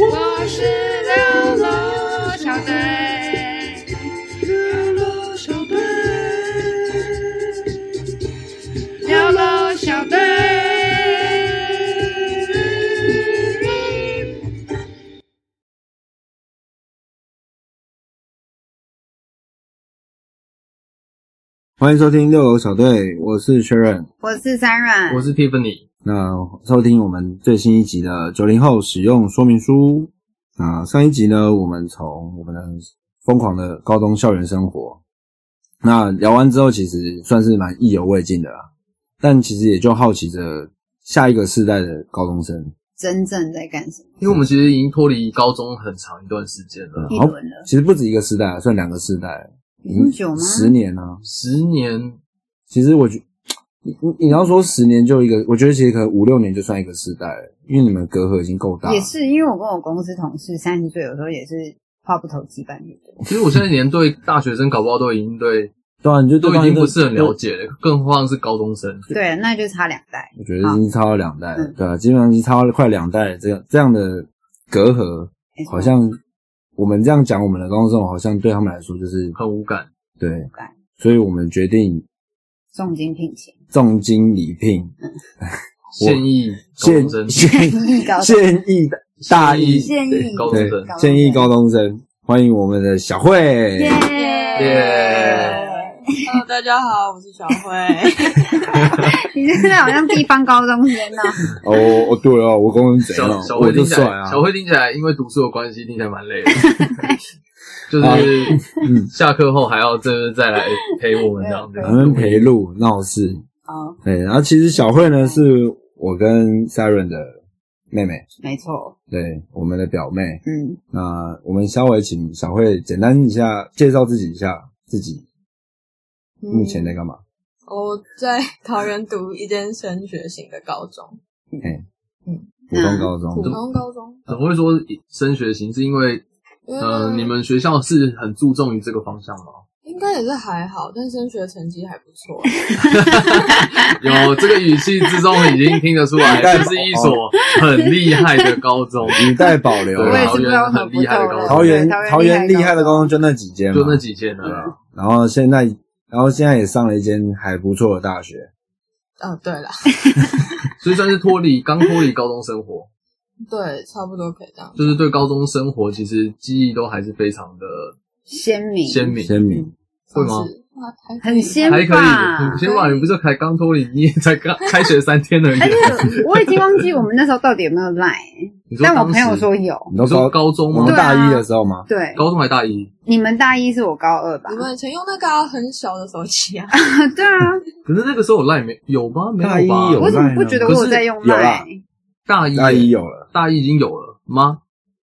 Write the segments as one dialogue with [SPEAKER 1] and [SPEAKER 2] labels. [SPEAKER 1] 我是流浪小队，流浪小队，流浪小队。
[SPEAKER 2] 欢迎收听六楼小队，我是确认。
[SPEAKER 3] 我是三软
[SPEAKER 2] 嗯
[SPEAKER 4] 我，是 Tiffany，
[SPEAKER 2] 那收听我们最新一集的九零后使用说明书。啊，上一集呢，我们从我们的疯狂的高中校园生活，那聊完之后，其实算是蛮意犹未尽的啦。但其实也就好奇着下一个世代的高中生，
[SPEAKER 3] 真正在干什么？
[SPEAKER 4] 因为我们其实已经脱离高中很长一段时间了，
[SPEAKER 2] 嗯
[SPEAKER 3] 一轮了，
[SPEAKER 2] 其实不止一个世代啊，算两个世代，
[SPEAKER 3] 有那么久吗
[SPEAKER 2] 十年啊。
[SPEAKER 4] 十年，
[SPEAKER 2] 其实我觉你你你要说十年就一个，我觉得其实可能五六年就算一个世代了，因为你们隔阂已经够大了。
[SPEAKER 3] 也是因为我跟我公司同事三十岁，有时候也是话不投机半句多。
[SPEAKER 4] 其实我现在连对大学生搞不好都已经对
[SPEAKER 2] 对啊，你 就对
[SPEAKER 4] 都已
[SPEAKER 2] 方
[SPEAKER 4] 经不是很了解了，更何况是高中生。
[SPEAKER 3] 对，那就差两代。
[SPEAKER 2] 我觉得已经超了两代了，
[SPEAKER 3] 嗯
[SPEAKER 2] 对啊，基本上已经超了快两代了，这样这样的隔阂，
[SPEAKER 3] 没错
[SPEAKER 2] 好像我们这样讲我们的高中生活，好像对他们来说就是
[SPEAKER 4] 很无感，
[SPEAKER 2] 对，所以我们决定
[SPEAKER 3] 重金聘请，
[SPEAKER 2] 重金礼聘，我
[SPEAKER 4] 现役高
[SPEAKER 2] 现
[SPEAKER 4] 中生，
[SPEAKER 2] 现
[SPEAKER 3] 建议高中，
[SPEAKER 2] 现役的大一
[SPEAKER 3] 建议
[SPEAKER 4] 高中
[SPEAKER 2] 对
[SPEAKER 4] 生
[SPEAKER 2] 现役高中生，欢迎我们的小慧，
[SPEAKER 4] 耶
[SPEAKER 5] Hello，大家好，我是小慧。
[SPEAKER 3] 你现在好像地方高中生 哦，
[SPEAKER 2] 哦哦对哦，我公怎
[SPEAKER 4] 小
[SPEAKER 2] 样，
[SPEAKER 4] 小
[SPEAKER 2] 我
[SPEAKER 4] 慧
[SPEAKER 2] 就
[SPEAKER 4] 听起
[SPEAKER 2] 帅
[SPEAKER 4] 来，
[SPEAKER 2] 啊，
[SPEAKER 4] 小慧听起来因为读书的关系，听起来蛮 累的，就是
[SPEAKER 2] 嗯
[SPEAKER 4] 下课后还要就是再来陪我们这样子。
[SPEAKER 2] 咱们陪录闹事，
[SPEAKER 3] 哦，
[SPEAKER 2] 对，然后其实小慧呢是我跟 Siren 的妹妹，
[SPEAKER 3] 没错，
[SPEAKER 2] 对，我们的表妹，
[SPEAKER 3] 嗯，
[SPEAKER 2] 那我们稍微请小慧简单一下介绍自己一下，自己目前在干嘛？
[SPEAKER 5] 嗯我在桃园读一间升学型的高中，
[SPEAKER 2] 普通高中
[SPEAKER 4] 哦
[SPEAKER 5] 普，通高中。
[SPEAKER 4] 怎么会说升学型？是因为
[SPEAKER 5] 因为
[SPEAKER 4] 呃，
[SPEAKER 2] 嗯
[SPEAKER 4] 你们学校是很注重于这个方向吗？
[SPEAKER 5] 应该也是还好，但升学成绩还不错。
[SPEAKER 4] 有这个语气之中已经听得出来，这是一所很厉害的高中，
[SPEAKER 2] 语带保留
[SPEAKER 4] 对啊
[SPEAKER 3] 我也
[SPEAKER 2] 啦
[SPEAKER 3] 是。不知道
[SPEAKER 4] 桃园很厉害的高中
[SPEAKER 2] 啊桃园
[SPEAKER 3] 桃
[SPEAKER 2] 桃园厉害的高中
[SPEAKER 3] 中
[SPEAKER 2] 就那几间嘛，
[SPEAKER 4] 就那几间
[SPEAKER 2] 对啊
[SPEAKER 4] 了。。
[SPEAKER 2] 然后现在，然后现在也上了一间还不错的大学，
[SPEAKER 5] 嗯，对啦，
[SPEAKER 4] 所以算是脱离刚脱离高中生活，
[SPEAKER 5] 对，差不多可以这样。
[SPEAKER 4] 就是对高中生活其实记忆都还是非常的
[SPEAKER 3] 鲜明，
[SPEAKER 4] 鲜明，
[SPEAKER 2] 鲜明。
[SPEAKER 4] 会吗
[SPEAKER 5] 算是？哇，还可以
[SPEAKER 3] 很鲜
[SPEAKER 4] 还可以。
[SPEAKER 3] 吧
[SPEAKER 4] 你？先把你不是才刚脱离，你也才刚开学三天
[SPEAKER 3] 哎
[SPEAKER 4] 而已。
[SPEAKER 3] 我已经忘记我们那时候到底有没有赖，
[SPEAKER 4] 你说
[SPEAKER 3] 但我
[SPEAKER 4] 当
[SPEAKER 3] 朋
[SPEAKER 4] 时
[SPEAKER 3] 友说有。
[SPEAKER 2] 你
[SPEAKER 4] 你
[SPEAKER 2] 都
[SPEAKER 4] 说
[SPEAKER 2] 高，
[SPEAKER 4] 高中
[SPEAKER 2] 我
[SPEAKER 4] 吗
[SPEAKER 2] 们
[SPEAKER 3] 对？
[SPEAKER 2] 大一的时候吗？
[SPEAKER 3] 对，
[SPEAKER 4] 高中还大一？
[SPEAKER 3] 你们大一是我高二吧
[SPEAKER 5] 你？们以前用那个啊很小的手机啊？
[SPEAKER 3] 对啊，
[SPEAKER 4] 可是那个时候有赖没有吗？没
[SPEAKER 2] 大一
[SPEAKER 4] 有吧？
[SPEAKER 2] 有
[SPEAKER 3] 我怎么不觉得我有在用
[SPEAKER 2] 有啦
[SPEAKER 3] 赖？
[SPEAKER 4] 大一
[SPEAKER 2] 大一有了
[SPEAKER 4] 大一已经有了吗？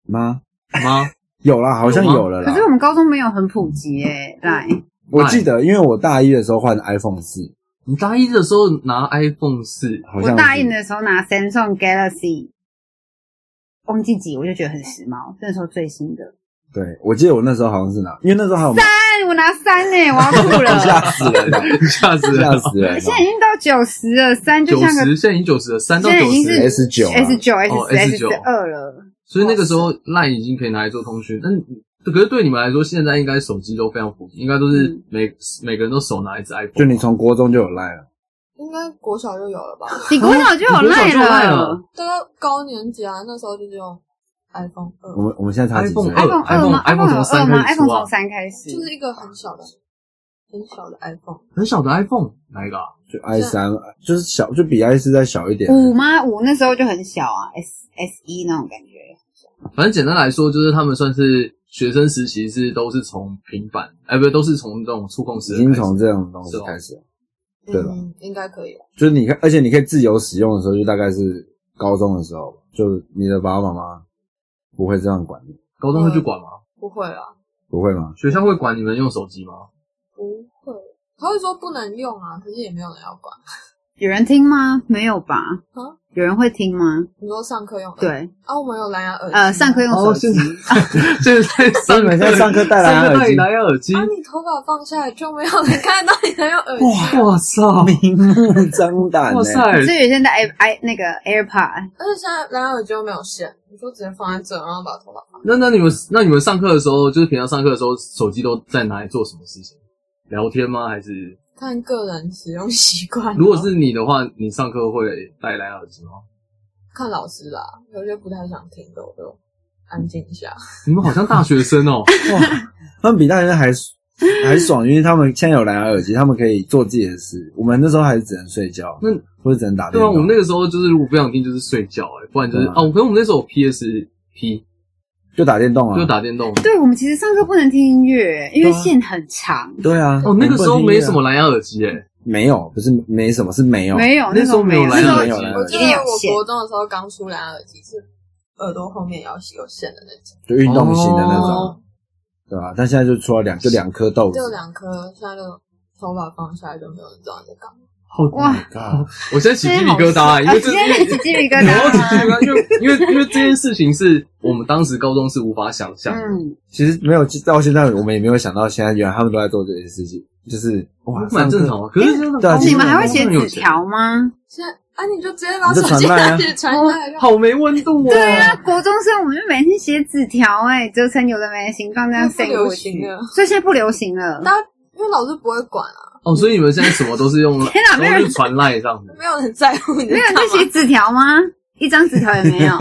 [SPEAKER 2] 吗？
[SPEAKER 4] 吗？
[SPEAKER 2] 有啦，好像
[SPEAKER 4] 有吗
[SPEAKER 2] 有了
[SPEAKER 3] 可
[SPEAKER 2] 啦
[SPEAKER 3] 是。我们高中没有很普及诶、赖
[SPEAKER 2] 我记得，因为我大一的时候换 iPhone 四，
[SPEAKER 4] 你大一的时候拿 iPhone 四，
[SPEAKER 2] 好像
[SPEAKER 3] 我
[SPEAKER 2] 是
[SPEAKER 3] 大一的时候拿 Samsung Galaxy，忘记几，我就觉得很时髦，那时候最新的。
[SPEAKER 2] 对，我记得我那时候好像是拿，因为那时候还有
[SPEAKER 3] 哎，我拿三呢、我要 吐
[SPEAKER 2] 吓
[SPEAKER 3] 了。
[SPEAKER 2] 死 人了，
[SPEAKER 4] 吓死
[SPEAKER 2] 吓
[SPEAKER 4] 人！
[SPEAKER 2] 死人了！
[SPEAKER 3] 现在已经到九十了，三就
[SPEAKER 4] 九
[SPEAKER 3] 像
[SPEAKER 4] 十
[SPEAKER 3] 个
[SPEAKER 4] 现在已经九十了，三到
[SPEAKER 3] 现在已
[SPEAKER 4] 九
[SPEAKER 3] 经
[SPEAKER 4] 十，
[SPEAKER 3] 是
[SPEAKER 2] S 九啊
[SPEAKER 3] S 九、S
[SPEAKER 4] 哦
[SPEAKER 3] 十、S 十
[SPEAKER 4] S9
[SPEAKER 3] 二了。
[SPEAKER 4] 所以那个时候赖已经可以拿来做通讯。但可是对你们来说，现在应该手机都非常普及，应该都
[SPEAKER 3] 嗯
[SPEAKER 4] 是每、每个人都手拿一只 iPhone。
[SPEAKER 2] 就你从国中就有赖了，
[SPEAKER 5] 应该国小就有了吧？
[SPEAKER 3] 你国小就有赖
[SPEAKER 4] 你国小就有赖
[SPEAKER 3] 了
[SPEAKER 4] 了
[SPEAKER 5] 大概高年级啊，那时候就是用 iPhone
[SPEAKER 2] 我
[SPEAKER 4] 哦
[SPEAKER 5] 二，
[SPEAKER 2] 们我们现在差几岁
[SPEAKER 4] iPhone 二
[SPEAKER 3] 二吗
[SPEAKER 4] iPhone
[SPEAKER 3] 有
[SPEAKER 4] 从
[SPEAKER 3] 二
[SPEAKER 4] 三
[SPEAKER 3] 吗
[SPEAKER 4] 开始
[SPEAKER 3] ？iPhone
[SPEAKER 4] 出啊
[SPEAKER 3] 从三开始，
[SPEAKER 5] 就是一个很小的、很小的 iPhone。
[SPEAKER 4] 很小的 iPhone 哪一个啊？
[SPEAKER 2] 就 i 三，就是小，就比 i 四再小一点。
[SPEAKER 3] 五吗？五那时候就很小啊，S S 一那种感觉。
[SPEAKER 4] 反正简单来说，就是他们算是学生时期是都是从平板，哎、不，都是从这种触控式
[SPEAKER 2] 已
[SPEAKER 4] 的
[SPEAKER 2] 经
[SPEAKER 4] 开始
[SPEAKER 2] 从这种东西开始了，对吧
[SPEAKER 5] 嗯，应该可以啊。
[SPEAKER 2] 就是你看，而且你可以自由使用的时候，就大概是高中的时候，就你的爸爸妈妈不会这样管你，
[SPEAKER 4] 高中会去管吗？
[SPEAKER 5] 不会啊，
[SPEAKER 2] 不会 吗？
[SPEAKER 4] 学校会管你们用手机吗？
[SPEAKER 5] 不会，他会说不能用啊，可是也没有人要管。
[SPEAKER 3] 有人听吗？没有吧？
[SPEAKER 5] 啊
[SPEAKER 3] 有人会听吗？
[SPEAKER 5] 你说上课用的？
[SPEAKER 3] 对，
[SPEAKER 5] 啊，我们有蓝牙耳机。
[SPEAKER 3] 呃，上课用手机，
[SPEAKER 4] 哦 现在
[SPEAKER 2] 所以
[SPEAKER 4] 上
[SPEAKER 2] 你们现在上课戴蓝牙
[SPEAKER 4] 上课
[SPEAKER 2] 耳
[SPEAKER 4] 戴
[SPEAKER 2] 机，
[SPEAKER 4] 蓝牙耳机，
[SPEAKER 5] 啊，你头发放下来就没有人看到你还用耳机，
[SPEAKER 4] 哇，我操，
[SPEAKER 2] 明目张胆、
[SPEAKER 4] 哇
[SPEAKER 2] 欸。
[SPEAKER 4] 塞，
[SPEAKER 3] 所以有些人在 i i 那个 AirPod，
[SPEAKER 5] 而且现在蓝牙耳机又没有线，你就直接放在这，然后把头发放。
[SPEAKER 4] 那那你们那你们上课的时候，就是平常上课的时候，手机都在拿来做什么事情？聊天吗？还是
[SPEAKER 5] 看个人使用习惯。
[SPEAKER 4] 如果是你的话，你上课会戴蓝牙耳机吗？
[SPEAKER 5] 看老师啦，有些不太想听的，我就安静一下。
[SPEAKER 4] 你们好像大学生哦、
[SPEAKER 2] 哇，他们比大学生还还爽，因为他们现在有蓝牙耳机，他们可以做自己的事。我们那时候还只能睡觉，
[SPEAKER 4] 那
[SPEAKER 2] 或者只能打电
[SPEAKER 4] 对啊，
[SPEAKER 2] 话。
[SPEAKER 4] 我们那个时候就是如果不想听就是睡觉、哎，不然就是
[SPEAKER 2] 对啊
[SPEAKER 4] 哦，可能我们那时候有 PSP
[SPEAKER 2] 就打电动啊，
[SPEAKER 4] 就打电动。
[SPEAKER 3] 对我们其实上课不能听音乐，因为
[SPEAKER 2] 对啊
[SPEAKER 3] 线很长，
[SPEAKER 2] 对啊。
[SPEAKER 4] 哦，那个时候没什么
[SPEAKER 2] 我们不能听音乐啊，
[SPEAKER 4] 蓝牙耳机哎、
[SPEAKER 2] 没有，不是没什么，是没有，
[SPEAKER 3] 没有
[SPEAKER 4] 那时候
[SPEAKER 3] 候
[SPEAKER 4] 没有
[SPEAKER 3] 有，
[SPEAKER 4] 蓝
[SPEAKER 3] 那
[SPEAKER 4] 牙
[SPEAKER 3] 时
[SPEAKER 4] 耳
[SPEAKER 3] 候
[SPEAKER 2] 没有蓝
[SPEAKER 4] 机
[SPEAKER 2] 牙
[SPEAKER 5] 我
[SPEAKER 2] 耳
[SPEAKER 5] 记
[SPEAKER 2] 机
[SPEAKER 5] 得
[SPEAKER 3] 一定要
[SPEAKER 5] 我
[SPEAKER 3] 线
[SPEAKER 5] 国中的时候刚出蓝牙耳机是耳朵后面也要有线的那种，
[SPEAKER 2] 就运动型的那种，
[SPEAKER 4] 哦
[SPEAKER 2] 对吧、但现在就出了两，就两颗
[SPEAKER 3] 嗯
[SPEAKER 2] 豆子，
[SPEAKER 5] 就两颗，现在就头发放下来就没有人知道你在干嘛。
[SPEAKER 4] 好
[SPEAKER 3] 哇，
[SPEAKER 2] 啊
[SPEAKER 4] 我现在嗯起鸡皮疙瘩、哎因为这
[SPEAKER 3] 啊今天起鸡皮疙
[SPEAKER 4] 然后起鸡皮
[SPEAKER 3] 瘩，
[SPEAKER 4] 疙瘩，因为因为因为这件事情是我们当时高中是无法想象的。
[SPEAKER 3] 嗯，
[SPEAKER 2] 其实没有到现在，我们也没有想到，现在原来他们都在做这些事情，就是哇，
[SPEAKER 4] 蛮正
[SPEAKER 2] 上
[SPEAKER 4] 常的，可是真的
[SPEAKER 2] 对啊
[SPEAKER 4] 高中
[SPEAKER 2] 其
[SPEAKER 3] 你
[SPEAKER 2] 实
[SPEAKER 3] 们还
[SPEAKER 4] 高
[SPEAKER 3] 会
[SPEAKER 4] 中
[SPEAKER 3] 写
[SPEAKER 4] 很有
[SPEAKER 3] 纸
[SPEAKER 4] 钱
[SPEAKER 3] 条吗？
[SPEAKER 5] 现在啊，你就直接把
[SPEAKER 2] 你就
[SPEAKER 5] 手机
[SPEAKER 2] 传赖
[SPEAKER 5] 下
[SPEAKER 2] 啊
[SPEAKER 5] 去传下来就好。
[SPEAKER 4] 好没温度哦。
[SPEAKER 3] 对啊，国中生我们就每天写纸条，哎，折成有的没的形状这样
[SPEAKER 5] 那不
[SPEAKER 3] send
[SPEAKER 5] 流
[SPEAKER 3] 过去
[SPEAKER 5] 行了，
[SPEAKER 3] 所以现在不流行了。
[SPEAKER 5] 大家因为老师不会管啊，
[SPEAKER 4] 哦，所以你们现在什么都是用，
[SPEAKER 3] 天哪没有
[SPEAKER 4] 都
[SPEAKER 3] 人
[SPEAKER 4] 是传赖这 样子，
[SPEAKER 5] 没有人在乎你
[SPEAKER 3] 没
[SPEAKER 5] 啊在
[SPEAKER 3] 有人
[SPEAKER 5] 干
[SPEAKER 3] 在
[SPEAKER 5] 嘛
[SPEAKER 3] 写。纸条吗？一张纸条也没 有。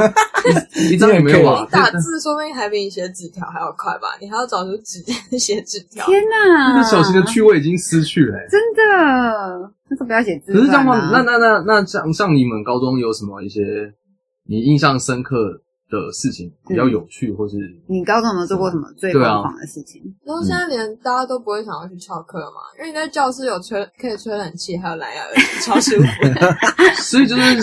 [SPEAKER 4] 一张也没 有啊
[SPEAKER 5] 你。哦打字说不定还比你写纸条还要快吧？你还要找出纸 写纸条。
[SPEAKER 3] 天哪，
[SPEAKER 4] 那小型的趣味已经失去了欸、
[SPEAKER 3] 真的，那是不要写字、啊。
[SPEAKER 4] 可是这样吗？那那那那像像你们高中有什么一些你印象深刻的事情比较有趣，或是
[SPEAKER 3] 你高中有没有做过什么最疯
[SPEAKER 4] 啊
[SPEAKER 3] 狂的事情？
[SPEAKER 5] 然后现在连大家都不会想要去翘课嘛，因为你在教室有吹可以吹冷气，还有蓝牙耳机，超 舒服。
[SPEAKER 4] 所以就是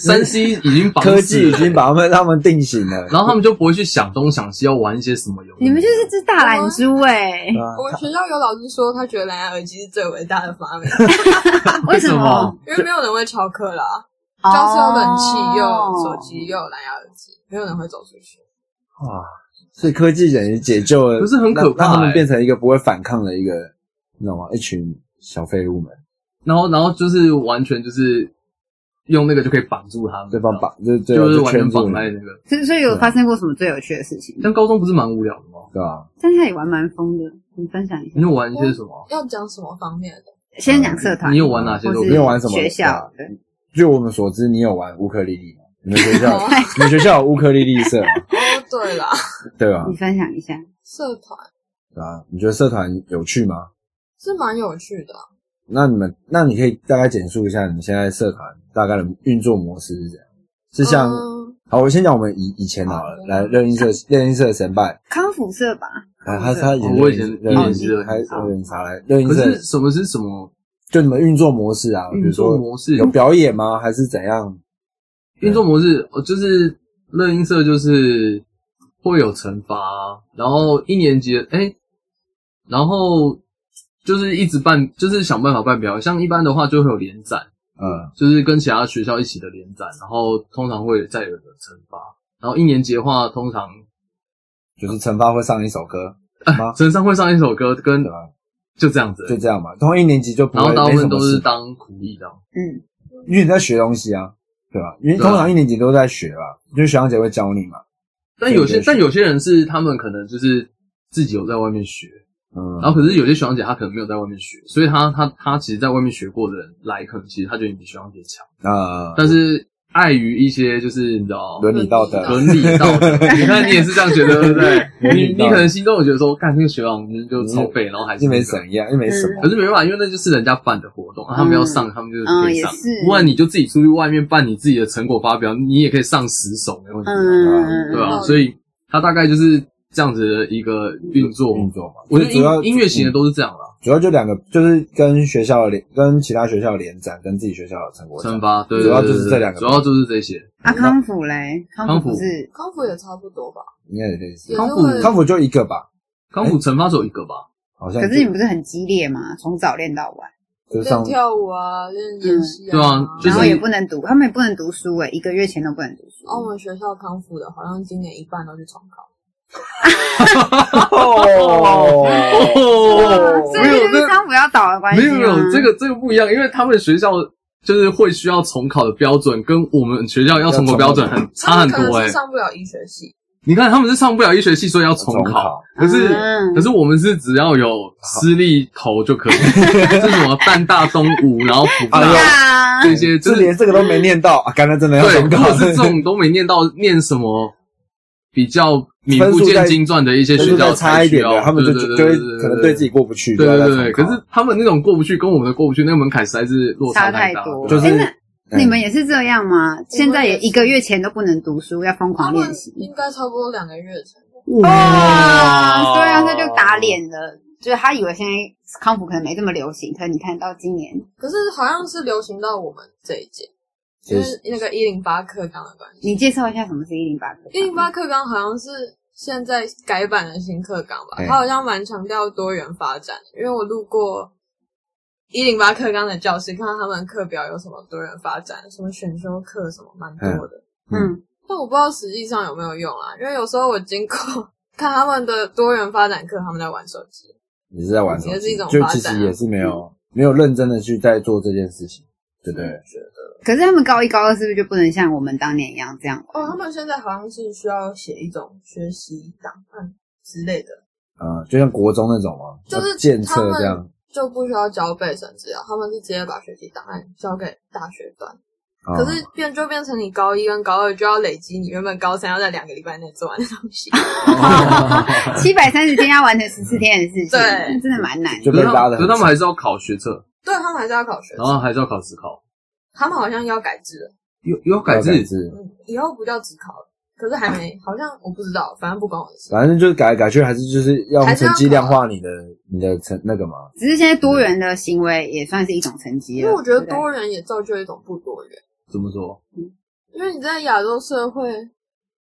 [SPEAKER 4] 三 C 已经绑死了
[SPEAKER 2] 科技已经，把他们他们定型了，
[SPEAKER 4] 然后他们就不会去想东想西，要玩一些什么游戏。
[SPEAKER 3] 你们就是只大懒猪哎、
[SPEAKER 2] 对啊
[SPEAKER 5] 我们学校有老师说，他觉得蓝牙耳机是最伟大的发明，嗯
[SPEAKER 3] 为什 么？
[SPEAKER 5] 因为没有人会翘课啦。
[SPEAKER 3] 哦
[SPEAKER 5] 教室有冷气，又有手机，又有蓝牙耳机，没有人会走出去。
[SPEAKER 2] 哇，所以科技等于解救了，
[SPEAKER 4] 可是很可怕
[SPEAKER 2] 让让他
[SPEAKER 4] 欸
[SPEAKER 2] 们变成一个不会反抗的一个，你知道吗？一群小废物们，
[SPEAKER 4] 然后然后就是完全就是用那个就可以绑住他们，
[SPEAKER 2] 对方绑，就
[SPEAKER 4] 这
[SPEAKER 2] 最
[SPEAKER 4] 样
[SPEAKER 2] 后
[SPEAKER 4] 啊就是
[SPEAKER 2] 就
[SPEAKER 4] 完
[SPEAKER 2] 圈
[SPEAKER 4] 全
[SPEAKER 2] 住
[SPEAKER 4] 绑
[SPEAKER 2] 你，
[SPEAKER 4] 在那个。
[SPEAKER 3] 哦所以所以有发生过什么最有趣的事情？
[SPEAKER 4] 但高中不是蛮无聊的吗？
[SPEAKER 2] 对吧？
[SPEAKER 3] 但他也玩蛮疯的，你分享一下
[SPEAKER 4] 你。有玩一些什
[SPEAKER 2] 哦
[SPEAKER 4] 么？
[SPEAKER 5] 要讲什么方面的？
[SPEAKER 3] 先讲社团，
[SPEAKER 4] 你有玩哪些
[SPEAKER 3] 或
[SPEAKER 4] 都
[SPEAKER 3] 是
[SPEAKER 4] 可以
[SPEAKER 2] 你有玩什么
[SPEAKER 3] 学校？对，
[SPEAKER 2] 据我们所知，你有玩乌克丽丽吗？你们学校
[SPEAKER 5] 哦，
[SPEAKER 2] 你们学校有乌克丽丽社吗，
[SPEAKER 5] 哦，对 啦，
[SPEAKER 2] 对吧？
[SPEAKER 3] 你分享一下。
[SPEAKER 5] 社团
[SPEAKER 2] 对啊，你觉得社团有趣吗？
[SPEAKER 5] 是蛮有趣的啊。
[SPEAKER 2] 那你们，那你可以大概简述一下你现在社团大概的运作模式是怎样？是像、
[SPEAKER 5] 嗯
[SPEAKER 2] 好，我先讲我们以以前好了，
[SPEAKER 5] 好
[SPEAKER 2] 来热音社热音社的神拜，
[SPEAKER 3] 康复社吧，
[SPEAKER 2] 啊，他他以前
[SPEAKER 4] 哦我以前
[SPEAKER 2] 热
[SPEAKER 4] 一
[SPEAKER 2] 音
[SPEAKER 4] 年级热
[SPEAKER 2] 还
[SPEAKER 4] 音社
[SPEAKER 2] 热音啥来热音
[SPEAKER 4] 可
[SPEAKER 2] 社
[SPEAKER 4] 是什么是什么
[SPEAKER 2] 就你们运作模式啊，比
[SPEAKER 4] 运
[SPEAKER 2] 如
[SPEAKER 4] 作
[SPEAKER 2] 说
[SPEAKER 4] 模式？
[SPEAKER 2] 有表演吗？还是怎样？
[SPEAKER 4] 运作模式，呃就是乐音社就是会有惩罚，啊然后一年级的哎、然后就是一直办，就是想办法办表演。像一般的话就会有联展，
[SPEAKER 2] 嗯，
[SPEAKER 4] 就是跟其他学校一起的联展，然后通常会再有一个惩罚。然后一年级的话，通常
[SPEAKER 2] 就是惩罚会上一首歌吗？
[SPEAKER 4] 身上会上一首歌，跟
[SPEAKER 2] 对吧？
[SPEAKER 4] 就这样子。
[SPEAKER 2] 就这样嘛。通常一年级就不
[SPEAKER 4] 然
[SPEAKER 2] 会
[SPEAKER 4] 后大
[SPEAKER 2] 没
[SPEAKER 4] 部
[SPEAKER 2] 什
[SPEAKER 4] 分
[SPEAKER 2] 么
[SPEAKER 4] 都
[SPEAKER 2] 事
[SPEAKER 4] 是，当苦力的，
[SPEAKER 3] 嗯，
[SPEAKER 2] 因为你在学东西啊，对吧？因为
[SPEAKER 4] 对啊
[SPEAKER 2] 通常一年级都在学吧，就是学长姐会教你嘛。
[SPEAKER 4] 但有些
[SPEAKER 2] 对对
[SPEAKER 4] 但有些人是他们可能就是自己有在外面学，
[SPEAKER 2] 嗯，
[SPEAKER 4] 然后可是有些学长姐她可能没有在外面学，所以她她她其实在外面学过的人来，可能其实她觉得你比学长姐强，
[SPEAKER 2] 啊，
[SPEAKER 4] 但是碍于一些就是你知道
[SPEAKER 2] 伦理道德，
[SPEAKER 4] 伦理道德，你看你也是这样觉得对不对？
[SPEAKER 2] 伦
[SPEAKER 4] 你
[SPEAKER 2] 理道
[SPEAKER 4] 你
[SPEAKER 2] 德
[SPEAKER 4] 可能心中有觉得说，干那个学长就超废，然后还是
[SPEAKER 2] 又没
[SPEAKER 4] 那个
[SPEAKER 2] 怎样，又没什么
[SPEAKER 4] 可。是没办法，因为那就是人家办的活动，啊他们要上，他们就是可以上
[SPEAKER 3] 嗯嗯也是。
[SPEAKER 4] 不然你就自己出去外面办你自己的成果发表，你也可以上十首，没问题，啊
[SPEAKER 3] 嗯
[SPEAKER 4] 对吧？
[SPEAKER 5] 嗯
[SPEAKER 4] 所以它大概就是这样子的一个运作。
[SPEAKER 2] 运作嘛，
[SPEAKER 4] 我觉
[SPEAKER 2] 就
[SPEAKER 4] 得
[SPEAKER 2] 嗯主要
[SPEAKER 4] 音音乐型的
[SPEAKER 2] 嗯
[SPEAKER 4] 都是这样啦，
[SPEAKER 2] 主要就两个，就是跟学校联、跟其他学校联展，跟自己学校的成果展
[SPEAKER 4] 惩。罚，对，
[SPEAKER 2] 主要
[SPEAKER 4] 对对
[SPEAKER 2] 就是
[SPEAKER 4] 对
[SPEAKER 2] 这两个
[SPEAKER 4] 主要就是这些。
[SPEAKER 3] 啊，康复嘞，康
[SPEAKER 4] 康复
[SPEAKER 3] 复不是
[SPEAKER 5] 康复也差不多吧，
[SPEAKER 2] 应该也类似
[SPEAKER 5] 也。
[SPEAKER 4] 康
[SPEAKER 5] 是
[SPEAKER 4] 复
[SPEAKER 5] 会
[SPEAKER 2] 康复就一个吧，哎
[SPEAKER 4] 康复惩罚只有一个吧？
[SPEAKER 2] 好像
[SPEAKER 3] 可
[SPEAKER 2] 就是
[SPEAKER 3] 你们不是很激烈吗？从早练到晚，
[SPEAKER 2] 就
[SPEAKER 5] 练
[SPEAKER 2] 上
[SPEAKER 5] 跳舞啊，练演戏
[SPEAKER 4] 对啊就是
[SPEAKER 3] 然后也不能读，他们也不能读书哎、一个月前都不能读书。
[SPEAKER 5] 哦，我们学校康复的，好像今年一半都去重考。
[SPEAKER 4] 啊
[SPEAKER 2] 哦，
[SPEAKER 4] 哦
[SPEAKER 3] 所以就是商府要倒的
[SPEAKER 5] 哎
[SPEAKER 3] 关系啊嗯
[SPEAKER 4] 没
[SPEAKER 3] 吗
[SPEAKER 4] 有没
[SPEAKER 5] 啊
[SPEAKER 4] 有，这个这个不一样，因为他们学校就是会需要重考的标准，跟我们学校要重考标准
[SPEAKER 2] 嗯
[SPEAKER 4] 很差
[SPEAKER 5] 他
[SPEAKER 4] 很
[SPEAKER 5] 们可
[SPEAKER 4] 多
[SPEAKER 5] 能
[SPEAKER 4] 哎、
[SPEAKER 5] 是上不了医学系，
[SPEAKER 4] 你看他们是上不了医学系，所以要重
[SPEAKER 2] 重
[SPEAKER 4] 考
[SPEAKER 2] 考，
[SPEAKER 4] 可是。
[SPEAKER 3] 嗯
[SPEAKER 4] 可是我们是只要有私立头就可 以，是什么淡大东吴，然后复
[SPEAKER 2] 哎
[SPEAKER 4] 大
[SPEAKER 3] 对
[SPEAKER 2] 呀
[SPEAKER 3] 啊，
[SPEAKER 4] 这些，就
[SPEAKER 2] 哎这
[SPEAKER 4] 是
[SPEAKER 2] 连这个都没念到啊！刚才真的要
[SPEAKER 4] 对，
[SPEAKER 2] 重
[SPEAKER 4] 如
[SPEAKER 2] 考
[SPEAKER 4] 果，是这种都没念到，念什么比较名不见经传的一些
[SPEAKER 2] 分
[SPEAKER 4] 学
[SPEAKER 2] 数再
[SPEAKER 4] 校
[SPEAKER 2] 差一点的，
[SPEAKER 4] 的，
[SPEAKER 2] 他们就
[SPEAKER 4] 哦
[SPEAKER 2] 就
[SPEAKER 4] 对对
[SPEAKER 2] 就会
[SPEAKER 4] 对对
[SPEAKER 2] 可能对自己啊过不去，
[SPEAKER 4] 对
[SPEAKER 2] 就要再
[SPEAKER 4] 对对
[SPEAKER 2] 重
[SPEAKER 4] 对。可
[SPEAKER 2] 考
[SPEAKER 4] 是他们那种过不去，跟我们的过不去，那个门槛实在是落
[SPEAKER 3] 差
[SPEAKER 4] 太
[SPEAKER 3] 太
[SPEAKER 4] 大。
[SPEAKER 3] 多。
[SPEAKER 2] 就
[SPEAKER 3] 哎
[SPEAKER 2] 是
[SPEAKER 4] 嗯
[SPEAKER 3] 那你们也是这样吗？现在也
[SPEAKER 5] 也是
[SPEAKER 3] 一个月前都不能读书，要疯
[SPEAKER 5] 他
[SPEAKER 3] 狂
[SPEAKER 5] 们
[SPEAKER 3] 练习。
[SPEAKER 5] 应该差不多两个月前。
[SPEAKER 3] 哇，对啊，那就打。脸了。就是他以为现在康复可能没这么流行，可是你看到今年，
[SPEAKER 5] 可是好像是流行到我们这一届，
[SPEAKER 2] 其
[SPEAKER 5] 就
[SPEAKER 2] 实
[SPEAKER 5] 是那个一零八课纲的关系。
[SPEAKER 3] 你介绍一下什么是一零八课
[SPEAKER 5] 一零八课纲好像是现在改版的新课纲吧，
[SPEAKER 2] 哎
[SPEAKER 5] 它好像蛮强调多元发展。因为我路过一零八课纲的教室，看到他们课表有什么多元发展，什么选修课什么，蛮多的。
[SPEAKER 3] 嗯，
[SPEAKER 5] 但我不知道实际上有没有用啊，因为有时候我经过看他们的多元发展课，他们在玩手机。
[SPEAKER 2] 你是在玩手
[SPEAKER 5] 也是
[SPEAKER 2] 机
[SPEAKER 5] 一，种
[SPEAKER 2] 就
[SPEAKER 5] 发
[SPEAKER 2] 其
[SPEAKER 5] 展啊
[SPEAKER 2] 实也是没有没有认真的去在做这件事情，对不对？
[SPEAKER 5] 嗯
[SPEAKER 3] 可是他们高一高二是不是就不能像我们当年一样这 样？
[SPEAKER 5] 哦，他们现在好像是需要写一种学习档案之类的，
[SPEAKER 2] 呃，就像国中那种嘛，
[SPEAKER 5] 就是
[SPEAKER 2] 要呃建测这样
[SPEAKER 5] 就不需要交备审资料，他们是直接把学习档案交给大学端。
[SPEAKER 2] 啊。
[SPEAKER 5] 可是变就变成你高一跟高二就要累积你原本高三要在两个礼拜内做完的东 西。
[SPEAKER 3] 七百三十天要完成十四天的事情，
[SPEAKER 5] 对
[SPEAKER 3] 真的蛮难的。
[SPEAKER 2] 就
[SPEAKER 4] 可
[SPEAKER 2] 被
[SPEAKER 4] 是他
[SPEAKER 2] 拉的
[SPEAKER 4] 们可是他们还是要考学测，
[SPEAKER 5] 对他们还是要考学
[SPEAKER 4] 然后
[SPEAKER 2] 哦
[SPEAKER 5] 测，
[SPEAKER 4] 还是要考职考，
[SPEAKER 5] 他们好像要改制了，
[SPEAKER 4] 有有改制
[SPEAKER 2] 改制，
[SPEAKER 5] 嗯，以后不叫只考了，可是还没，好像我不知道，反正不关我的事。
[SPEAKER 2] 反正就是改来改去，还是就是要用
[SPEAKER 5] 还是要
[SPEAKER 2] 成绩
[SPEAKER 5] 考啊
[SPEAKER 2] 量化你的你的成那个嘛，
[SPEAKER 3] 只是现在多元的行为也算是一种成绩
[SPEAKER 5] 因
[SPEAKER 3] 了。
[SPEAKER 5] 为我觉得
[SPEAKER 3] 对不对
[SPEAKER 5] 多元也造就一种不多元，
[SPEAKER 4] 怎么说？
[SPEAKER 5] 因为你在亚洲社会，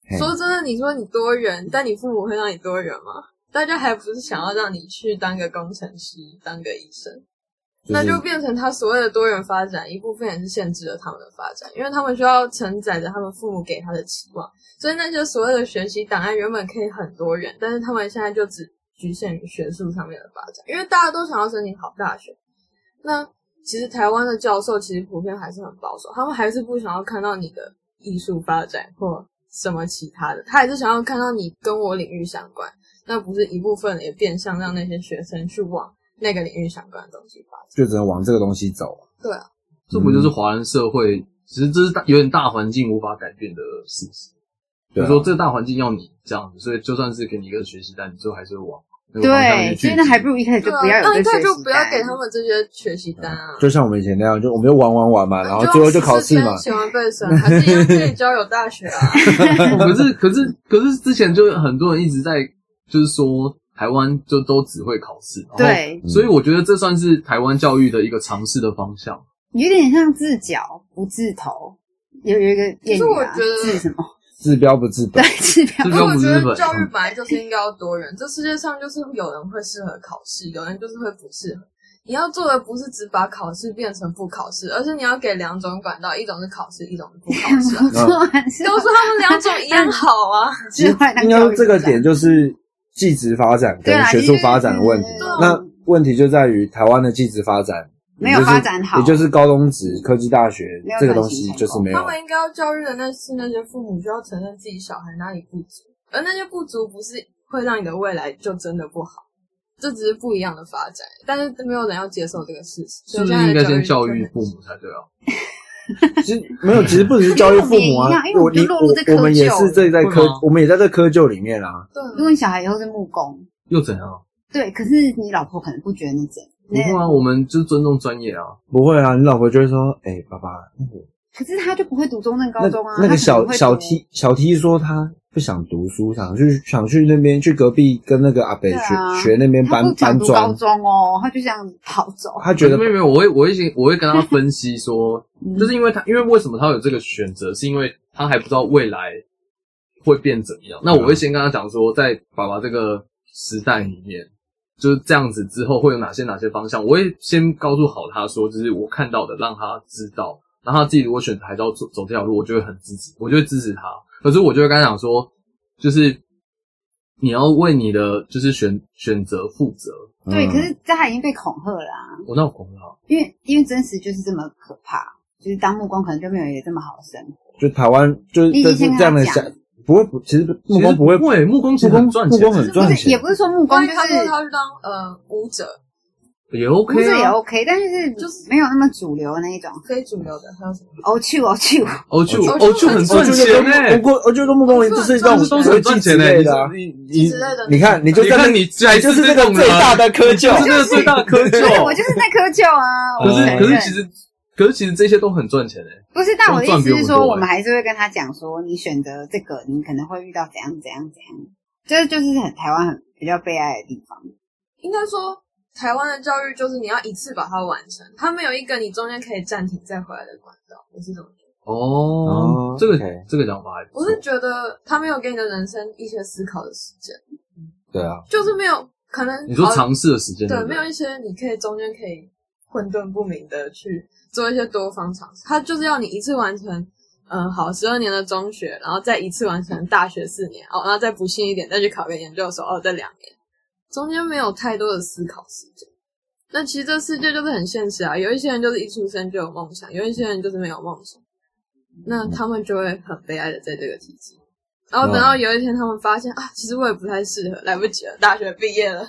[SPEAKER 2] 嘿
[SPEAKER 5] 说真的，你说你多元，但你父母会让你多元吗？大家还不是想要让你去当个工程师，当个医生，
[SPEAKER 2] 是
[SPEAKER 5] 那就变成他所谓的多元发展，一部分也是限制了他们的发展，因为他们需要承载着他们父母给他的期望，所以那些所谓的学习档案原本可以很多元，但是他们现在就只局限于学术上面的发展，因为大家都想要申请好大学。那其实台湾的教授其实普遍还是很保守，他们还是不想要看到你的艺术发展或什么其他的，他还是想要看到你跟我领域相关。那不是一部分也变相让那些学生去往那个领域相关的东西发展。
[SPEAKER 2] 就只能往这个东西走。
[SPEAKER 4] 这不就是华人社会？其实这是大有点大环境无法改变的事实。就
[SPEAKER 2] 对啊
[SPEAKER 4] 是说这个大环境要你这样子，所以就算是给你一个学习单，你最后还是会往那个方向去
[SPEAKER 3] 对，
[SPEAKER 4] 聚
[SPEAKER 3] 所
[SPEAKER 4] 集
[SPEAKER 3] 以那还不如一开始 就
[SPEAKER 5] 对啊，
[SPEAKER 3] 不要有这
[SPEAKER 5] 那一
[SPEAKER 3] 学
[SPEAKER 5] 开
[SPEAKER 3] 习
[SPEAKER 5] 始就不要
[SPEAKER 3] 单
[SPEAKER 5] 给他们这些学习单啊。
[SPEAKER 2] 就像我们以前那样，就我们就玩玩玩嘛，嗯然后最后就考试嘛。
[SPEAKER 5] 喜欢背审，还是一样可以交友大学 啊？
[SPEAKER 4] 可是可是可是之前就很多人一直在就是说台湾就都只会考试，
[SPEAKER 2] 哦
[SPEAKER 4] 然后
[SPEAKER 3] 对，
[SPEAKER 4] 所以我觉得这算是台湾教育的一个尝试的方向。
[SPEAKER 3] 有点像治脚不治头，有有一个谚
[SPEAKER 5] 可是
[SPEAKER 3] 语
[SPEAKER 5] 我
[SPEAKER 3] 啊，
[SPEAKER 5] 觉得
[SPEAKER 3] 治什么？
[SPEAKER 2] 治标不治本，，
[SPEAKER 3] 对 治标
[SPEAKER 4] 治
[SPEAKER 5] 因为
[SPEAKER 4] 标
[SPEAKER 5] 我
[SPEAKER 4] 不
[SPEAKER 5] 觉
[SPEAKER 4] 治
[SPEAKER 5] 得
[SPEAKER 4] 本。嗯
[SPEAKER 5] 教育本来就是应该要多元，这世界上就是有人会适合考试，有人就是会不适合。你要做的不是只把考试变成不考试，而是你要给两种管道，一种是考试，一种是不考试、 啊
[SPEAKER 2] 嗯
[SPEAKER 3] 不。错，还是
[SPEAKER 5] 都说他们两种一样好啊，
[SPEAKER 2] 其实应该说这个点
[SPEAKER 3] 就
[SPEAKER 2] 就是技职发展跟
[SPEAKER 3] 啊
[SPEAKER 2] 学术发展的
[SPEAKER 3] 嗯
[SPEAKER 2] 问题。
[SPEAKER 5] 对啊
[SPEAKER 2] 那问题就在于台湾的技职发展
[SPEAKER 3] 没有
[SPEAKER 2] 也就是
[SPEAKER 3] 发展好
[SPEAKER 2] 也就是高中职、科技大学
[SPEAKER 3] 没有
[SPEAKER 2] 这个东西
[SPEAKER 3] 转型成功
[SPEAKER 2] 就是没有啊
[SPEAKER 5] 他。们应该要教育的那是那些父母就要承认自己小孩哪里不足，而那些不足不是会让你的未来就真的不好，这只是不一样的发展，但是没有人要接受这个事实，
[SPEAKER 4] 是不
[SPEAKER 5] 所以
[SPEAKER 4] 是
[SPEAKER 5] 现在
[SPEAKER 4] 应
[SPEAKER 5] 的
[SPEAKER 4] 该先教
[SPEAKER 5] 教育
[SPEAKER 4] 育
[SPEAKER 5] 就
[SPEAKER 4] 父
[SPEAKER 5] 很
[SPEAKER 4] 母才对啊？
[SPEAKER 2] 其实 没有，其实不只是教育父母啊
[SPEAKER 3] 因，为我
[SPEAKER 2] 我
[SPEAKER 3] 们
[SPEAKER 2] 你
[SPEAKER 3] 也一样因为我们就落入这窠臼
[SPEAKER 2] 我我们也是这在
[SPEAKER 4] 了会吗
[SPEAKER 2] 窠，我们也在这窠臼里面啊。
[SPEAKER 3] 因
[SPEAKER 5] 对啊，
[SPEAKER 3] 为你小孩以后是木工，
[SPEAKER 4] 又怎样？
[SPEAKER 3] 对，可是你老婆可能不觉得你怎样。
[SPEAKER 4] 不会啊，我们就尊重专业啊。
[SPEAKER 2] 不会啊，你老婆就会说：“哎、爸爸，
[SPEAKER 3] 可是他就不会读中正
[SPEAKER 2] 那
[SPEAKER 3] 高中啊，
[SPEAKER 2] 那
[SPEAKER 3] 他
[SPEAKER 2] 个
[SPEAKER 3] 可能
[SPEAKER 2] 小
[SPEAKER 3] 会读
[SPEAKER 2] 小 T 小 T 说他不想读书，想去想去那边去隔壁跟那个阿北
[SPEAKER 3] 对
[SPEAKER 2] 学、
[SPEAKER 3] 啊
[SPEAKER 2] 学那边
[SPEAKER 3] 他
[SPEAKER 2] 搬
[SPEAKER 3] 不想
[SPEAKER 2] 搬
[SPEAKER 3] 读高
[SPEAKER 2] 砖，
[SPEAKER 3] 中哦，他就这样跑走。
[SPEAKER 2] 他觉得
[SPEAKER 4] 没有没有，我会我会先我会跟他分析 说，
[SPEAKER 3] 嗯
[SPEAKER 4] 就是因为他，因为为什么他有这个选择，是因为他还不知道未来
[SPEAKER 2] 嗯
[SPEAKER 4] 会变怎样。那我会先跟他讲说，在爸爸这个时代里面，就是这样子之后会有哪些哪些方向，我会先告诉好他说，就是我看到的，让他知道，让他自己如果选择还是要走走这条路，我就会很支持，我就会支持他。可是我就会跟他讲说，就是你要为你的就是选选择负责。
[SPEAKER 3] 对，
[SPEAKER 2] 嗯
[SPEAKER 3] 可是这他已经被恐吓了啊、
[SPEAKER 4] 我那我恐吓，
[SPEAKER 3] 因为因为真实就是这么可怕，就是当木工可能就没有人有这么好的生活。
[SPEAKER 2] 就台湾就是
[SPEAKER 3] 你已
[SPEAKER 2] 这
[SPEAKER 3] 经
[SPEAKER 2] 是
[SPEAKER 3] 跟他
[SPEAKER 2] 这样的
[SPEAKER 3] 讲
[SPEAKER 2] 想，不会不，其实木工不会，木
[SPEAKER 4] 其实不会，木工其实很
[SPEAKER 2] 工
[SPEAKER 4] 赚
[SPEAKER 2] 木
[SPEAKER 4] 钱，
[SPEAKER 2] 工很赚
[SPEAKER 3] 不是，也
[SPEAKER 2] 钱
[SPEAKER 3] 不，是说木工，
[SPEAKER 5] 关于
[SPEAKER 3] 就
[SPEAKER 5] 他说
[SPEAKER 3] 是
[SPEAKER 5] 他去当呃舞者，
[SPEAKER 4] 也
[SPEAKER 3] 不是
[SPEAKER 4] OK
[SPEAKER 3] 也
[SPEAKER 4] 啊。
[SPEAKER 3] OK，但是就
[SPEAKER 5] 就是
[SPEAKER 3] 没有那么主流的那一种。
[SPEAKER 5] 非主流的，还有什么？
[SPEAKER 3] 哦，去哦 去，
[SPEAKER 4] 哦，就
[SPEAKER 5] 我
[SPEAKER 4] 哦就很
[SPEAKER 5] 我
[SPEAKER 2] 我
[SPEAKER 4] 赚
[SPEAKER 2] 觉
[SPEAKER 4] 钱
[SPEAKER 2] 得
[SPEAKER 4] 哎
[SPEAKER 2] 木，工，我觉得
[SPEAKER 3] 哦
[SPEAKER 2] 木工就是这种
[SPEAKER 5] 我
[SPEAKER 4] 都是都是
[SPEAKER 2] 科
[SPEAKER 4] 很
[SPEAKER 2] 技
[SPEAKER 4] 赚
[SPEAKER 2] 之
[SPEAKER 4] 钱哎
[SPEAKER 2] 类的啊，
[SPEAKER 4] 你
[SPEAKER 5] 你
[SPEAKER 4] 你
[SPEAKER 5] 之类的
[SPEAKER 2] 你看你啊就真
[SPEAKER 4] 你
[SPEAKER 2] 的
[SPEAKER 4] 看你还
[SPEAKER 2] 就是
[SPEAKER 4] 这
[SPEAKER 2] 这个
[SPEAKER 4] 种
[SPEAKER 2] 最
[SPEAKER 4] 人啊
[SPEAKER 2] 大的窠臼，
[SPEAKER 4] 这个最大的窠
[SPEAKER 3] 对，我
[SPEAKER 4] 臼。
[SPEAKER 3] 就是那颗臼啊。
[SPEAKER 4] 可
[SPEAKER 3] 我
[SPEAKER 4] 是
[SPEAKER 3] 承
[SPEAKER 4] 可是
[SPEAKER 3] 认
[SPEAKER 4] 其实可是其实这些都很赚钱哎。
[SPEAKER 3] 不是，但我的意
[SPEAKER 4] 赚比
[SPEAKER 3] 思
[SPEAKER 4] 我
[SPEAKER 3] 是
[SPEAKER 4] 们
[SPEAKER 3] 说，
[SPEAKER 4] 多
[SPEAKER 3] 我
[SPEAKER 4] 欸
[SPEAKER 3] 们还是会跟他讲说，你选择这个，你可能会遇到怎样怎样怎样。这就是很台湾很比较悲哀的地方。
[SPEAKER 5] 应该说，台湾的教育就是你要一次把它完成，它没有一个你中间可以暂停再回来的管道。我是这么觉得，
[SPEAKER 4] 哦
[SPEAKER 2] 哦，
[SPEAKER 4] 这个
[SPEAKER 2] OK
[SPEAKER 4] 这个想法还不
[SPEAKER 5] 我
[SPEAKER 4] 错
[SPEAKER 5] 是。觉得他没有给你的人生一些思考的时间，
[SPEAKER 2] 对啊，
[SPEAKER 5] 就是没有可能
[SPEAKER 4] 你说
[SPEAKER 5] 好
[SPEAKER 4] 尝试的时间
[SPEAKER 5] 哦对
[SPEAKER 4] 不
[SPEAKER 5] 没有一些你可以中间可以混沌不明的去做一些多方尝试，它就是要你一次完成。嗯，好，十二年的中学，然后再一次完成大学四年，哦，然后再不幸一点，再去考个研究所，哦，再两年，中间没有太多的思考时间。那其实这世界就是很现实啊，有一些人就是一出生就有梦想，有一些人就是没有梦想，那他们就会很悲哀的在这个体制。然后等
[SPEAKER 4] 哦
[SPEAKER 5] 到有一天他们发现啊，其实我也不太适合，来不及了，大学毕业了，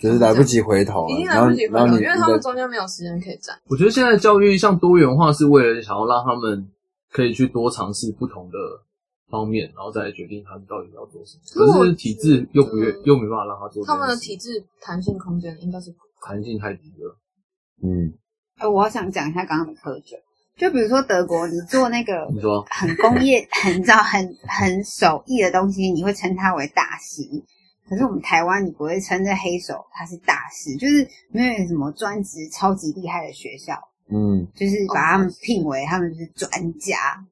[SPEAKER 2] 就是来不及回头
[SPEAKER 5] 已
[SPEAKER 2] 了，
[SPEAKER 5] 经
[SPEAKER 2] 然
[SPEAKER 5] 来
[SPEAKER 2] 后
[SPEAKER 5] 不及回
[SPEAKER 2] 然后
[SPEAKER 5] 头，
[SPEAKER 2] 你
[SPEAKER 5] 因啊为他们
[SPEAKER 2] 你的
[SPEAKER 5] 中间没有时间可以站。
[SPEAKER 4] 我觉得现在教育像多元化，是为了想要让他们可以去多尝试不同的方面，然后再来决定他们到底要做什
[SPEAKER 5] 可是
[SPEAKER 4] 么。
[SPEAKER 5] 我
[SPEAKER 4] 可是体制又不愿
[SPEAKER 5] 嗯
[SPEAKER 4] 又没办法让他做这件事。
[SPEAKER 5] 他们的体制弹性空间应该是不够
[SPEAKER 4] 弹性太低了。
[SPEAKER 2] 嗯，
[SPEAKER 3] 呃，我好想讲一下刚刚的窠臼，就比如说德国，你做那个
[SPEAKER 4] 你说
[SPEAKER 3] 很工业、很造、很很手艺的东西，你会称它为大师。可是我们台湾，你不会称这黑手它是大师，就是没有什么专职超级厉害的学校，
[SPEAKER 2] 嗯，
[SPEAKER 3] 就是把他们聘为他们是专家。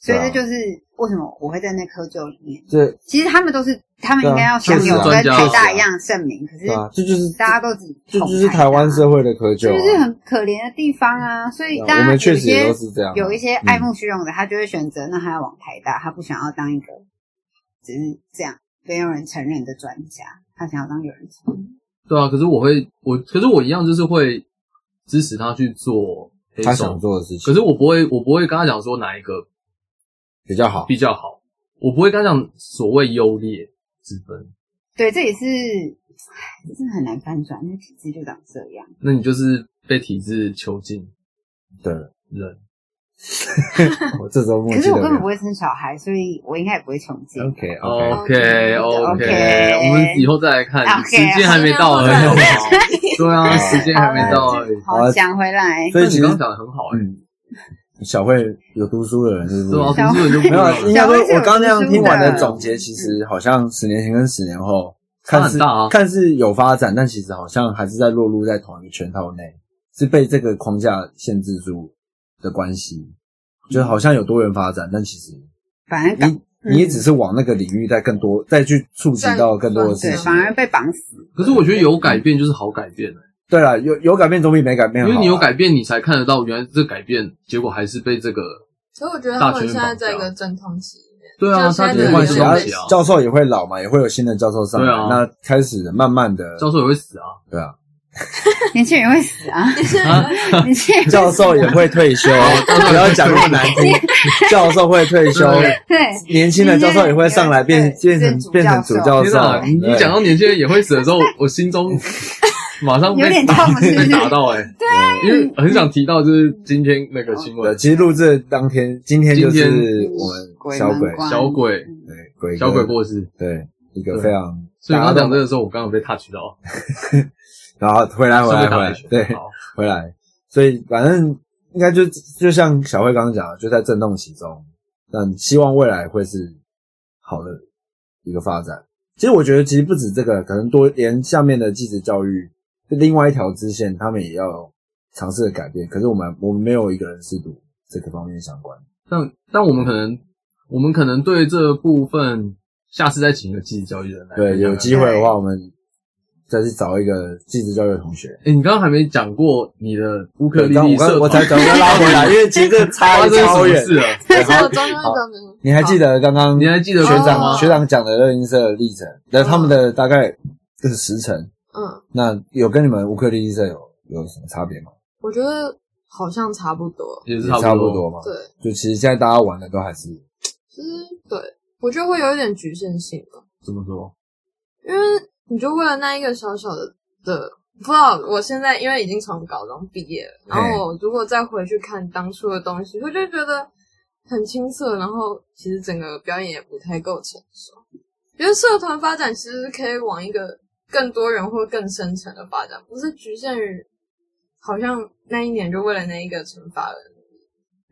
[SPEAKER 3] 所以
[SPEAKER 2] 对啊
[SPEAKER 3] 这就是为什么我会在那窠臼里面。
[SPEAKER 2] 这
[SPEAKER 3] 其实他们都是，他们应该要享
[SPEAKER 4] 对
[SPEAKER 3] 有
[SPEAKER 4] 啊
[SPEAKER 3] 跟
[SPEAKER 4] 就是啊
[SPEAKER 3] 北大一样的盛名，可是
[SPEAKER 2] 对啊，这就是
[SPEAKER 3] 大家都只
[SPEAKER 2] 这
[SPEAKER 3] 捧
[SPEAKER 2] 就是
[SPEAKER 3] 台
[SPEAKER 2] 台湾
[SPEAKER 3] 大
[SPEAKER 2] 社会的窠臼
[SPEAKER 3] 这
[SPEAKER 2] 啊，
[SPEAKER 3] 就是很可怜的地方啊。所以
[SPEAKER 2] 对啊
[SPEAKER 3] 大
[SPEAKER 2] 我
[SPEAKER 3] 家有
[SPEAKER 2] 们
[SPEAKER 3] 一
[SPEAKER 2] 确实也
[SPEAKER 3] 些
[SPEAKER 2] 都是这样啊，
[SPEAKER 3] 有一些爱慕虚荣的，他就会选择那他要往台大，他不想要当一个只是这样没有人承认的专家，他想要当有人承认。
[SPEAKER 4] 对啊，可是我会我，可是我一样就是会支持他去做黑
[SPEAKER 2] 嗯他
[SPEAKER 4] 手
[SPEAKER 2] 想，做的事
[SPEAKER 4] 可
[SPEAKER 2] 情
[SPEAKER 4] 是我不会我不会跟他讲说哪一个
[SPEAKER 2] 比较好，
[SPEAKER 4] 比较好，我不会跟他讲所谓优劣之分。
[SPEAKER 3] 对，这也是唉这真的很难翻转，因为体制就长这样。
[SPEAKER 4] 那你就是被体制囚禁
[SPEAKER 2] 对，
[SPEAKER 4] 人，
[SPEAKER 2] 我这周末
[SPEAKER 3] 可
[SPEAKER 2] 记
[SPEAKER 3] 是
[SPEAKER 2] 得嗯
[SPEAKER 3] 我根本不
[SPEAKER 2] 没
[SPEAKER 3] 会生小孩，所以我应该也不会穷尽。
[SPEAKER 2] 有 OK OK，
[SPEAKER 4] OK
[SPEAKER 3] OK
[SPEAKER 4] 我们以后再来看
[SPEAKER 3] OK，
[SPEAKER 4] 时间还没到而已，好不好？ 对啊，时间还没到而已。
[SPEAKER 2] 好
[SPEAKER 3] 好，
[SPEAKER 2] 啊
[SPEAKER 3] 讲回来，
[SPEAKER 2] 所以
[SPEAKER 4] 但
[SPEAKER 2] 其
[SPEAKER 4] 你
[SPEAKER 2] 实
[SPEAKER 4] 刚刚讲的很好哎，
[SPEAKER 2] 嗯，小慧有读书的人是不
[SPEAKER 4] 对啊，
[SPEAKER 2] 是？
[SPEAKER 4] 读书人就不
[SPEAKER 2] 嗯没有，
[SPEAKER 4] 一样了
[SPEAKER 2] 应该说
[SPEAKER 3] 小慧是有
[SPEAKER 2] 我刚那样听完
[SPEAKER 3] 读
[SPEAKER 2] 的
[SPEAKER 3] 书的
[SPEAKER 2] 总结，其实好像十年前跟十年后
[SPEAKER 4] 差
[SPEAKER 2] 看
[SPEAKER 4] 很
[SPEAKER 2] 似
[SPEAKER 4] 大啊
[SPEAKER 2] 看似有发展，但其实好像还是在落入在同一个圈套内，是被这个框架限制住的关系，就好像有多元发展，但其实
[SPEAKER 3] 反而搞
[SPEAKER 2] 你你也只是往那个领域再更多再去触及到更多的事
[SPEAKER 3] 对，
[SPEAKER 2] 情
[SPEAKER 3] 反。而被绑死。
[SPEAKER 4] 可是我觉得有改变就是好改变哎，
[SPEAKER 2] 对了，有有改变总比没改变
[SPEAKER 4] 因
[SPEAKER 2] 好啊，
[SPEAKER 4] 为你有改变，你才看得到原来这改变结果还是被这个
[SPEAKER 5] 所以我觉得他们现在在一
[SPEAKER 4] 大
[SPEAKER 5] 个阵 痛期里面，
[SPEAKER 4] 对啊，
[SPEAKER 5] 就现
[SPEAKER 4] 他
[SPEAKER 5] 在
[SPEAKER 2] 没
[SPEAKER 4] 只是
[SPEAKER 5] 的
[SPEAKER 2] 关
[SPEAKER 4] 换
[SPEAKER 2] 系
[SPEAKER 4] 新
[SPEAKER 5] 人
[SPEAKER 2] 啊
[SPEAKER 4] 东
[SPEAKER 5] 类
[SPEAKER 4] 西啊，，
[SPEAKER 2] 教授也会老嘛，也会有新的教授上来，
[SPEAKER 4] 对啊
[SPEAKER 2] 那开始慢慢的，
[SPEAKER 4] 教授也会死啊。
[SPEAKER 2] 对啊，
[SPEAKER 3] 年轻人会死啊！
[SPEAKER 4] 啊，
[SPEAKER 3] 年轻人
[SPEAKER 2] 教授也会退 休，不要讲那么难听，教授会退休，
[SPEAKER 4] 对
[SPEAKER 3] 对，
[SPEAKER 2] 年轻的教授也会上来变
[SPEAKER 3] 对
[SPEAKER 2] 变成
[SPEAKER 3] 变
[SPEAKER 2] 变
[SPEAKER 3] 成
[SPEAKER 2] 成
[SPEAKER 3] 主
[SPEAKER 2] 主
[SPEAKER 3] 教
[SPEAKER 2] 教
[SPEAKER 4] 天
[SPEAKER 2] 授
[SPEAKER 4] 哪！，你你
[SPEAKER 2] 对
[SPEAKER 4] 讲到年轻人也会死的时候，我心中马上被
[SPEAKER 3] 有点痛是不是
[SPEAKER 4] 被打到哎、对，因为很想提到就是今天那个新
[SPEAKER 2] 对
[SPEAKER 4] 闻，
[SPEAKER 2] 其实录制当天，今天就
[SPEAKER 4] 今天
[SPEAKER 2] 是我们小鬼
[SPEAKER 3] 门，关
[SPEAKER 4] 小鬼
[SPEAKER 3] 嗯
[SPEAKER 2] 对鬼哥
[SPEAKER 4] 小鬼过世，
[SPEAKER 2] 对一个
[SPEAKER 4] 对
[SPEAKER 2] 非常，
[SPEAKER 4] 所以
[SPEAKER 2] 大
[SPEAKER 4] 我
[SPEAKER 2] 家
[SPEAKER 4] 刚
[SPEAKER 2] 都
[SPEAKER 4] 讲这个时候，我刚刚被 touch 到，
[SPEAKER 2] 然后回哎来回
[SPEAKER 4] 顺
[SPEAKER 2] 来
[SPEAKER 4] 便打
[SPEAKER 2] 回
[SPEAKER 4] 了
[SPEAKER 2] 来
[SPEAKER 4] 一拳，
[SPEAKER 2] 对，
[SPEAKER 4] 好
[SPEAKER 2] 回来，所以反正应该就就像小慧刚刚讲的，就在震动其中。但希望未来会是好的一个发展。其实我觉得，其实不止这个，可能多连下面的继职教育，就另外一条支线，他们也要尝试的改变。可是我们我们没有一个人是读这个方面相关。
[SPEAKER 4] 但但我们可能我们可能对这部分，下次再请一个继续交易的人来
[SPEAKER 2] 对，
[SPEAKER 4] 分享
[SPEAKER 2] 有机会的话，我们再去找一个技职教育的同学。
[SPEAKER 4] 哎、你刚刚还没讲过你的乌克丽
[SPEAKER 2] 刚我
[SPEAKER 4] 丽社
[SPEAKER 2] 刚
[SPEAKER 4] 团
[SPEAKER 2] 我才刚刚拉回 来，因为其实这个
[SPEAKER 4] 发
[SPEAKER 2] 差
[SPEAKER 4] 生什
[SPEAKER 2] 超
[SPEAKER 4] 么
[SPEAKER 2] 远。
[SPEAKER 4] 事了？
[SPEAKER 2] 对好
[SPEAKER 5] 我装
[SPEAKER 2] 好
[SPEAKER 5] 装装装
[SPEAKER 2] 你还记得刚刚
[SPEAKER 4] 你还记得
[SPEAKER 2] 学长、
[SPEAKER 5] 哦
[SPEAKER 2] 学长讲的乐音社的历程，那他们的大概就是时程，
[SPEAKER 5] 嗯，
[SPEAKER 2] 那有跟你们乌克丽丽社有有什么差别吗？
[SPEAKER 5] 我觉得好像差不多。
[SPEAKER 4] 也是
[SPEAKER 2] 也
[SPEAKER 4] 差不
[SPEAKER 2] 差不多嘛。
[SPEAKER 5] 对，
[SPEAKER 2] 就其实现在大家玩的都还是
[SPEAKER 5] 其实对我觉得会有一点局限性吧，
[SPEAKER 4] 怎么说？
[SPEAKER 5] 因为你就为了那一个小小的的，不知道我现在因为已经从高中毕业了，然
[SPEAKER 2] 哎
[SPEAKER 5] 后我如果再回去看当初的东西，我就觉得很青涩，然后其实整个表演也不太够成熟。觉得社团发展其实是可以往一个更多人或更深层的发展，不是局限于好像那一年就为了那一个惩罚了。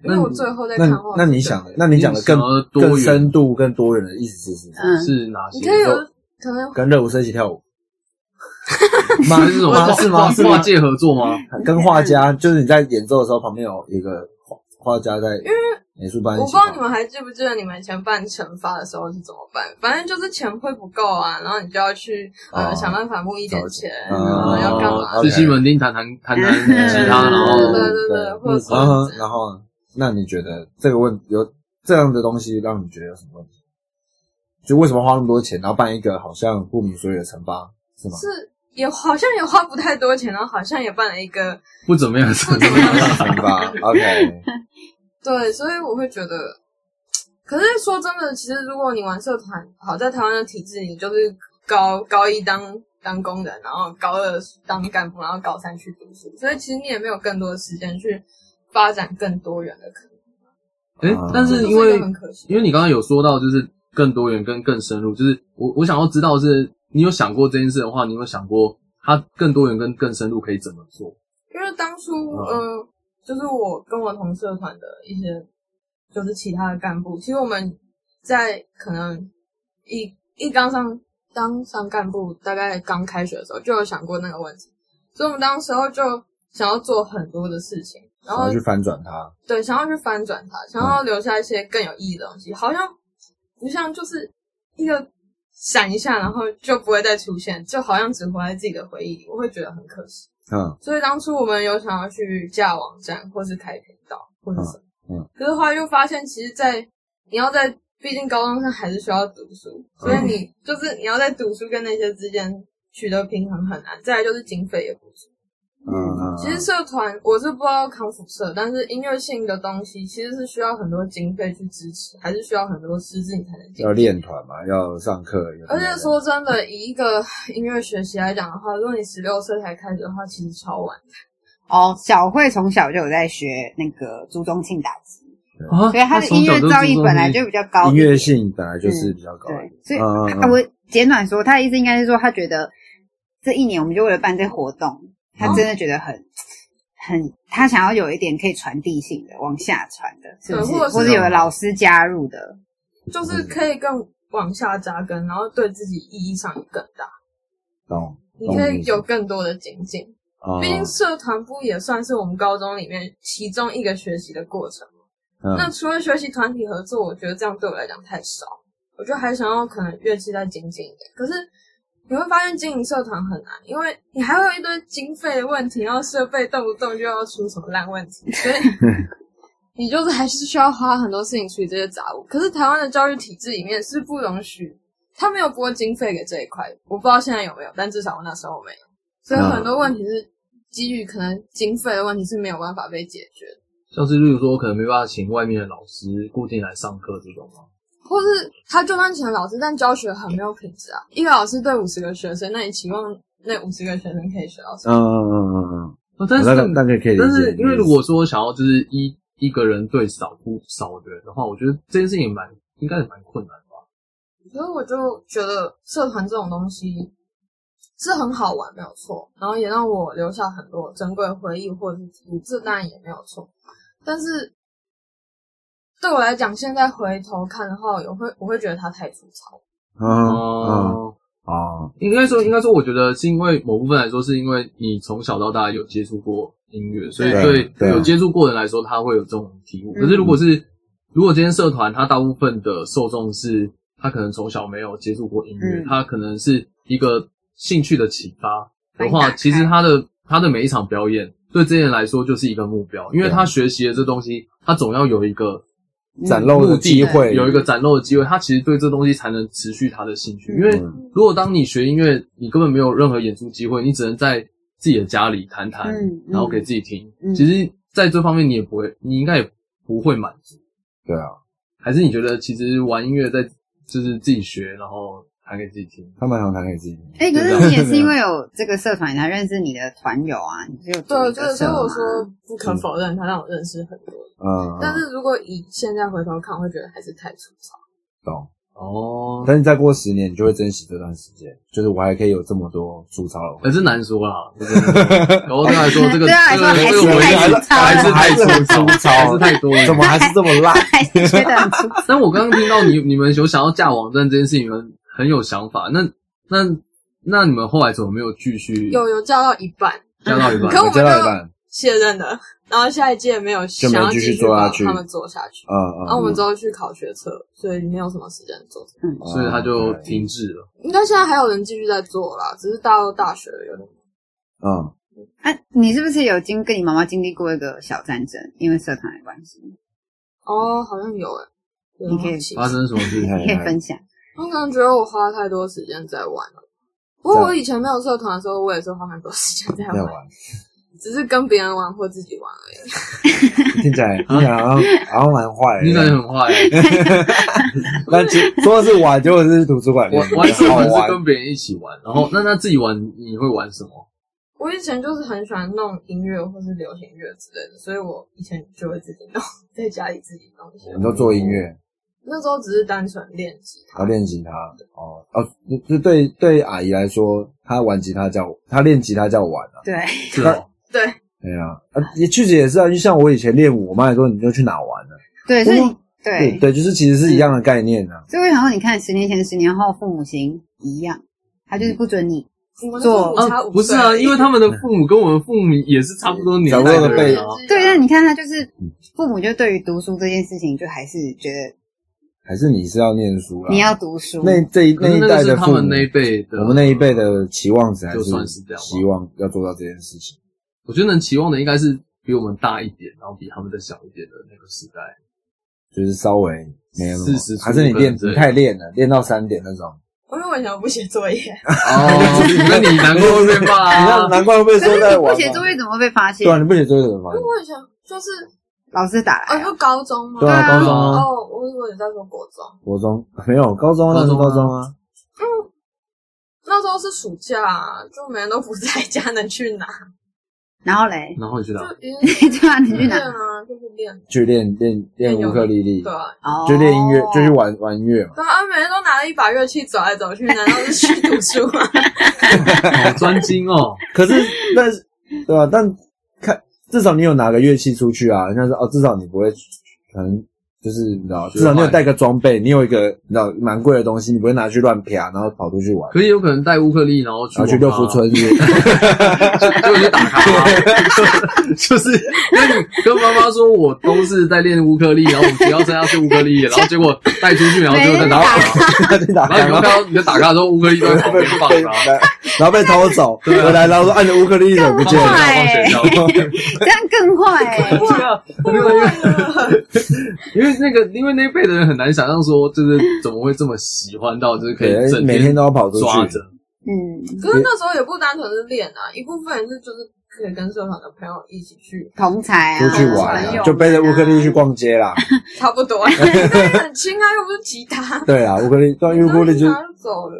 [SPEAKER 5] 因为
[SPEAKER 4] 那
[SPEAKER 5] 我
[SPEAKER 4] 你
[SPEAKER 5] 最后在
[SPEAKER 2] 那
[SPEAKER 5] 看
[SPEAKER 2] 你
[SPEAKER 5] 后，
[SPEAKER 2] 那你想，那你讲的更
[SPEAKER 4] 你想要多元
[SPEAKER 2] 更深度、更多元的意思是什么？
[SPEAKER 3] 嗯，
[SPEAKER 4] 是哪些？
[SPEAKER 5] 你可以有
[SPEAKER 2] 说
[SPEAKER 5] 可能
[SPEAKER 2] 跟热舞社一起跳舞？
[SPEAKER 4] 妈 是什么
[SPEAKER 2] 妈是吗？
[SPEAKER 4] 跨
[SPEAKER 2] 是
[SPEAKER 4] 跨
[SPEAKER 2] 吗？
[SPEAKER 4] 界合 作吗？
[SPEAKER 2] 跟画家，
[SPEAKER 5] 嗯
[SPEAKER 2] 就是你在演奏的时候，旁边有一个画画家在美术班一
[SPEAKER 5] 我不
[SPEAKER 2] 起
[SPEAKER 5] 知
[SPEAKER 2] 跳。
[SPEAKER 5] 道你们还记不记得你们以前办惩罚的时候是怎么办？反正就是钱会不够啊，然后你就要去呃、
[SPEAKER 2] 哦
[SPEAKER 5] 想办法募一点钱，
[SPEAKER 2] 嗯
[SPEAKER 5] 然后要干嘛？
[SPEAKER 2] 哦
[SPEAKER 4] 去西门町弹弹弹弹
[SPEAKER 3] 嗯
[SPEAKER 4] 吉他，然
[SPEAKER 5] 对
[SPEAKER 4] 后
[SPEAKER 5] 对对对或者是
[SPEAKER 2] 然后嗯然后，那你觉得这个问有这样的东西让你觉得有什么问题？就为什么花那么多钱，然后办一个好像不明所以的惩罚，是 吗？
[SPEAKER 5] 是也好像也花不太多钱，然后好像也办了一 个
[SPEAKER 4] 不怎么样，
[SPEAKER 5] 不怎么样的
[SPEAKER 2] 惩罚，OK，
[SPEAKER 5] 对，所以我会觉得，可是说真的，其实如果你玩社团，好在台湾的体制，你就是高高一当当工人，然后高二当干部，然后高三去读书，所以其实你也没有更多的时间去发展更多元的可能。
[SPEAKER 4] 哎、
[SPEAKER 2] 啊
[SPEAKER 4] 但
[SPEAKER 5] 这
[SPEAKER 4] 是
[SPEAKER 5] 是
[SPEAKER 4] 因为
[SPEAKER 3] 嗯
[SPEAKER 5] 很可惜，
[SPEAKER 4] 因为你刚刚有说到，就是更多元跟更深入，就是我我想要知道是，你有想过这件事的话，你有没有想过它更多元跟更深入可以怎么做？
[SPEAKER 5] 因为当初
[SPEAKER 4] 嗯
[SPEAKER 5] 呃，就是我跟我同社团的一些，就是其他的干部，其实我们在可能一一刚上当上干部，大概刚开学的时候就有想过那个问题，所以我们当时候就想要做很多的事情，然
[SPEAKER 2] 然
[SPEAKER 5] 后
[SPEAKER 2] 后去反转它，
[SPEAKER 5] 对，想要去翻转它，
[SPEAKER 4] 嗯
[SPEAKER 5] 想要留下一些更有意义的东西，好像不像就是一个闪一下，然后就不会再出现，就好像只活在自己的回忆里，我会觉得很可惜。
[SPEAKER 2] 嗯，
[SPEAKER 5] 所以当初我们有想要去架网站，或是开频道，或是什么，
[SPEAKER 2] 嗯嗯
[SPEAKER 5] 可是后来又发现，其实在，你要在，毕竟高中生还是需要读书，
[SPEAKER 2] 嗯
[SPEAKER 5] 所以你、就是你要在读书跟那些之间取得平衡很难。再来就是经费也不足。
[SPEAKER 2] 嗯嗯，
[SPEAKER 5] 其实社团我是不知道康复社，但是音乐性的东西其实是需要很多经费去支持，还是需要很多师资你才能进
[SPEAKER 2] 嗯要。练团嘛，要上课，有
[SPEAKER 5] 而且说真的，以一个音乐学习来讲的话，如果你十六岁才开始的话，其实超晚。
[SPEAKER 3] 哦，小慧从小就有在学那个朱宗庆打击，
[SPEAKER 4] 啊
[SPEAKER 3] 所以她的音乐造�诣本来就比较高一
[SPEAKER 2] 音
[SPEAKER 3] 点。
[SPEAKER 2] 乐性本来
[SPEAKER 5] 嗯
[SPEAKER 2] 就是比较高一点，
[SPEAKER 3] 对，所以、
[SPEAKER 2] 嗯嗯
[SPEAKER 3] 啊我简短说，他的意思应该是说，他觉得这一年我们就为了办这活动，他
[SPEAKER 2] 嗯
[SPEAKER 3] 真的觉得很、很，他想要有一点可以传递性的往下传的，是不是？
[SPEAKER 5] 对或者是
[SPEAKER 3] 或者有老师加入的，
[SPEAKER 5] 就是
[SPEAKER 2] 嗯
[SPEAKER 5] 可以更往下扎根，然后对自己意义上也更大，
[SPEAKER 2] 懂，
[SPEAKER 5] 你可以有更多的精进。
[SPEAKER 2] 哦
[SPEAKER 5] 毕竟社团部也算是我们高中里面其中一个学习的过程。
[SPEAKER 2] 嗯
[SPEAKER 5] 那除了学习团体合作，我觉得这样对我来讲太少，我就还想要可能乐器再精进一点。可是你会发现经营社团很难，因为你还会有一堆经费的问题，然后设备动不动就要出什么烂问题，所以你就是还是需要花很多事情处理这些杂物。可是台湾的教育体制里面是不容许，他没有拨经费给这一块，我不知道现在有没有，但至少我那时候没有，所以很多问题是基于可能经费的问题是没有办法被解决的。
[SPEAKER 4] 像是例如说，我可能没办法请外面的老师固定来上课这种吗？
[SPEAKER 5] 或是他就算请了老师，但教学很没有品质啊！一个老师对五十个学生，那你期望那五十个学生可以学到什
[SPEAKER 2] 嗯嗯
[SPEAKER 5] 么？
[SPEAKER 2] 嗯嗯嗯，
[SPEAKER 4] 啊但是
[SPEAKER 2] 那个那个可以理解
[SPEAKER 4] 但是因为如果说想要就是一一个人对少不少的人的话，我觉得这件事情也蛮应该也蛮困难的吧。
[SPEAKER 5] 所以我就觉得社团这种东西是很好玩，没有错，然后也让我留下很多珍贵的回忆或者是记忆，这当然也没有错。但是对我来讲，现在回头看的话，我会我会觉得它太粗糙。
[SPEAKER 2] 嗯嗯
[SPEAKER 4] 哦、
[SPEAKER 2] 哦，
[SPEAKER 4] 应该说应该说，我觉得是因为某部分来说，是因为你从小到大有接触过音乐，所以
[SPEAKER 2] 对
[SPEAKER 4] 对
[SPEAKER 2] 对啊
[SPEAKER 4] 有接触过的人来说，他会有这种体悟。
[SPEAKER 3] 嗯
[SPEAKER 4] 可是如果是如果今天社团，它大部分的受众是他可能从小没有接触过音乐，
[SPEAKER 3] 嗯
[SPEAKER 4] 他可能是一个兴趣的启发的
[SPEAKER 3] 把你打
[SPEAKER 4] 话，
[SPEAKER 3] 开
[SPEAKER 4] 其实他的他的每一场表演对这些人来说就是一个目标，因为
[SPEAKER 2] 对
[SPEAKER 4] 他学习的这东西，他总要有一个
[SPEAKER 2] 展露的
[SPEAKER 4] 目的
[SPEAKER 2] 机会
[SPEAKER 4] 有一个展露的机会，他其实对这东西才能持续他的兴趣。因为
[SPEAKER 2] 嗯
[SPEAKER 4] 如果当你学音乐，你根本没有任何演出机会，你只能在自己的家里弹弹，
[SPEAKER 3] 嗯嗯
[SPEAKER 4] 然后给自己听。
[SPEAKER 3] 嗯
[SPEAKER 4] 其实，在这方面你也不会，你应该也不会满足。
[SPEAKER 2] 对啊，
[SPEAKER 4] 还是你觉得其实玩音乐在就是自己学，然后弹给自己听？
[SPEAKER 2] 他蛮想弹给自己。
[SPEAKER 3] 哎、可
[SPEAKER 2] 啊
[SPEAKER 3] 是你也是因为有这个社团才认识你的团友啊，你就有组
[SPEAKER 5] 对，
[SPEAKER 3] 一
[SPEAKER 5] 就
[SPEAKER 3] 个
[SPEAKER 5] 是所
[SPEAKER 3] 社
[SPEAKER 5] 以我
[SPEAKER 3] 嘛。
[SPEAKER 5] 说不可否认，他让我认识很多。
[SPEAKER 2] 嗯，
[SPEAKER 5] 但是如果以现在回头看，我会觉得还是太粗糙。
[SPEAKER 2] 懂。
[SPEAKER 4] 哦，
[SPEAKER 2] 但是再过十年，你就会珍惜这段时间，就是我还可以有这么多吐槽的回
[SPEAKER 4] 可是难说啦，我真的然后对他来说，这个
[SPEAKER 3] 对他来
[SPEAKER 4] 这
[SPEAKER 3] 说
[SPEAKER 4] 个这个
[SPEAKER 2] 还
[SPEAKER 4] 回
[SPEAKER 2] 是
[SPEAKER 4] 忆
[SPEAKER 3] 太
[SPEAKER 4] 还是太
[SPEAKER 2] 粗糙了
[SPEAKER 4] 粗糙，还是太多
[SPEAKER 2] 忆，怎
[SPEAKER 4] 了。
[SPEAKER 2] 么还是这么烂？
[SPEAKER 3] 还是啊觉得很粗
[SPEAKER 4] 但我刚刚听到你你们有想要架网站这件事情，你们很有想法。那那那你们后来怎么没有继续
[SPEAKER 5] 有有叫到一半，
[SPEAKER 4] 架到一半
[SPEAKER 5] 可？我
[SPEAKER 2] 我
[SPEAKER 5] 们
[SPEAKER 2] 知道一半，
[SPEAKER 5] 卸任了， 然后下一届没有
[SPEAKER 2] 就
[SPEAKER 5] 想
[SPEAKER 2] 没有
[SPEAKER 5] 要
[SPEAKER 2] 继
[SPEAKER 5] 继
[SPEAKER 2] 续
[SPEAKER 5] 续
[SPEAKER 2] 做下
[SPEAKER 5] 把
[SPEAKER 2] 去
[SPEAKER 5] 他们做下去。
[SPEAKER 2] 嗯
[SPEAKER 5] 然后我
[SPEAKER 2] 嗯
[SPEAKER 5] 们之后去考学测，所以没有什么时间做这个。
[SPEAKER 3] 嗯，
[SPEAKER 4] 所以他就停滞了。
[SPEAKER 5] 应该现在还有人继续在做啦，只是到大学有点
[SPEAKER 2] 嗯，
[SPEAKER 3] 啊，你是不是有经跟你妈妈经历过一个小战争？因为社团的关系，
[SPEAKER 5] 哦，好像有诶、有
[SPEAKER 3] 你可以
[SPEAKER 5] 点奇怪
[SPEAKER 4] 发生什么事
[SPEAKER 2] 厉
[SPEAKER 4] 情？
[SPEAKER 2] 害
[SPEAKER 3] 你可
[SPEAKER 2] 厉
[SPEAKER 3] 以
[SPEAKER 2] 害，
[SPEAKER 3] 分享。
[SPEAKER 5] 我可能觉得我花太多时间在玩了。不过
[SPEAKER 2] 在
[SPEAKER 5] 我以前没有社团的时候，我也是花很多时间在
[SPEAKER 2] 在
[SPEAKER 5] 玩，
[SPEAKER 3] 哦
[SPEAKER 2] 玩，
[SPEAKER 5] 只是跟别人玩或自己玩而已。
[SPEAKER 2] 听起 来听起来好像好像蛮坏
[SPEAKER 4] 你感觉
[SPEAKER 2] 的。
[SPEAKER 4] 很坏欸。
[SPEAKER 2] 但其实说的是玩，结果是图书馆
[SPEAKER 4] 玩
[SPEAKER 2] 里
[SPEAKER 4] 玩
[SPEAKER 2] 面
[SPEAKER 4] 社
[SPEAKER 2] 好
[SPEAKER 4] 团是
[SPEAKER 2] 玩，
[SPEAKER 4] 跟别人一起玩，然后那他自己玩你会玩什么？
[SPEAKER 5] 我以前就是很喜欢弄音乐或是流行乐之类的，所以我以前就会自己弄， 在家里自己弄一些。
[SPEAKER 2] 你都做音乐，
[SPEAKER 5] 那时候只是单纯练吉
[SPEAKER 2] 然后
[SPEAKER 5] 他，
[SPEAKER 2] 练吉他。哦哦，就就对对阿姨来说，她玩吉他叫她练吉他叫玩啊。
[SPEAKER 3] 对，
[SPEAKER 4] 是哦，
[SPEAKER 5] 对，
[SPEAKER 2] 对啊，啊也确实也是啊，就像我以前练舞，我妈也说你就去哪玩呢、
[SPEAKER 3] 对，所以你
[SPEAKER 2] 不
[SPEAKER 3] 对，嗯
[SPEAKER 2] 对，就是其实是一样的概念啊。
[SPEAKER 3] 所以我想说，你看十年前、十年后，父母型一样，他
[SPEAKER 2] 嗯
[SPEAKER 3] 就是不准你
[SPEAKER 5] 我们
[SPEAKER 3] 做
[SPEAKER 5] 我差
[SPEAKER 4] 啊
[SPEAKER 5] 五岁而
[SPEAKER 4] 不是啊，
[SPEAKER 5] 已、，
[SPEAKER 4] 因为他们的父母跟我们父母也是差不多年代的人
[SPEAKER 2] 哦
[SPEAKER 4] 啊。
[SPEAKER 3] 对，但你看他就是
[SPEAKER 2] 嗯
[SPEAKER 3] 父母，就对于读书这件事情，就还是觉得
[SPEAKER 2] 还是你是要念书啦？
[SPEAKER 3] 你要读书，
[SPEAKER 2] 啊那这一
[SPEAKER 4] 可
[SPEAKER 2] 那
[SPEAKER 4] 是
[SPEAKER 2] 一
[SPEAKER 4] 那
[SPEAKER 2] 代
[SPEAKER 4] 个
[SPEAKER 2] 的
[SPEAKER 4] 是他
[SPEAKER 2] 父母
[SPEAKER 4] 们，那一辈的，
[SPEAKER 2] 我们那一辈，的期望值还
[SPEAKER 4] 就算是这样吧
[SPEAKER 2] 希望要做到这件事情。
[SPEAKER 4] 我觉得能期望的应该是比我们大一点，然后比他们再小一点的那 个时代。
[SPEAKER 2] 就是稍微没有那么
[SPEAKER 4] 40出
[SPEAKER 2] 还是你
[SPEAKER 4] 头
[SPEAKER 2] 练
[SPEAKER 4] 之类
[SPEAKER 2] 你
[SPEAKER 4] 的
[SPEAKER 2] 太练了，练到三点那种，
[SPEAKER 5] 因为我以前我不写作业，
[SPEAKER 2] 嗯
[SPEAKER 4] 哦，那你难过会被 骂
[SPEAKER 2] 你看
[SPEAKER 4] 啊？
[SPEAKER 2] 难怪会被
[SPEAKER 3] 可
[SPEAKER 2] 说
[SPEAKER 3] 是
[SPEAKER 2] 在玩
[SPEAKER 3] 你不
[SPEAKER 2] 嘛。
[SPEAKER 3] 写作业怎么会被发现
[SPEAKER 2] 对？啊，你不写作业怎么
[SPEAKER 5] 因
[SPEAKER 2] 办
[SPEAKER 5] 为？我以前就是
[SPEAKER 3] 老师打
[SPEAKER 5] 哦，
[SPEAKER 3] 来
[SPEAKER 5] 你
[SPEAKER 3] 啊，
[SPEAKER 5] 说高中吗？
[SPEAKER 2] 对啊，
[SPEAKER 3] 对啊
[SPEAKER 2] 高中啊，
[SPEAKER 5] 哦，我以为你在说国中，
[SPEAKER 2] 国中 没有，高中啊那
[SPEAKER 4] 高
[SPEAKER 2] 是
[SPEAKER 4] 中啊
[SPEAKER 2] 高中啊，
[SPEAKER 5] 那时候是暑假，啊就每人都不在家， 能去哪？
[SPEAKER 3] 然后嘞，
[SPEAKER 4] 然后你去哪？
[SPEAKER 5] 就一
[SPEAKER 3] 对啊，你去
[SPEAKER 5] 练
[SPEAKER 4] 嗯
[SPEAKER 3] 哪？
[SPEAKER 5] 啊，就是练，
[SPEAKER 2] 去练练练
[SPEAKER 5] 练
[SPEAKER 2] 乌克丽丽
[SPEAKER 5] 对，啊，
[SPEAKER 3] 哦，
[SPEAKER 2] 就练音乐，就去玩玩音乐嘛。
[SPEAKER 5] 对啊，每人都拿了一把乐器走来走去，难道是去读书吗？
[SPEAKER 4] 好专精哦，
[SPEAKER 2] 可是那是 对吧、啊但看至少你有拿个乐器出去啊，像是哦，至少你不会可能就是你知道，
[SPEAKER 4] 学坏
[SPEAKER 2] 至少你有带个装备，你有一个你知道蛮贵的东西，你不会拿去乱啪，然后跑出去玩，
[SPEAKER 4] 可以有可能带乌克丽，然后去
[SPEAKER 2] 然后去六 福村是不是
[SPEAKER 4] 结果就打卡、就是 因为你跟妈妈说我都是在练乌克丽，然后我们学校参加是乌克丽，然后结果带出去，然后结果在打卡，
[SPEAKER 2] 然后去 打
[SPEAKER 4] 然后
[SPEAKER 2] 然
[SPEAKER 4] 你们看
[SPEAKER 2] 后
[SPEAKER 4] 到你的打卡之后，乌克丽都在 旁边放
[SPEAKER 2] 被
[SPEAKER 4] 着啊，
[SPEAKER 2] 然后被偷走，
[SPEAKER 4] 对啊
[SPEAKER 2] 回来然后说按着乌克丽丽怎么不
[SPEAKER 4] 放
[SPEAKER 2] 见
[SPEAKER 4] 学
[SPEAKER 2] 了
[SPEAKER 3] 哇？
[SPEAKER 4] 放学 校。
[SPEAKER 3] 这样更坏 欸。
[SPEAKER 4] 对啊，因为因为那个，因为那辈的人很难想象说，就是怎么会这么喜欢到，就是可以
[SPEAKER 2] 对，
[SPEAKER 4] 整
[SPEAKER 2] 每天都要跑出
[SPEAKER 4] 抓
[SPEAKER 2] 去
[SPEAKER 4] 着。。
[SPEAKER 3] 嗯，
[SPEAKER 5] 可是那时候也不单纯是练啊，一部分也是就是可以跟社团的朋友一起去，
[SPEAKER 3] 同才啊，
[SPEAKER 2] 出去玩
[SPEAKER 3] 朋友
[SPEAKER 2] 啊，
[SPEAKER 3] 们
[SPEAKER 2] 就背着乌克丽丽去逛街啦。
[SPEAKER 5] 差不 多， 但是很轻啊，又不是吉他，
[SPEAKER 2] 对啊，乌克丽，对乌
[SPEAKER 5] 然
[SPEAKER 2] 克
[SPEAKER 5] 后
[SPEAKER 2] 丽
[SPEAKER 5] 一
[SPEAKER 2] 就
[SPEAKER 5] 拿就走了，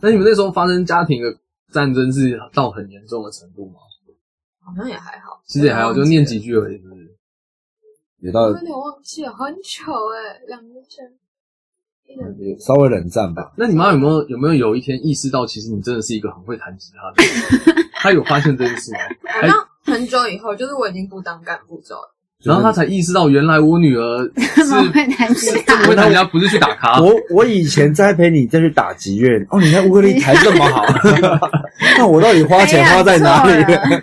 [SPEAKER 4] 那你们那时候发生家庭的战争是到很严重的程度吗？
[SPEAKER 5] 好像也还好，
[SPEAKER 4] 其实也还
[SPEAKER 2] 嗯
[SPEAKER 4] 好，就念几句而已，是不是？
[SPEAKER 2] 也到
[SPEAKER 5] 我有点忘记了，很久哎、两年前，一两年
[SPEAKER 2] 也稍微冷战吧。
[SPEAKER 4] 那你妈有没有有没有有一天意识到，其实你真的是一个很会弹吉他的人？她有发现这件事吗？
[SPEAKER 5] 好像很久以后，就是我已经不当干部之后，
[SPEAKER 4] 然后她才意识到，原来我女儿
[SPEAKER 3] 怎么
[SPEAKER 4] 是
[SPEAKER 3] 会 难吉
[SPEAKER 4] 这么
[SPEAKER 3] 他？
[SPEAKER 4] 会弹吉他，不是去打卡。
[SPEAKER 2] 我我以前栽培你再去打击乐，哦，你看乌克丽弹这么好，那我到底花钱花在哪里？
[SPEAKER 3] 哎呀错了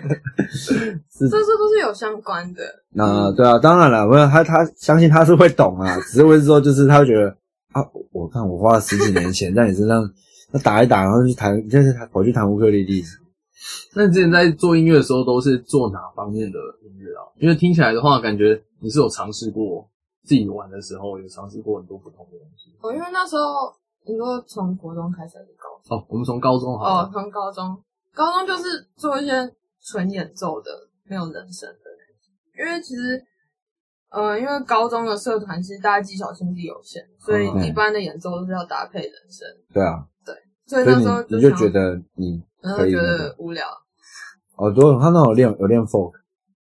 [SPEAKER 2] 是
[SPEAKER 5] 这这都是有相关的。
[SPEAKER 2] 那、对啊，当然了，我他他相信他是会懂啊，只是会说就是他会觉得啊，我看我花了十几年钱在你身上，那打一打，然后去弹，就是跑去弹乌克丽丽。
[SPEAKER 4] 那你之前在做音乐的时候，都是做哪方面的音乐啊？因为听起来的话，感觉你是有尝试过自己玩的时候，有尝试过很多不同的东西。
[SPEAKER 5] 我因为那时候你说从国中开始还是高中？
[SPEAKER 4] 哦，我们从高中好了
[SPEAKER 5] 哦，从高中，高中就是做一些纯演奏的，没有人声的。因为其实，呃，因为高中的社团其实大家技巧性质有限，所以
[SPEAKER 4] 嗯
[SPEAKER 5] 一般的演奏都是要搭配人声，
[SPEAKER 2] 对啊，
[SPEAKER 5] 所
[SPEAKER 2] 所
[SPEAKER 5] 以
[SPEAKER 2] 以
[SPEAKER 5] 那时候
[SPEAKER 2] 你你就
[SPEAKER 5] 想嗯
[SPEAKER 2] 觉，得你
[SPEAKER 5] 然后
[SPEAKER 2] 可以
[SPEAKER 5] 觉
[SPEAKER 2] 那
[SPEAKER 5] 得
[SPEAKER 2] 个
[SPEAKER 5] 无聊。
[SPEAKER 2] 哦，对，他那有练有练 folk，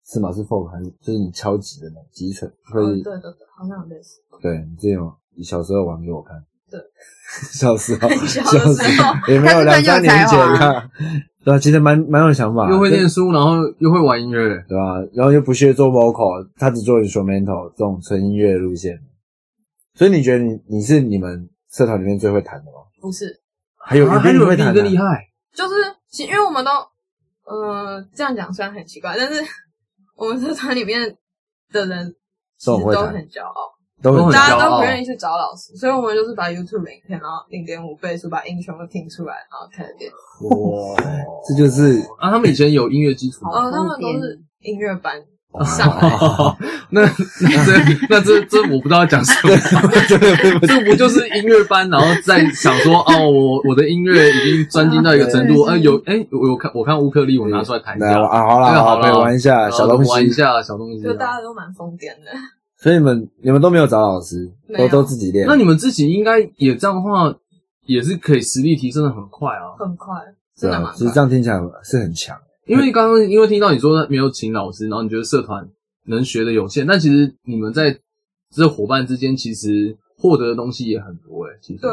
[SPEAKER 2] 是吗？是 folk 还是就是你敲击的那种击锤？所
[SPEAKER 5] 嗯、
[SPEAKER 2] 以、
[SPEAKER 5] 对对对，好像有类似。
[SPEAKER 2] 对你这种，你小时候玩给我看。
[SPEAKER 5] 对，
[SPEAKER 2] 小时候，
[SPEAKER 5] 小
[SPEAKER 2] 时
[SPEAKER 5] 时候
[SPEAKER 2] 也没有
[SPEAKER 3] 他
[SPEAKER 2] 两
[SPEAKER 3] 是
[SPEAKER 2] 三
[SPEAKER 3] 很有
[SPEAKER 2] 年
[SPEAKER 3] 才
[SPEAKER 2] 前
[SPEAKER 3] 华
[SPEAKER 2] 啊。对啊，其实蛮蛮有想法啊的，
[SPEAKER 4] 又会
[SPEAKER 2] 就
[SPEAKER 4] 念书，然后又会玩音乐，
[SPEAKER 2] 对吧、然后又不屑做 vocal，他只做 instrumental 这种纯音乐路线。所以你觉得你你是你们社团里面最会弹的吗？
[SPEAKER 5] 不是，
[SPEAKER 2] 还有
[SPEAKER 4] 啊
[SPEAKER 2] 一
[SPEAKER 4] 还
[SPEAKER 2] 定
[SPEAKER 4] 有
[SPEAKER 2] 会
[SPEAKER 4] 人比
[SPEAKER 2] 弹
[SPEAKER 4] 你
[SPEAKER 2] 的
[SPEAKER 4] 更厉害。
[SPEAKER 5] 就是其因为我们都，呃，这样讲虽然很奇怪，但是我们社团里面的人其
[SPEAKER 2] 都很
[SPEAKER 5] 实
[SPEAKER 2] 会
[SPEAKER 5] 都
[SPEAKER 2] 弹
[SPEAKER 5] 很骄傲。
[SPEAKER 2] 都
[SPEAKER 4] 都很
[SPEAKER 5] 大
[SPEAKER 4] 骄
[SPEAKER 5] 家
[SPEAKER 4] 傲
[SPEAKER 5] 都不愿意去找老师，所以我们就是把 YouTube 影片，然后零点五倍速把音全部听出来，然后看着练。
[SPEAKER 4] 哇！
[SPEAKER 2] 这就是
[SPEAKER 4] 啊，他们以前有音乐基础吗，
[SPEAKER 5] 哦，他
[SPEAKER 3] 方
[SPEAKER 5] 们都
[SPEAKER 3] 便
[SPEAKER 5] 是音乐班
[SPEAKER 2] 哦
[SPEAKER 5] 上 来，
[SPEAKER 4] 那那这那这这我不知道讲什么， 这不就是音乐班，然后在想说哦，我我的音乐已经专精到一个程度，
[SPEAKER 3] 对
[SPEAKER 4] 啊有哎，我有看我看乌克丽，我拿出来弹一
[SPEAKER 2] 来
[SPEAKER 4] 下，
[SPEAKER 2] 啊，好
[SPEAKER 4] 哎
[SPEAKER 2] 啦，
[SPEAKER 4] 好
[SPEAKER 2] 好
[SPEAKER 4] 啦
[SPEAKER 2] 啦，可以玩一下
[SPEAKER 4] 然后
[SPEAKER 2] 小东
[SPEAKER 4] 玩一
[SPEAKER 2] 西。
[SPEAKER 4] 下小东西
[SPEAKER 5] 就大
[SPEAKER 4] 啊。
[SPEAKER 5] 家都蛮疯癫的。
[SPEAKER 2] 所以你们你们都没有找老师，
[SPEAKER 5] 没
[SPEAKER 2] 都
[SPEAKER 5] 有
[SPEAKER 2] 都自己练。
[SPEAKER 4] 那你们自己应该也这样的话，也是可以实力提升的很快啊。
[SPEAKER 5] 很快，
[SPEAKER 2] 对
[SPEAKER 5] 真的
[SPEAKER 2] 啊
[SPEAKER 5] 蛮，
[SPEAKER 2] 其实
[SPEAKER 5] 快。
[SPEAKER 2] 这样听起来是很强。
[SPEAKER 4] 因为刚刚因为听到你说没有请老师，然后你觉得社团能学的有限，但其实你们在这伙伴之间其实获得的东西也很多哎、其实
[SPEAKER 5] 对，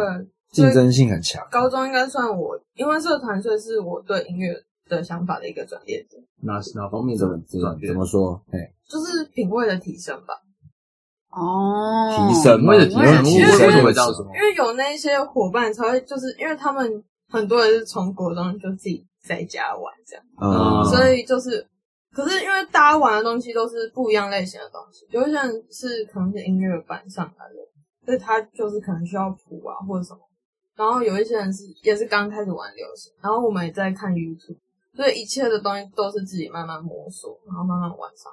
[SPEAKER 2] 竞争性很强。
[SPEAKER 5] 高中应该算我，因为社团所以是我对音乐的想法的一个转变点，
[SPEAKER 4] 哪哪方面
[SPEAKER 2] 怎
[SPEAKER 4] 的
[SPEAKER 2] 么怎么
[SPEAKER 4] 转变
[SPEAKER 2] 怎？么说？哎，
[SPEAKER 5] 就是品味的提升吧。
[SPEAKER 3] 哦，
[SPEAKER 2] 提升嘛，
[SPEAKER 4] 为了
[SPEAKER 2] 你
[SPEAKER 4] 提
[SPEAKER 2] 用
[SPEAKER 4] 升，
[SPEAKER 2] 提升
[SPEAKER 5] 为
[SPEAKER 4] 为什
[SPEAKER 5] 什
[SPEAKER 4] 么
[SPEAKER 5] 么
[SPEAKER 4] 会
[SPEAKER 2] 为
[SPEAKER 4] 这样
[SPEAKER 2] 主
[SPEAKER 4] 说？
[SPEAKER 5] 因为有那些伙伴才会，就是因为他们很多人是从国中就自己在家玩这样。
[SPEAKER 2] 啊，
[SPEAKER 4] 嗯
[SPEAKER 5] 所以就是，可是因为大家玩的东西都是不一样类型的东西，有些人是可能是音乐版上来的，所以他就是可能需要谱啊或者什么，然后有一些人是也是刚开始玩流行，然后我们也在看 YouTube，所以一切的东西都是自己慢慢摸索，然后慢慢玩上，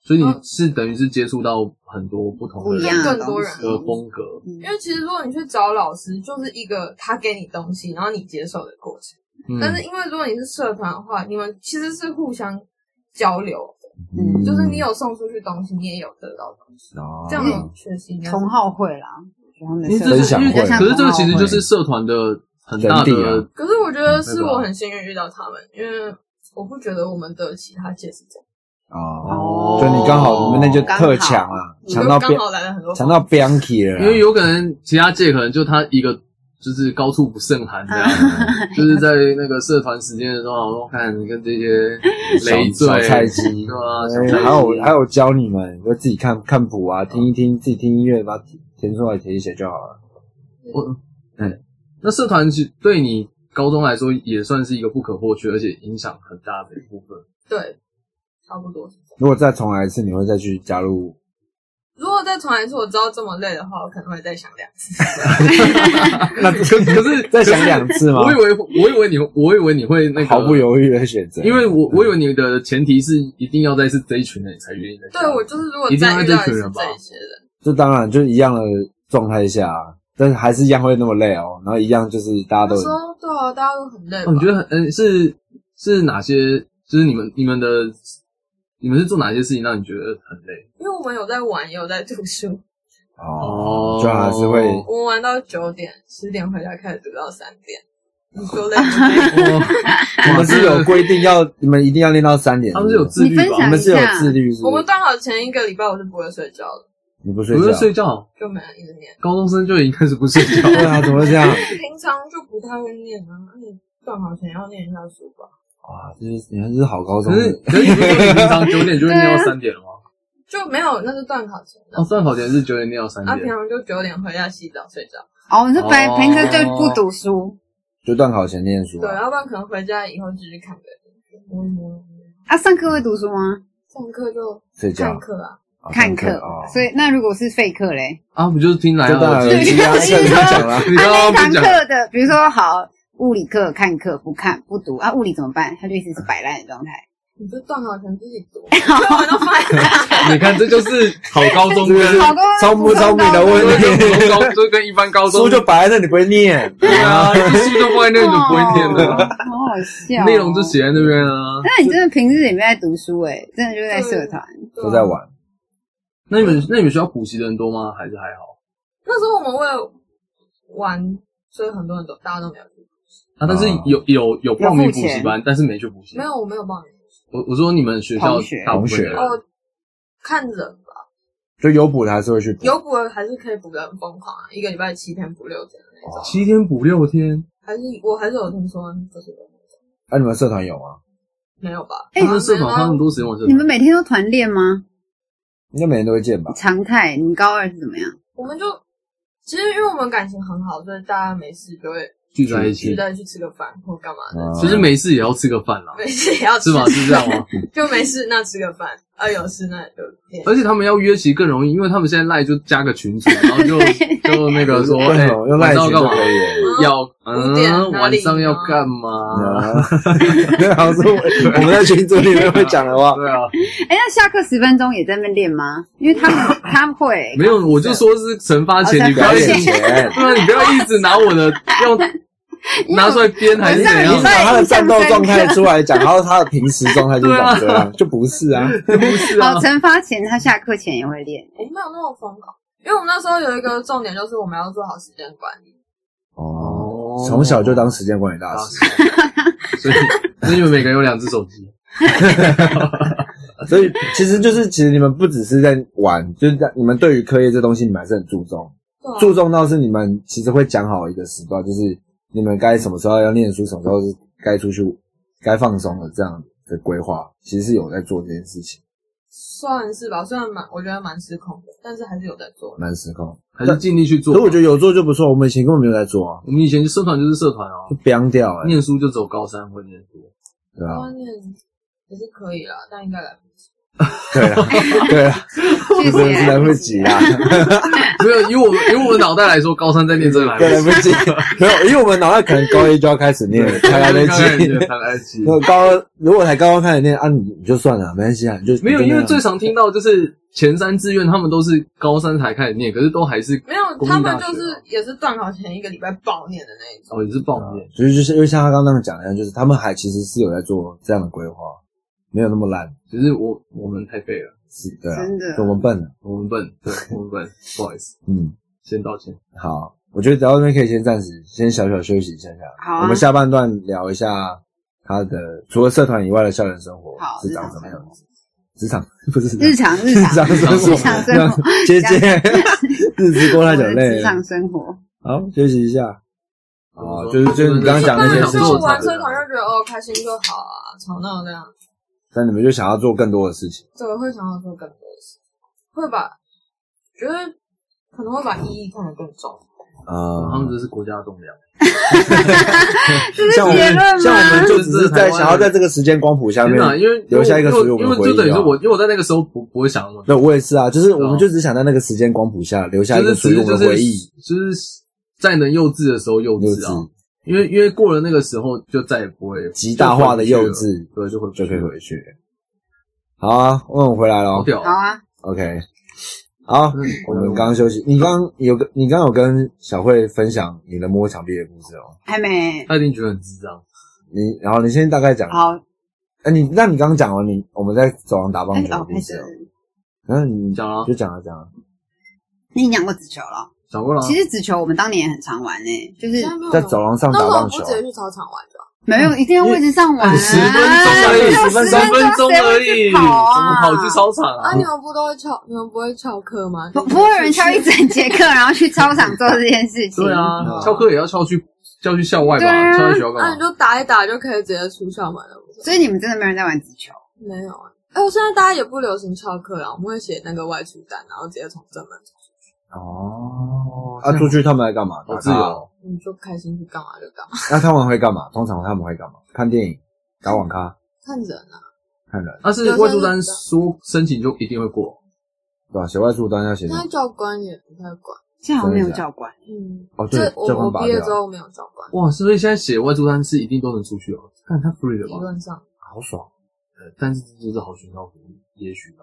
[SPEAKER 4] 所以你是等于是接触到很多不同
[SPEAKER 3] 不
[SPEAKER 4] 的
[SPEAKER 3] 一
[SPEAKER 4] 人
[SPEAKER 3] 样
[SPEAKER 5] 更多人
[SPEAKER 4] 的风格，
[SPEAKER 3] 嗯
[SPEAKER 5] 因为其实如果你去找老师，就是一个他给你东西，然后你接受的过程，
[SPEAKER 4] 嗯
[SPEAKER 5] 但是因为如果你是社团的话，你们其实是互相交流。
[SPEAKER 3] 嗯
[SPEAKER 5] 就是你有送出去东西，你也有得到东西，
[SPEAKER 2] 哦
[SPEAKER 5] 这样的学习应该是
[SPEAKER 3] 同好会啦，然后
[SPEAKER 4] 因为这
[SPEAKER 2] 分享
[SPEAKER 4] 是因为
[SPEAKER 2] 会
[SPEAKER 4] 可是这个其实就是社团的很大
[SPEAKER 2] 整体啊
[SPEAKER 4] 的，
[SPEAKER 5] 可是我觉得是我很幸运遇到他们，因为我不觉得我们的其他届是这样，
[SPEAKER 2] 哦，
[SPEAKER 3] 哦，
[SPEAKER 2] 就你刚好你们那就
[SPEAKER 3] 刚好
[SPEAKER 2] 特强啊，
[SPEAKER 5] 我
[SPEAKER 2] 强
[SPEAKER 5] 就
[SPEAKER 2] 到
[SPEAKER 5] 哦刚
[SPEAKER 2] 变
[SPEAKER 5] 好来了很多
[SPEAKER 2] 强到 b a n k y 了啊，
[SPEAKER 4] 因为有可能其他届可能就他一个就是高处不胜寒这样， 就是在那个社团时间的时候，我看跟这些累
[SPEAKER 2] 小
[SPEAKER 4] 赘
[SPEAKER 2] 小菜鸡
[SPEAKER 4] 对啊，小
[SPEAKER 2] 哎
[SPEAKER 4] 菜鸡
[SPEAKER 2] 还有还有教你们，就自己看看谱啊，听一听，自己听音乐，把它填填出来，填一写就好了。
[SPEAKER 4] 我嗯，那社团是对你高中来说也算是一个不可或缺，而且影响很大的一部分。
[SPEAKER 5] 对，差不多是这样。
[SPEAKER 2] 如果再重来一次，你会再去加入？
[SPEAKER 5] 如果再重来一次，我知道这么累的话，我可能会再想两次。
[SPEAKER 2] 那可可是再想两次吗？
[SPEAKER 4] 我以为我以为你我以为你会那个
[SPEAKER 2] 毫不犹豫的嗯选择，
[SPEAKER 4] 因为我我以为你的前提是一定要在是这一群人你才愿意来加
[SPEAKER 5] 对
[SPEAKER 4] 入。
[SPEAKER 5] 我就是，如果
[SPEAKER 4] 一定
[SPEAKER 5] 再
[SPEAKER 4] 会
[SPEAKER 5] 遇
[SPEAKER 4] 这
[SPEAKER 5] 到一
[SPEAKER 4] 群
[SPEAKER 5] 次
[SPEAKER 4] 人吧
[SPEAKER 5] 这些人，
[SPEAKER 2] 这当然就是一样的状态下啊、但是还是一样会那么累哦。然后一样就是大家
[SPEAKER 5] 那
[SPEAKER 2] 都
[SPEAKER 5] 时候对啊，大家都很累吧。
[SPEAKER 4] 哦、你觉得很嗯是是哪些？就是你们你们的你们是做哪些事情让你觉得很 累？
[SPEAKER 5] 因为我们有在玩，也有在读书，
[SPEAKER 2] 哦，就还是会
[SPEAKER 5] 我们玩到九点、十点回家，开始读到三点。你说 累不累？
[SPEAKER 4] 哇，
[SPEAKER 2] 你们是有规
[SPEAKER 4] 规，
[SPEAKER 2] 定要你们一定要练到三点，
[SPEAKER 4] 他们是有
[SPEAKER 2] 不
[SPEAKER 4] 自律
[SPEAKER 3] 你分
[SPEAKER 4] 吧？
[SPEAKER 2] 你
[SPEAKER 3] 享
[SPEAKER 2] 们是有自律是
[SPEAKER 5] 我
[SPEAKER 2] 不
[SPEAKER 5] 们
[SPEAKER 2] 是？
[SPEAKER 5] 断好前一个礼拜，我是不会睡觉的，
[SPEAKER 2] 你不睡
[SPEAKER 4] 不
[SPEAKER 2] 觉
[SPEAKER 4] 是？睡觉，
[SPEAKER 5] 就没人一直念。
[SPEAKER 4] 高中生就应该是不睡觉。
[SPEAKER 2] 对啊，怎么会这样？
[SPEAKER 5] 平常就不太会念啊，那你断考前要念一下书吧。
[SPEAKER 2] 哇，这是你看这是好高中
[SPEAKER 4] 可，是可是你不是 说你平常九点就会念到三点了吗？
[SPEAKER 5] 就没有，那是断考前的
[SPEAKER 4] 哦，。段考前是九点念到三
[SPEAKER 5] 啊，平
[SPEAKER 4] 点。
[SPEAKER 5] 常就九点回家洗澡睡觉，
[SPEAKER 3] 哦，你说白
[SPEAKER 4] 哦
[SPEAKER 3] 平时就不读书
[SPEAKER 2] 就段考前念书
[SPEAKER 5] 对，
[SPEAKER 2] 啊。
[SPEAKER 5] 要不然可能回家以后继续看别的。嗯，
[SPEAKER 3] 啊？上课会读书吗？
[SPEAKER 5] 上课就
[SPEAKER 2] 睡觉
[SPEAKER 5] 看课啊，
[SPEAKER 2] 哦
[SPEAKER 3] 看课
[SPEAKER 2] 哦，，
[SPEAKER 3] 所以那如果是废课嘞，
[SPEAKER 4] 啊，不就是听来
[SPEAKER 2] 这当然
[SPEAKER 4] 耳
[SPEAKER 2] 了，
[SPEAKER 4] 机？
[SPEAKER 2] 其他课你就讲了，
[SPEAKER 3] 啊，
[SPEAKER 4] 你刚
[SPEAKER 3] 那
[SPEAKER 4] 刚
[SPEAKER 3] 一
[SPEAKER 4] 不
[SPEAKER 3] 堂
[SPEAKER 4] 讲，
[SPEAKER 3] 课的，比如说好物理课看课不看不读啊，物理怎么办？他就一直是摆烂的状 态。
[SPEAKER 5] 你就断好全自己 读，我都发现
[SPEAKER 4] 你看这就是好高中
[SPEAKER 2] 这
[SPEAKER 4] 跟
[SPEAKER 2] 个是
[SPEAKER 3] 好多人
[SPEAKER 2] 聪不聪明的
[SPEAKER 4] 这
[SPEAKER 2] 问
[SPEAKER 4] 跟
[SPEAKER 2] 题。
[SPEAKER 4] 普通高就跟一般高中
[SPEAKER 2] 书就摆在那，你不会念。
[SPEAKER 4] 对啊，书就放在那里就不会念
[SPEAKER 3] 哦好
[SPEAKER 4] 了，
[SPEAKER 3] 好笑哦。
[SPEAKER 4] 内容就写在那边啊。
[SPEAKER 3] 那你真的平日也没在读书哎、真的就是在社团。
[SPEAKER 5] 啊
[SPEAKER 2] 都在。玩，
[SPEAKER 4] 那你们那你们学校补习的人多吗？还是还好？
[SPEAKER 5] 那时候我们为了玩，所以很多人都大家都没有去，
[SPEAKER 4] 啊，但是
[SPEAKER 2] 哦
[SPEAKER 4] 有有有报名
[SPEAKER 3] 有
[SPEAKER 4] 补
[SPEAKER 3] 付
[SPEAKER 4] 习
[SPEAKER 3] 钱
[SPEAKER 4] 班，但是没去补习。
[SPEAKER 5] 没有，我没有报名。
[SPEAKER 4] 我我说你们学校
[SPEAKER 3] 同学
[SPEAKER 4] 大部分的人
[SPEAKER 5] 哦，看人吧，
[SPEAKER 2] 就有补的还是会去补。
[SPEAKER 5] 有补的还是可以补的很疯狂啊，一个礼拜七天补六天的那种。
[SPEAKER 4] 七天补六天，
[SPEAKER 5] 还是我还是有听说就是有
[SPEAKER 2] 啊那你们社团有吗？
[SPEAKER 5] 没有啊吧？
[SPEAKER 3] 哎
[SPEAKER 4] 他们社团花那么多时间玩社
[SPEAKER 3] 你
[SPEAKER 4] 团
[SPEAKER 3] 们，每天都团练吗？
[SPEAKER 2] 应该每天都会见吧？
[SPEAKER 3] 常态，你高二是怎么样？
[SPEAKER 5] 我们就其实因为我们感情很好，所以大家没事就会
[SPEAKER 4] 聚在一
[SPEAKER 5] 聚
[SPEAKER 4] 起，
[SPEAKER 5] 在一起吃个饭或干嘛的，
[SPEAKER 2] 啊
[SPEAKER 4] 嗯其实没事也要吃个饭啦，
[SPEAKER 5] 没事也要吃
[SPEAKER 4] 是吧？是这样吗？
[SPEAKER 5] 就没事那吃个饭，啊有事那就哎练。
[SPEAKER 4] 而且他们要约其实更容易，因为他们现在赖就加个群组，然后就就那个说，哎、
[SPEAKER 2] 用用
[SPEAKER 4] 晚
[SPEAKER 2] 赖
[SPEAKER 4] 上
[SPEAKER 2] 群
[SPEAKER 4] 要
[SPEAKER 2] 就
[SPEAKER 4] 干嘛
[SPEAKER 2] 可？以了。
[SPEAKER 4] 要
[SPEAKER 5] 五点哪里
[SPEAKER 4] 嗯，晚上要干嘛？
[SPEAKER 2] 啊，那好像是 我我们在群组里面会讲的话，
[SPEAKER 4] 对啊，
[SPEAKER 3] 哎、那下课十分钟也在那边练吗？因为他 们他们会、
[SPEAKER 4] 没有，我就说是惩罚
[SPEAKER 3] 哦
[SPEAKER 4] 前，你不
[SPEAKER 2] 表
[SPEAKER 4] 要一
[SPEAKER 2] 演
[SPEAKER 4] 直，
[SPEAKER 2] 前，
[SPEAKER 4] 对啊，你不要一直拿我的用拿出来编还是
[SPEAKER 3] 我
[SPEAKER 4] 怎
[SPEAKER 3] 上
[SPEAKER 2] 你
[SPEAKER 4] 样
[SPEAKER 3] 礼
[SPEAKER 2] 把
[SPEAKER 3] 拜
[SPEAKER 2] 他的战斗状态出来讲，然后他的平时状态就是长这样，就不是 啊。
[SPEAKER 4] 不是啊
[SPEAKER 3] 好，？哦惩罚前他下课前也会 练。
[SPEAKER 5] 我没有那么疯狂，因为我们那时候有一个重点就是我们要做好时间管理。
[SPEAKER 2] 哦，从小就当时间管理大
[SPEAKER 4] 啊
[SPEAKER 2] 师，
[SPEAKER 4] 所以所以你们每个人有两只手机，
[SPEAKER 2] 所以其实就是其实你们不只是在玩，就是在你们对于课业这东西你们还是很注重，
[SPEAKER 5] 对啊
[SPEAKER 2] 注重到是你们其实会讲好一个时段，就是你们该什么时候要念书，什么时候是该出去、该放松了这样的规划，其实是有在做这件事情，
[SPEAKER 5] 算是吧，虽然蛮我觉得蛮失控的，但是还是有在做。
[SPEAKER 2] 蛮失控。
[SPEAKER 4] 还是尽力去做
[SPEAKER 2] 可。我觉得有做就不错，我们以前根本没有在做啊，
[SPEAKER 4] 我们以前社团就是社团啊
[SPEAKER 2] 就，飙掉哎、
[SPEAKER 4] 念书就走高三会念书，
[SPEAKER 2] 对啊，
[SPEAKER 5] 观念也是可以啦，但应该来不及。
[SPEAKER 2] 对啊，对啊，真
[SPEAKER 3] 确实
[SPEAKER 2] 的是来不及啊，
[SPEAKER 4] 没有以我们以我们脑袋来说，高三在念这个来不
[SPEAKER 2] 对，来
[SPEAKER 4] 及，
[SPEAKER 2] 不 及，没有，因为我们脑袋可能高一就 要开始念，才来得及。
[SPEAKER 4] 才来得 及
[SPEAKER 2] 嗯那。高二如果才高二开始念啊，你你就算了，没关系啊，你就
[SPEAKER 4] 没有，
[SPEAKER 2] 你就
[SPEAKER 4] 因
[SPEAKER 2] 那
[SPEAKER 4] 为
[SPEAKER 2] 样
[SPEAKER 4] 最常听到就是前三志愿，他们都是高三才开始念，可是都还是
[SPEAKER 5] 没有，
[SPEAKER 4] 公立
[SPEAKER 5] 他
[SPEAKER 4] 大
[SPEAKER 5] 们
[SPEAKER 4] 学
[SPEAKER 5] 就
[SPEAKER 4] 啊
[SPEAKER 5] 是也是断考前一个礼拜暴念的那一种。
[SPEAKER 4] 哦也是报念。
[SPEAKER 2] 就是就是因为像他刚刚那样讲的一样，就是他们还其实是有在做这样的规划，没有那么烂，
[SPEAKER 4] 只是我我们太废了，
[SPEAKER 2] 是对啊，
[SPEAKER 3] 真的
[SPEAKER 2] 我们笨了，
[SPEAKER 4] 我们笨，对，我们笨，不好意思，
[SPEAKER 2] 嗯，
[SPEAKER 4] 先道歉。
[SPEAKER 2] 好，我觉得聊到这边可以先暂时先小小休息一下下，
[SPEAKER 3] 好啊
[SPEAKER 2] 我们下半段聊一下他的除了社团以外的校园生活
[SPEAKER 3] 好
[SPEAKER 2] 是长什么样子，职场 不是
[SPEAKER 3] 日常日
[SPEAKER 2] 日
[SPEAKER 3] 常
[SPEAKER 2] 常生活，
[SPEAKER 3] 日常 生活，
[SPEAKER 2] 姐姐日子过
[SPEAKER 3] 我
[SPEAKER 2] 太久
[SPEAKER 3] 的
[SPEAKER 2] 累
[SPEAKER 3] 职
[SPEAKER 2] 了
[SPEAKER 3] 场，生活。
[SPEAKER 2] 好休息一下。
[SPEAKER 4] 我
[SPEAKER 2] 哦，
[SPEAKER 4] 们
[SPEAKER 2] 就是
[SPEAKER 4] 说
[SPEAKER 2] 就是你刚刚讲那
[SPEAKER 5] 那
[SPEAKER 2] 些
[SPEAKER 4] 想
[SPEAKER 2] 事
[SPEAKER 5] 就
[SPEAKER 4] 做
[SPEAKER 2] 情，
[SPEAKER 5] 玩
[SPEAKER 4] 才
[SPEAKER 5] 社团就觉得哦开心就好啊，吵闹这样，
[SPEAKER 2] 但你们就想要做更多的事情，
[SPEAKER 5] 对，会想要做更多的事，会把觉得可能会把意义看得更重。
[SPEAKER 2] 啊
[SPEAKER 4] 他们这是国家栋梁，
[SPEAKER 2] 像我
[SPEAKER 3] 结论
[SPEAKER 2] 们
[SPEAKER 3] 吗
[SPEAKER 2] 像我们就只是在
[SPEAKER 4] 这是台湾人
[SPEAKER 2] 想要在这个时间光谱下
[SPEAKER 4] 天
[SPEAKER 2] 面
[SPEAKER 4] 哪，因为
[SPEAKER 2] 留下一个
[SPEAKER 4] 因为
[SPEAKER 2] 属于我们
[SPEAKER 4] 因
[SPEAKER 2] 的
[SPEAKER 4] 为
[SPEAKER 2] 回
[SPEAKER 4] 就等于
[SPEAKER 2] 忆
[SPEAKER 4] 是
[SPEAKER 2] 啊。
[SPEAKER 4] 我，因为我在那个时候不不会想那么多，
[SPEAKER 2] 那我也是啊，就是我
[SPEAKER 4] 对
[SPEAKER 2] 们
[SPEAKER 4] 啊
[SPEAKER 2] 就只想在那个时间光谱下留下一
[SPEAKER 4] 就
[SPEAKER 2] 个
[SPEAKER 4] 是
[SPEAKER 2] 属于
[SPEAKER 4] 只是
[SPEAKER 2] 我
[SPEAKER 4] 就
[SPEAKER 2] 们的回忆
[SPEAKER 4] 是。就是在能幼稚的时候幼
[SPEAKER 2] 幼
[SPEAKER 4] 稚啊
[SPEAKER 2] 稚，，
[SPEAKER 4] 因为因为过了那个时候就再也不会
[SPEAKER 2] 极大化的幼稚
[SPEAKER 4] 就回不去了对，就会
[SPEAKER 2] 就可以回去。好啊，问我回来
[SPEAKER 4] 好
[SPEAKER 2] 了
[SPEAKER 4] 屌
[SPEAKER 3] 好
[SPEAKER 4] 啊。
[SPEAKER 3] 啊，
[SPEAKER 2] ，OK。好，
[SPEAKER 4] 嗯
[SPEAKER 2] 我们刚刚休息。你刚刚有跟你刚刚有跟小慧分享你的摸墙壁的故事哦。
[SPEAKER 3] 还没
[SPEAKER 4] 他一定觉得很智障，
[SPEAKER 2] 你然后你先大概讲，
[SPEAKER 3] 好。
[SPEAKER 2] 哎，你那你刚刚讲完你我们在走廊打棒
[SPEAKER 3] 哎
[SPEAKER 2] 球的
[SPEAKER 3] 哦，
[SPEAKER 2] 故
[SPEAKER 3] 开
[SPEAKER 2] 事
[SPEAKER 3] 始
[SPEAKER 2] 哦
[SPEAKER 3] 了。。
[SPEAKER 2] 然后你
[SPEAKER 4] 讲啊了
[SPEAKER 2] 就讲啊了讲了，
[SPEAKER 3] 那你讲过纸球了？
[SPEAKER 4] 讲过了啊。
[SPEAKER 3] 其实纸球我们当年也很常玩诶，就是
[SPEAKER 5] 现没有
[SPEAKER 2] 在走廊上
[SPEAKER 5] 嗯那
[SPEAKER 2] 打
[SPEAKER 5] 为什
[SPEAKER 2] 棒
[SPEAKER 5] 么
[SPEAKER 2] 球
[SPEAKER 5] 不直接去操场玩就好？
[SPEAKER 3] 没有一定要位置上玩啊，
[SPEAKER 4] 十分钟而已，
[SPEAKER 3] 就
[SPEAKER 4] 十
[SPEAKER 3] 10
[SPEAKER 4] 分钟
[SPEAKER 3] 谁会
[SPEAKER 4] 而
[SPEAKER 3] 去
[SPEAKER 4] 已，
[SPEAKER 3] 跑
[SPEAKER 4] 怎么
[SPEAKER 3] 啊？
[SPEAKER 4] 跑去操场
[SPEAKER 5] 啊，
[SPEAKER 4] 啊
[SPEAKER 5] 你？们不都会翘，你们不会翘课吗？
[SPEAKER 3] 不不会有人翘一整节课，然后去操场做这件事情。
[SPEAKER 4] 对啊，
[SPEAKER 2] 嗯
[SPEAKER 4] 翘课也要翘去，翘去校外
[SPEAKER 3] 对
[SPEAKER 4] 吧，
[SPEAKER 3] 啊
[SPEAKER 4] 翘在学校
[SPEAKER 5] 那
[SPEAKER 4] 干
[SPEAKER 5] 你
[SPEAKER 4] 嘛？
[SPEAKER 5] 就打一打就可以直接出校门了，不是？
[SPEAKER 3] 所以你们真的没有人在玩纸球，
[SPEAKER 5] 没有啊。哎，我现在大家也不流行翘课了，我们会写那个外出单，然后直接从正门走，
[SPEAKER 2] 哦，啊，出去他们来干嘛？
[SPEAKER 4] 好
[SPEAKER 2] 打
[SPEAKER 4] 自
[SPEAKER 2] 卡
[SPEAKER 4] 由。
[SPEAKER 5] 你就开心去干嘛就干嘛，
[SPEAKER 2] 那他们会干嘛？通常他们会干嘛？看电影、打网咖、
[SPEAKER 5] 看人啊。
[SPEAKER 2] 看人。
[SPEAKER 4] 但是外出单说申请就一定会过，
[SPEAKER 2] 对吧？写外书单要写什么
[SPEAKER 5] 那？教官也不太管。
[SPEAKER 3] 现在好像没有教官，
[SPEAKER 5] 嗯，
[SPEAKER 2] 哦，对
[SPEAKER 5] 这，我
[SPEAKER 2] 教
[SPEAKER 5] 我
[SPEAKER 2] 官拔
[SPEAKER 5] 毕业
[SPEAKER 2] 掉
[SPEAKER 5] 之，后没有教官，
[SPEAKER 4] 哇，所以现在写外出单是一定都能出去哦，看他 free 了
[SPEAKER 5] 理
[SPEAKER 4] 吧，
[SPEAKER 5] 论上
[SPEAKER 4] 好爽。呃，但是这就是好学校福利，也许吧，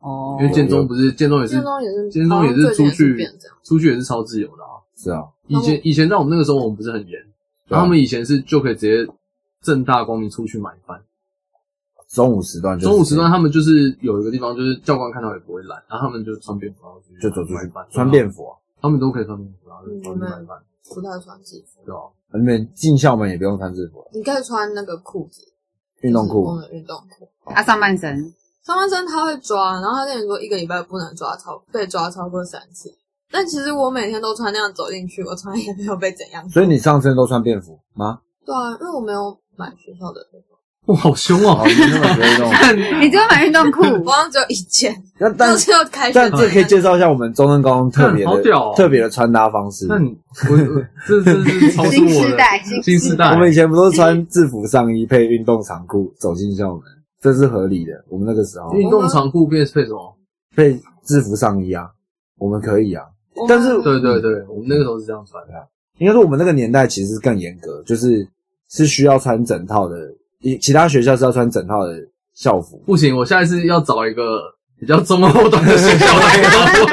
[SPEAKER 3] 哦
[SPEAKER 4] 因为建中不是建中也是
[SPEAKER 5] 建中也是，
[SPEAKER 4] 建中也
[SPEAKER 5] 好像
[SPEAKER 4] 是
[SPEAKER 5] 最近
[SPEAKER 4] 出
[SPEAKER 5] 也是
[SPEAKER 4] 去
[SPEAKER 5] 变这样，
[SPEAKER 4] 出去也是超自由的啊。
[SPEAKER 2] 是啊，
[SPEAKER 4] 以前以前在我们那个时候，我们不是很严，
[SPEAKER 2] 对啊
[SPEAKER 4] 他们以前是就可以直接正大光明出去买饭，
[SPEAKER 2] 中午时段就是
[SPEAKER 4] 中午时段他们就是有一个地方，就是教官看到也不会拦，然后他们就穿便服，然后出去
[SPEAKER 2] 就走出
[SPEAKER 4] 买
[SPEAKER 2] 去
[SPEAKER 4] 饭，
[SPEAKER 2] 穿便服啊，
[SPEAKER 4] 他们都可以穿便服，然后就
[SPEAKER 5] 嗯
[SPEAKER 4] 走出去买饭，
[SPEAKER 5] 不太穿制服。
[SPEAKER 4] 对吧？
[SPEAKER 2] 你们进校门也不用穿制服，啊
[SPEAKER 5] 你可以穿那个裤子，
[SPEAKER 2] 运动裤
[SPEAKER 5] 就是公的运动裤。
[SPEAKER 3] 他啊上半身
[SPEAKER 5] 上半身他会抓，然后他跟你说一个礼拜不能抓超被抓超过三次。但其实我每天都穿那样走进去，我穿也没有被怎样。
[SPEAKER 2] 所以你上身都穿便服吗？
[SPEAKER 5] 对啊，因为我没有买学校的那种，
[SPEAKER 4] 哇，好凶哦
[SPEAKER 2] 哦，！你根本不会 弄。
[SPEAKER 3] 你只有买运动 裤，
[SPEAKER 5] 我好像只有一件，
[SPEAKER 2] 那 但
[SPEAKER 5] 就是要开学
[SPEAKER 2] 但这可以介
[SPEAKER 5] 绍
[SPEAKER 2] 绍一下我们中正高中特别
[SPEAKER 4] 看好
[SPEAKER 2] 的
[SPEAKER 4] 屌哦
[SPEAKER 2] 特别的穿搭方式。
[SPEAKER 4] 那你我我这这是超出
[SPEAKER 3] 新
[SPEAKER 4] 我
[SPEAKER 3] 时
[SPEAKER 4] 的
[SPEAKER 3] 代，新
[SPEAKER 4] 新时代
[SPEAKER 2] 我们以前不都穿制服上衣配运动长裤走进校门，这是合理的。我们那个时候
[SPEAKER 4] 运动长裤变配什么？
[SPEAKER 2] 配制服上衣啊，我们可以啊。 但是
[SPEAKER 4] 对对对，我们那个时候是这样穿的。
[SPEAKER 2] 应该说我们那个年代其实更严格，就是是需要穿整套的，一其他学校是要穿整套的校服。
[SPEAKER 4] 不行，我下一次要找一个比较中后段的学校 来跟我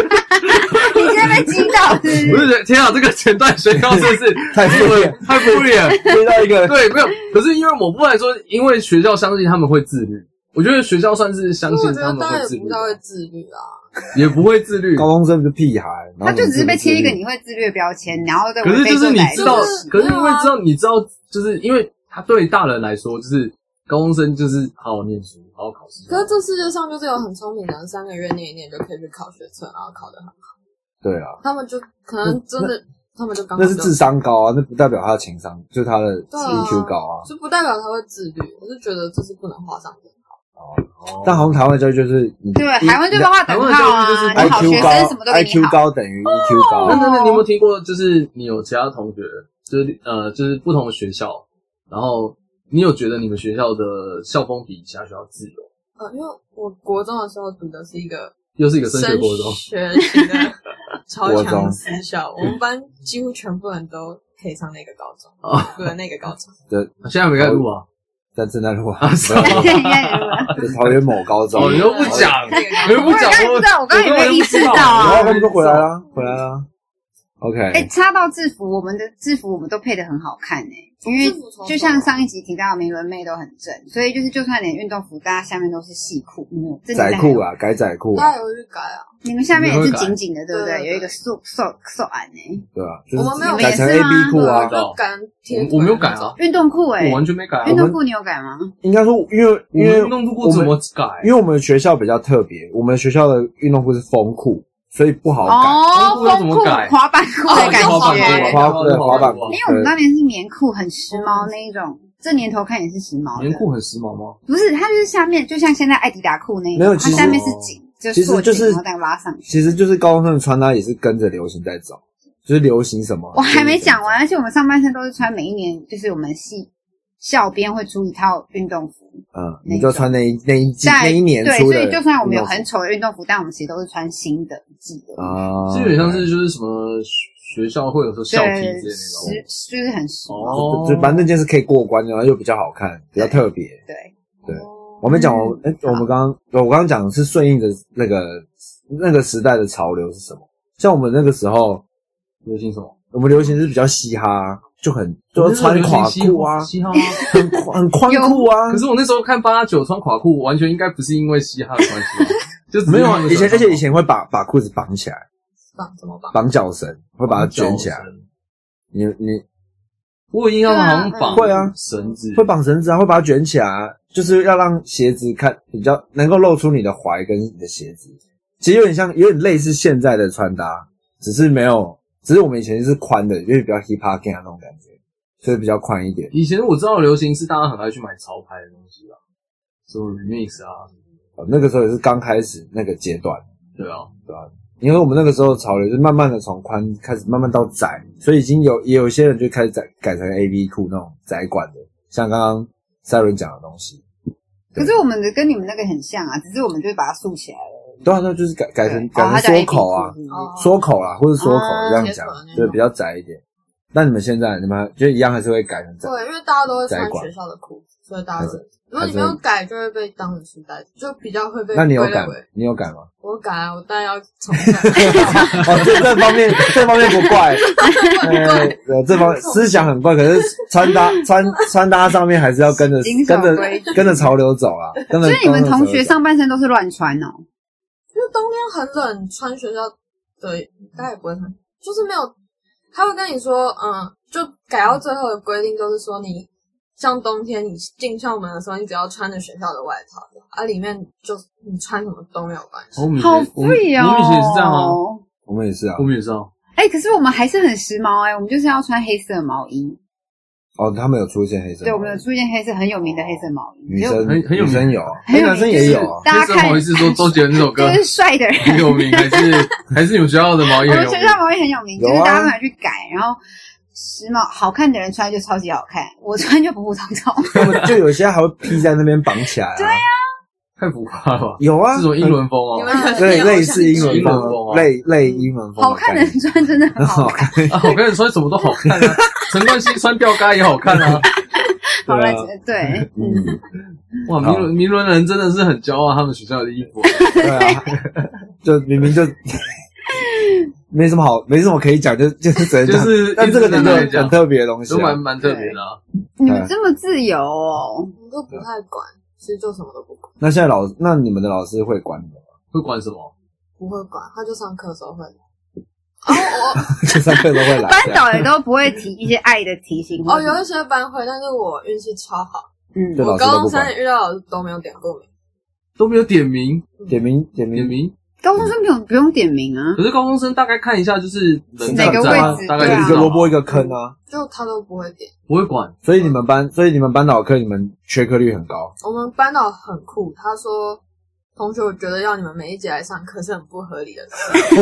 [SPEAKER 4] 问。
[SPEAKER 3] 你现在被击倒是不是
[SPEAKER 4] 我就觉得天啊，这个前段学校真是
[SPEAKER 2] 太敷衍，
[SPEAKER 4] 太敷衍。
[SPEAKER 2] 遇到一个
[SPEAKER 4] 对，没有。可是因为某部分来说，因为学校相信他们会自律，我觉得学校算是相
[SPEAKER 5] 可是
[SPEAKER 4] 信
[SPEAKER 5] 我觉
[SPEAKER 4] 他
[SPEAKER 5] 得
[SPEAKER 4] 们
[SPEAKER 5] 大家
[SPEAKER 4] 会
[SPEAKER 5] 也
[SPEAKER 4] 自律
[SPEAKER 5] 不，太会自律啊。
[SPEAKER 4] 也不会自律。
[SPEAKER 2] 高中生就屁孩，然后
[SPEAKER 3] 他就只是被贴一个
[SPEAKER 2] 你
[SPEAKER 3] 你会自虐标签，然后对
[SPEAKER 4] 可是
[SPEAKER 3] 被
[SPEAKER 4] 就是
[SPEAKER 3] 做
[SPEAKER 4] 你
[SPEAKER 3] 宰
[SPEAKER 4] 知道
[SPEAKER 5] 就是，
[SPEAKER 4] 可是因
[SPEAKER 5] 没
[SPEAKER 4] 为
[SPEAKER 5] 有啊
[SPEAKER 4] 知道你知道，就是因为他对大人来说，就是高中生就是好好念书，好好考试。
[SPEAKER 5] 可是这世界上就是有很聪明的人，三个月念一念就可以去考学测，然后考得很好。
[SPEAKER 2] 自律对啊，
[SPEAKER 5] 他们就可能真的，他们就
[SPEAKER 3] 哦
[SPEAKER 5] 刚好
[SPEAKER 2] 那是
[SPEAKER 5] 就
[SPEAKER 2] 智商高啊，那不代表他的情商，就他的
[SPEAKER 5] 对啊
[SPEAKER 2] EQ 高啊。
[SPEAKER 5] 就不代表他会自律。我是觉得这是不能画上等号。
[SPEAKER 4] 哦
[SPEAKER 2] 但好像台湾教育就是你
[SPEAKER 3] 对，台湾就被画等号啊，
[SPEAKER 4] 台湾
[SPEAKER 3] 你好
[SPEAKER 4] 教育
[SPEAKER 3] 学
[SPEAKER 4] 就是
[SPEAKER 2] ，IQ 高
[SPEAKER 3] 生什么都给你
[SPEAKER 2] ，IQ
[SPEAKER 3] 好，
[SPEAKER 2] 高等于 EQ
[SPEAKER 4] 那
[SPEAKER 2] 高，啊
[SPEAKER 4] 那那，你有没有听过？就是你有其他同学，就是呃，就是不同的学校，然后你有觉得你们学校的校风比其他学校自由，
[SPEAKER 5] 呃，因为我国中的时候读的是一个
[SPEAKER 4] 又是一个升
[SPEAKER 5] 升
[SPEAKER 4] 学国中，
[SPEAKER 5] 学 型的超
[SPEAKER 2] 国中
[SPEAKER 5] 强私校，我们班几乎全部人都可以上那个高中
[SPEAKER 4] 哦，
[SPEAKER 5] 不是那个高中。
[SPEAKER 4] 现在没开录啊？
[SPEAKER 2] 在正在录啊，
[SPEAKER 4] 啊，是吗
[SPEAKER 3] 现在
[SPEAKER 2] 就
[SPEAKER 3] 也
[SPEAKER 2] 桃园某高中。
[SPEAKER 4] 哦，你又不讲，你又不讲，
[SPEAKER 3] 我哎刚才不知道我刚才也没意识到啊
[SPEAKER 2] 然后他们都回来啦，回来啦。
[SPEAKER 3] 哎，
[SPEAKER 2] OK，
[SPEAKER 3] 插到制服，我们的制服我们都配的很好看哎，因为
[SPEAKER 5] 制服从头
[SPEAKER 3] 就像上一集提到，美伦妹都很正，所以就是就算连运动服，大家下面都是细裤，嗯，这
[SPEAKER 2] 窄
[SPEAKER 3] 年代
[SPEAKER 2] 裤啊，改窄裤
[SPEAKER 3] 哦
[SPEAKER 2] 啊，
[SPEAKER 5] 他有去改啊，
[SPEAKER 3] 你们下面也
[SPEAKER 4] 你
[SPEAKER 3] 是
[SPEAKER 4] 会改
[SPEAKER 3] 紧紧的，对不
[SPEAKER 5] 对对
[SPEAKER 3] 对？
[SPEAKER 5] 对
[SPEAKER 3] 有一个瘦瘦瘦安哎，
[SPEAKER 2] 对啊，
[SPEAKER 5] 我
[SPEAKER 2] 就
[SPEAKER 5] 们没有
[SPEAKER 2] 是改成
[SPEAKER 3] 也
[SPEAKER 2] A
[SPEAKER 3] 是吗
[SPEAKER 2] B 裤啊
[SPEAKER 5] 我。就改贴腿
[SPEAKER 4] 我我没有改啊，
[SPEAKER 3] 运动裤哎
[SPEAKER 4] 我，完全没改啊
[SPEAKER 3] 运
[SPEAKER 2] 我。
[SPEAKER 3] 动
[SPEAKER 2] 们
[SPEAKER 3] 裤你有改吗？
[SPEAKER 2] 应该说，因为
[SPEAKER 4] 我
[SPEAKER 2] 因
[SPEAKER 4] 们
[SPEAKER 2] 为
[SPEAKER 4] 运动裤怎么改？
[SPEAKER 2] 因为我们学校比较特别，我们学校的运动裤是风裤，所以不好改。
[SPEAKER 3] 哦，
[SPEAKER 4] 风裤要
[SPEAKER 3] 风
[SPEAKER 4] 怎么
[SPEAKER 3] 裤
[SPEAKER 4] 改、
[SPEAKER 3] 滑板裤的感
[SPEAKER 5] 哦
[SPEAKER 3] 觉，
[SPEAKER 4] 啊
[SPEAKER 2] 滑板对滑板
[SPEAKER 4] 裤
[SPEAKER 3] 因为我们当年是棉裤，很时髦那一种，这年头看也是时髦的。
[SPEAKER 4] 棉裤很时髦吗？
[SPEAKER 3] 不是，它就是下面就像现在艾迪达裤那一
[SPEAKER 2] 没有
[SPEAKER 3] 种，
[SPEAKER 2] 其
[SPEAKER 3] 它
[SPEAKER 2] 实
[SPEAKER 3] 下面是紧，就
[SPEAKER 2] 其实
[SPEAKER 3] 缩
[SPEAKER 2] 就
[SPEAKER 3] 紧，
[SPEAKER 2] 是
[SPEAKER 3] 然后再拉上去。
[SPEAKER 2] 其实就是高中生的穿搭也是跟着流行在走，就是流行什么。
[SPEAKER 3] 我还没讲完，而且我们上半身都是穿每一年，就是我们系校边会出一套运动服，
[SPEAKER 2] 嗯，你就穿那一那一季
[SPEAKER 3] 在
[SPEAKER 2] 那一年
[SPEAKER 3] 对，
[SPEAKER 2] 出
[SPEAKER 3] 所
[SPEAKER 2] 的
[SPEAKER 3] 以
[SPEAKER 2] 运动服。
[SPEAKER 3] 就算我们有很丑的运动服，但我们其实都是穿新的季的。
[SPEAKER 2] 啊，
[SPEAKER 4] 基本上是就是什么学校会有时候校 T
[SPEAKER 3] 对，
[SPEAKER 4] 之类的那
[SPEAKER 3] 时就是很时髦，
[SPEAKER 4] 哦
[SPEAKER 2] 就就反正那件是可以过关的，然后又比较好看，比较特别。
[SPEAKER 3] 对，
[SPEAKER 2] 对我们讲，
[SPEAKER 4] 嗯
[SPEAKER 2] 哎、我们刚刚我刚刚讲的是顺应着那个那个时代的潮流是什么？像我们那个时候，
[SPEAKER 4] 种，流行什么？
[SPEAKER 2] 我们流行是比较嘻哈，就很就穿垮裤啊，
[SPEAKER 4] 嘻哈。
[SPEAKER 2] 很宽很宽裤 啊
[SPEAKER 4] 可。是我那时候看八九穿垮裤，完全应该不是因为嘻哈的关系，就
[SPEAKER 2] 没有啊，以前而且以前会把把裤子绑起来，
[SPEAKER 5] 绑怎么绑？
[SPEAKER 2] 绑脚绳，会把它卷起来。。你你
[SPEAKER 4] 我有印象好像绑
[SPEAKER 2] 会啊
[SPEAKER 4] 绳子，
[SPEAKER 2] 会绑绳子啊，会把它卷起来啊，就是要让鞋子看比较能够露出你的踝跟你的鞋子。其实有点像，有点类似现在的穿搭，只是没有，只是我们以前是宽的，因为比较 hip hop gang 那种感觉，所以比较宽一点。
[SPEAKER 4] 以前我知道流行是大家很爱去买潮牌的东西啊，什么 remix 啊，
[SPEAKER 2] 呃那个时候也是刚开始那个阶段，
[SPEAKER 4] 对啊，
[SPEAKER 2] 因为我们那个时候潮流就是慢慢的从宽开始，慢慢到窄，所以已经有也有些人就开始改改成 A V 裤那种窄管的，像刚刚赛伦讲的东西。
[SPEAKER 3] 可是我们的跟你们那个很像啊，只是我们就把它竖起来了而已。
[SPEAKER 2] 对啊，那就是改改成改
[SPEAKER 3] 哦，
[SPEAKER 2] 成
[SPEAKER 3] 它叫
[SPEAKER 2] 缩口啊
[SPEAKER 3] APP，是不是
[SPEAKER 5] 哦
[SPEAKER 2] 缩口啦，或者缩口
[SPEAKER 3] 啊
[SPEAKER 2] 这样讲
[SPEAKER 5] 解锁的那，种
[SPEAKER 2] 对，比较窄一点。那你们现在你们就一样还是会改成窄？
[SPEAKER 5] 对，因为大家都会穿
[SPEAKER 2] 窄管
[SPEAKER 5] 学校的裤子，所以大家
[SPEAKER 2] 还
[SPEAKER 5] 都如果你没有改，就会被当成书呆子，就比较会被
[SPEAKER 2] 那你有
[SPEAKER 5] 归类
[SPEAKER 2] 改吗
[SPEAKER 5] 为？
[SPEAKER 2] 你有改吗？
[SPEAKER 5] 我改啊，我当然要重改。啊
[SPEAKER 2] 哦，这这方面这方面不 怪，呃，呃这方思想很怪，可是穿搭穿穿搭上面还是要跟着
[SPEAKER 3] 谨守
[SPEAKER 2] 跟着
[SPEAKER 3] 规
[SPEAKER 2] 跟着潮流走 啦。跟着
[SPEAKER 3] 所以你们同学
[SPEAKER 2] 跟着潮流走
[SPEAKER 3] 上半身都是乱穿哦，
[SPEAKER 5] 因为冬天很冷，穿学校的大家也不会穿，就是没有，他会跟你说，嗯，就改到最后的规定就是说你，像冬天你进校门的时候，你只要穿着学校的外套，啊，里面就你穿什么都没有关系。
[SPEAKER 2] Oh
[SPEAKER 4] 我们以前
[SPEAKER 3] 好贵
[SPEAKER 4] 我们
[SPEAKER 3] 哦。
[SPEAKER 4] 我们以前也是这样啊，
[SPEAKER 2] 我们也是啊
[SPEAKER 4] 我，们也是啊。
[SPEAKER 3] 哎、可是我们还是很时髦哎、我们就是要穿黑色毛衣。
[SPEAKER 2] 哦，他们有出现黑色，
[SPEAKER 3] 对，我们有出现黑色很有名的黑色毛衣，
[SPEAKER 2] 女
[SPEAKER 3] 就
[SPEAKER 2] 生
[SPEAKER 4] 很很有
[SPEAKER 2] 女
[SPEAKER 4] 名啊
[SPEAKER 2] 生有，
[SPEAKER 3] 很有名
[SPEAKER 2] 男生也有啊，
[SPEAKER 3] 大家
[SPEAKER 4] 黑色
[SPEAKER 3] 看
[SPEAKER 4] 毛衣是说周杰伦那首歌
[SPEAKER 3] 就是帅的人。
[SPEAKER 4] 很有名，还是还是你们学校的毛衣
[SPEAKER 3] 我
[SPEAKER 4] 很
[SPEAKER 3] 们
[SPEAKER 4] 有名
[SPEAKER 3] 学？校毛衣很有名，
[SPEAKER 2] 有
[SPEAKER 3] 就
[SPEAKER 2] 啊
[SPEAKER 3] 是大家都拿去改，然后时髦好看的人穿就超级好看，我穿就普普通通。
[SPEAKER 2] 他们就有些还会披在那边绑起来。对啊，
[SPEAKER 4] 太浮夸了吧？
[SPEAKER 2] 有啊，
[SPEAKER 4] 这种英伦风哦
[SPEAKER 5] 你，们很
[SPEAKER 2] 类类似英
[SPEAKER 4] 英
[SPEAKER 2] 文
[SPEAKER 4] 伦
[SPEAKER 2] 风
[SPEAKER 4] 风
[SPEAKER 2] 啊，
[SPEAKER 4] 啊
[SPEAKER 2] 类类英文风，
[SPEAKER 3] 好看的人穿真的很好看。
[SPEAKER 4] 啊，我跟你说，什么都好看啊。陈冠希穿吊嘎也好看啊。
[SPEAKER 3] 好了
[SPEAKER 2] 对啊，
[SPEAKER 3] 对，
[SPEAKER 2] 嗯，
[SPEAKER 4] 哇，
[SPEAKER 2] 好
[SPEAKER 4] 名伦名伦人真的是很骄傲他们学校的衣服。
[SPEAKER 2] 对啊，
[SPEAKER 4] 嗯
[SPEAKER 2] 就明 明就没什么好，没什么可以讲，就就是只能讲
[SPEAKER 4] 就是
[SPEAKER 2] 但这个
[SPEAKER 4] 一直在
[SPEAKER 2] 真
[SPEAKER 4] 那里
[SPEAKER 2] 的
[SPEAKER 4] 讲
[SPEAKER 2] 很特别的东西
[SPEAKER 4] 都
[SPEAKER 2] 啊
[SPEAKER 4] 蛮，蛮特别的啊。
[SPEAKER 3] 你们这么自由哦，
[SPEAKER 5] 我们都不太管，
[SPEAKER 2] 啊
[SPEAKER 5] 其实就什么都不管，
[SPEAKER 2] 那现在老那你们的老师会管你们吗？
[SPEAKER 4] 会管什么？
[SPEAKER 5] 不会管，他就上课的时候会。
[SPEAKER 2] 嗯
[SPEAKER 5] 哦，
[SPEAKER 2] 就上课都会来。
[SPEAKER 3] 班导也都不会提一些爱的提醒
[SPEAKER 5] 我
[SPEAKER 3] 或
[SPEAKER 5] 哦，
[SPEAKER 3] 者什么。
[SPEAKER 5] 有一些班会，但是我运气超好，
[SPEAKER 2] 对
[SPEAKER 3] 嗯，
[SPEAKER 2] 老
[SPEAKER 5] 我
[SPEAKER 2] 师都
[SPEAKER 5] 高
[SPEAKER 2] 不
[SPEAKER 5] 中三
[SPEAKER 2] 管，
[SPEAKER 5] 年遇到的老师都没有点过名。
[SPEAKER 4] 都没有点名，
[SPEAKER 2] 点名点名
[SPEAKER 4] 点名。
[SPEAKER 3] 高中生不用不用点名啊。
[SPEAKER 2] 嗯
[SPEAKER 4] 可是高中生大概看一下就是人
[SPEAKER 3] 哪个
[SPEAKER 4] 在不在啊
[SPEAKER 3] 位置
[SPEAKER 4] 大
[SPEAKER 2] 对
[SPEAKER 4] 概
[SPEAKER 2] 啊
[SPEAKER 4] 就
[SPEAKER 2] 一
[SPEAKER 4] 知
[SPEAKER 2] 个
[SPEAKER 4] 道
[SPEAKER 2] 萝卜一个坑啊。
[SPEAKER 5] 就他都不会点。
[SPEAKER 4] 不会管。
[SPEAKER 2] 所以你们班，所以你们班导课你们缺课率很高，
[SPEAKER 5] 我们班导很酷，他说：“同学，我觉得要你们每一节来上课是很不合理的事，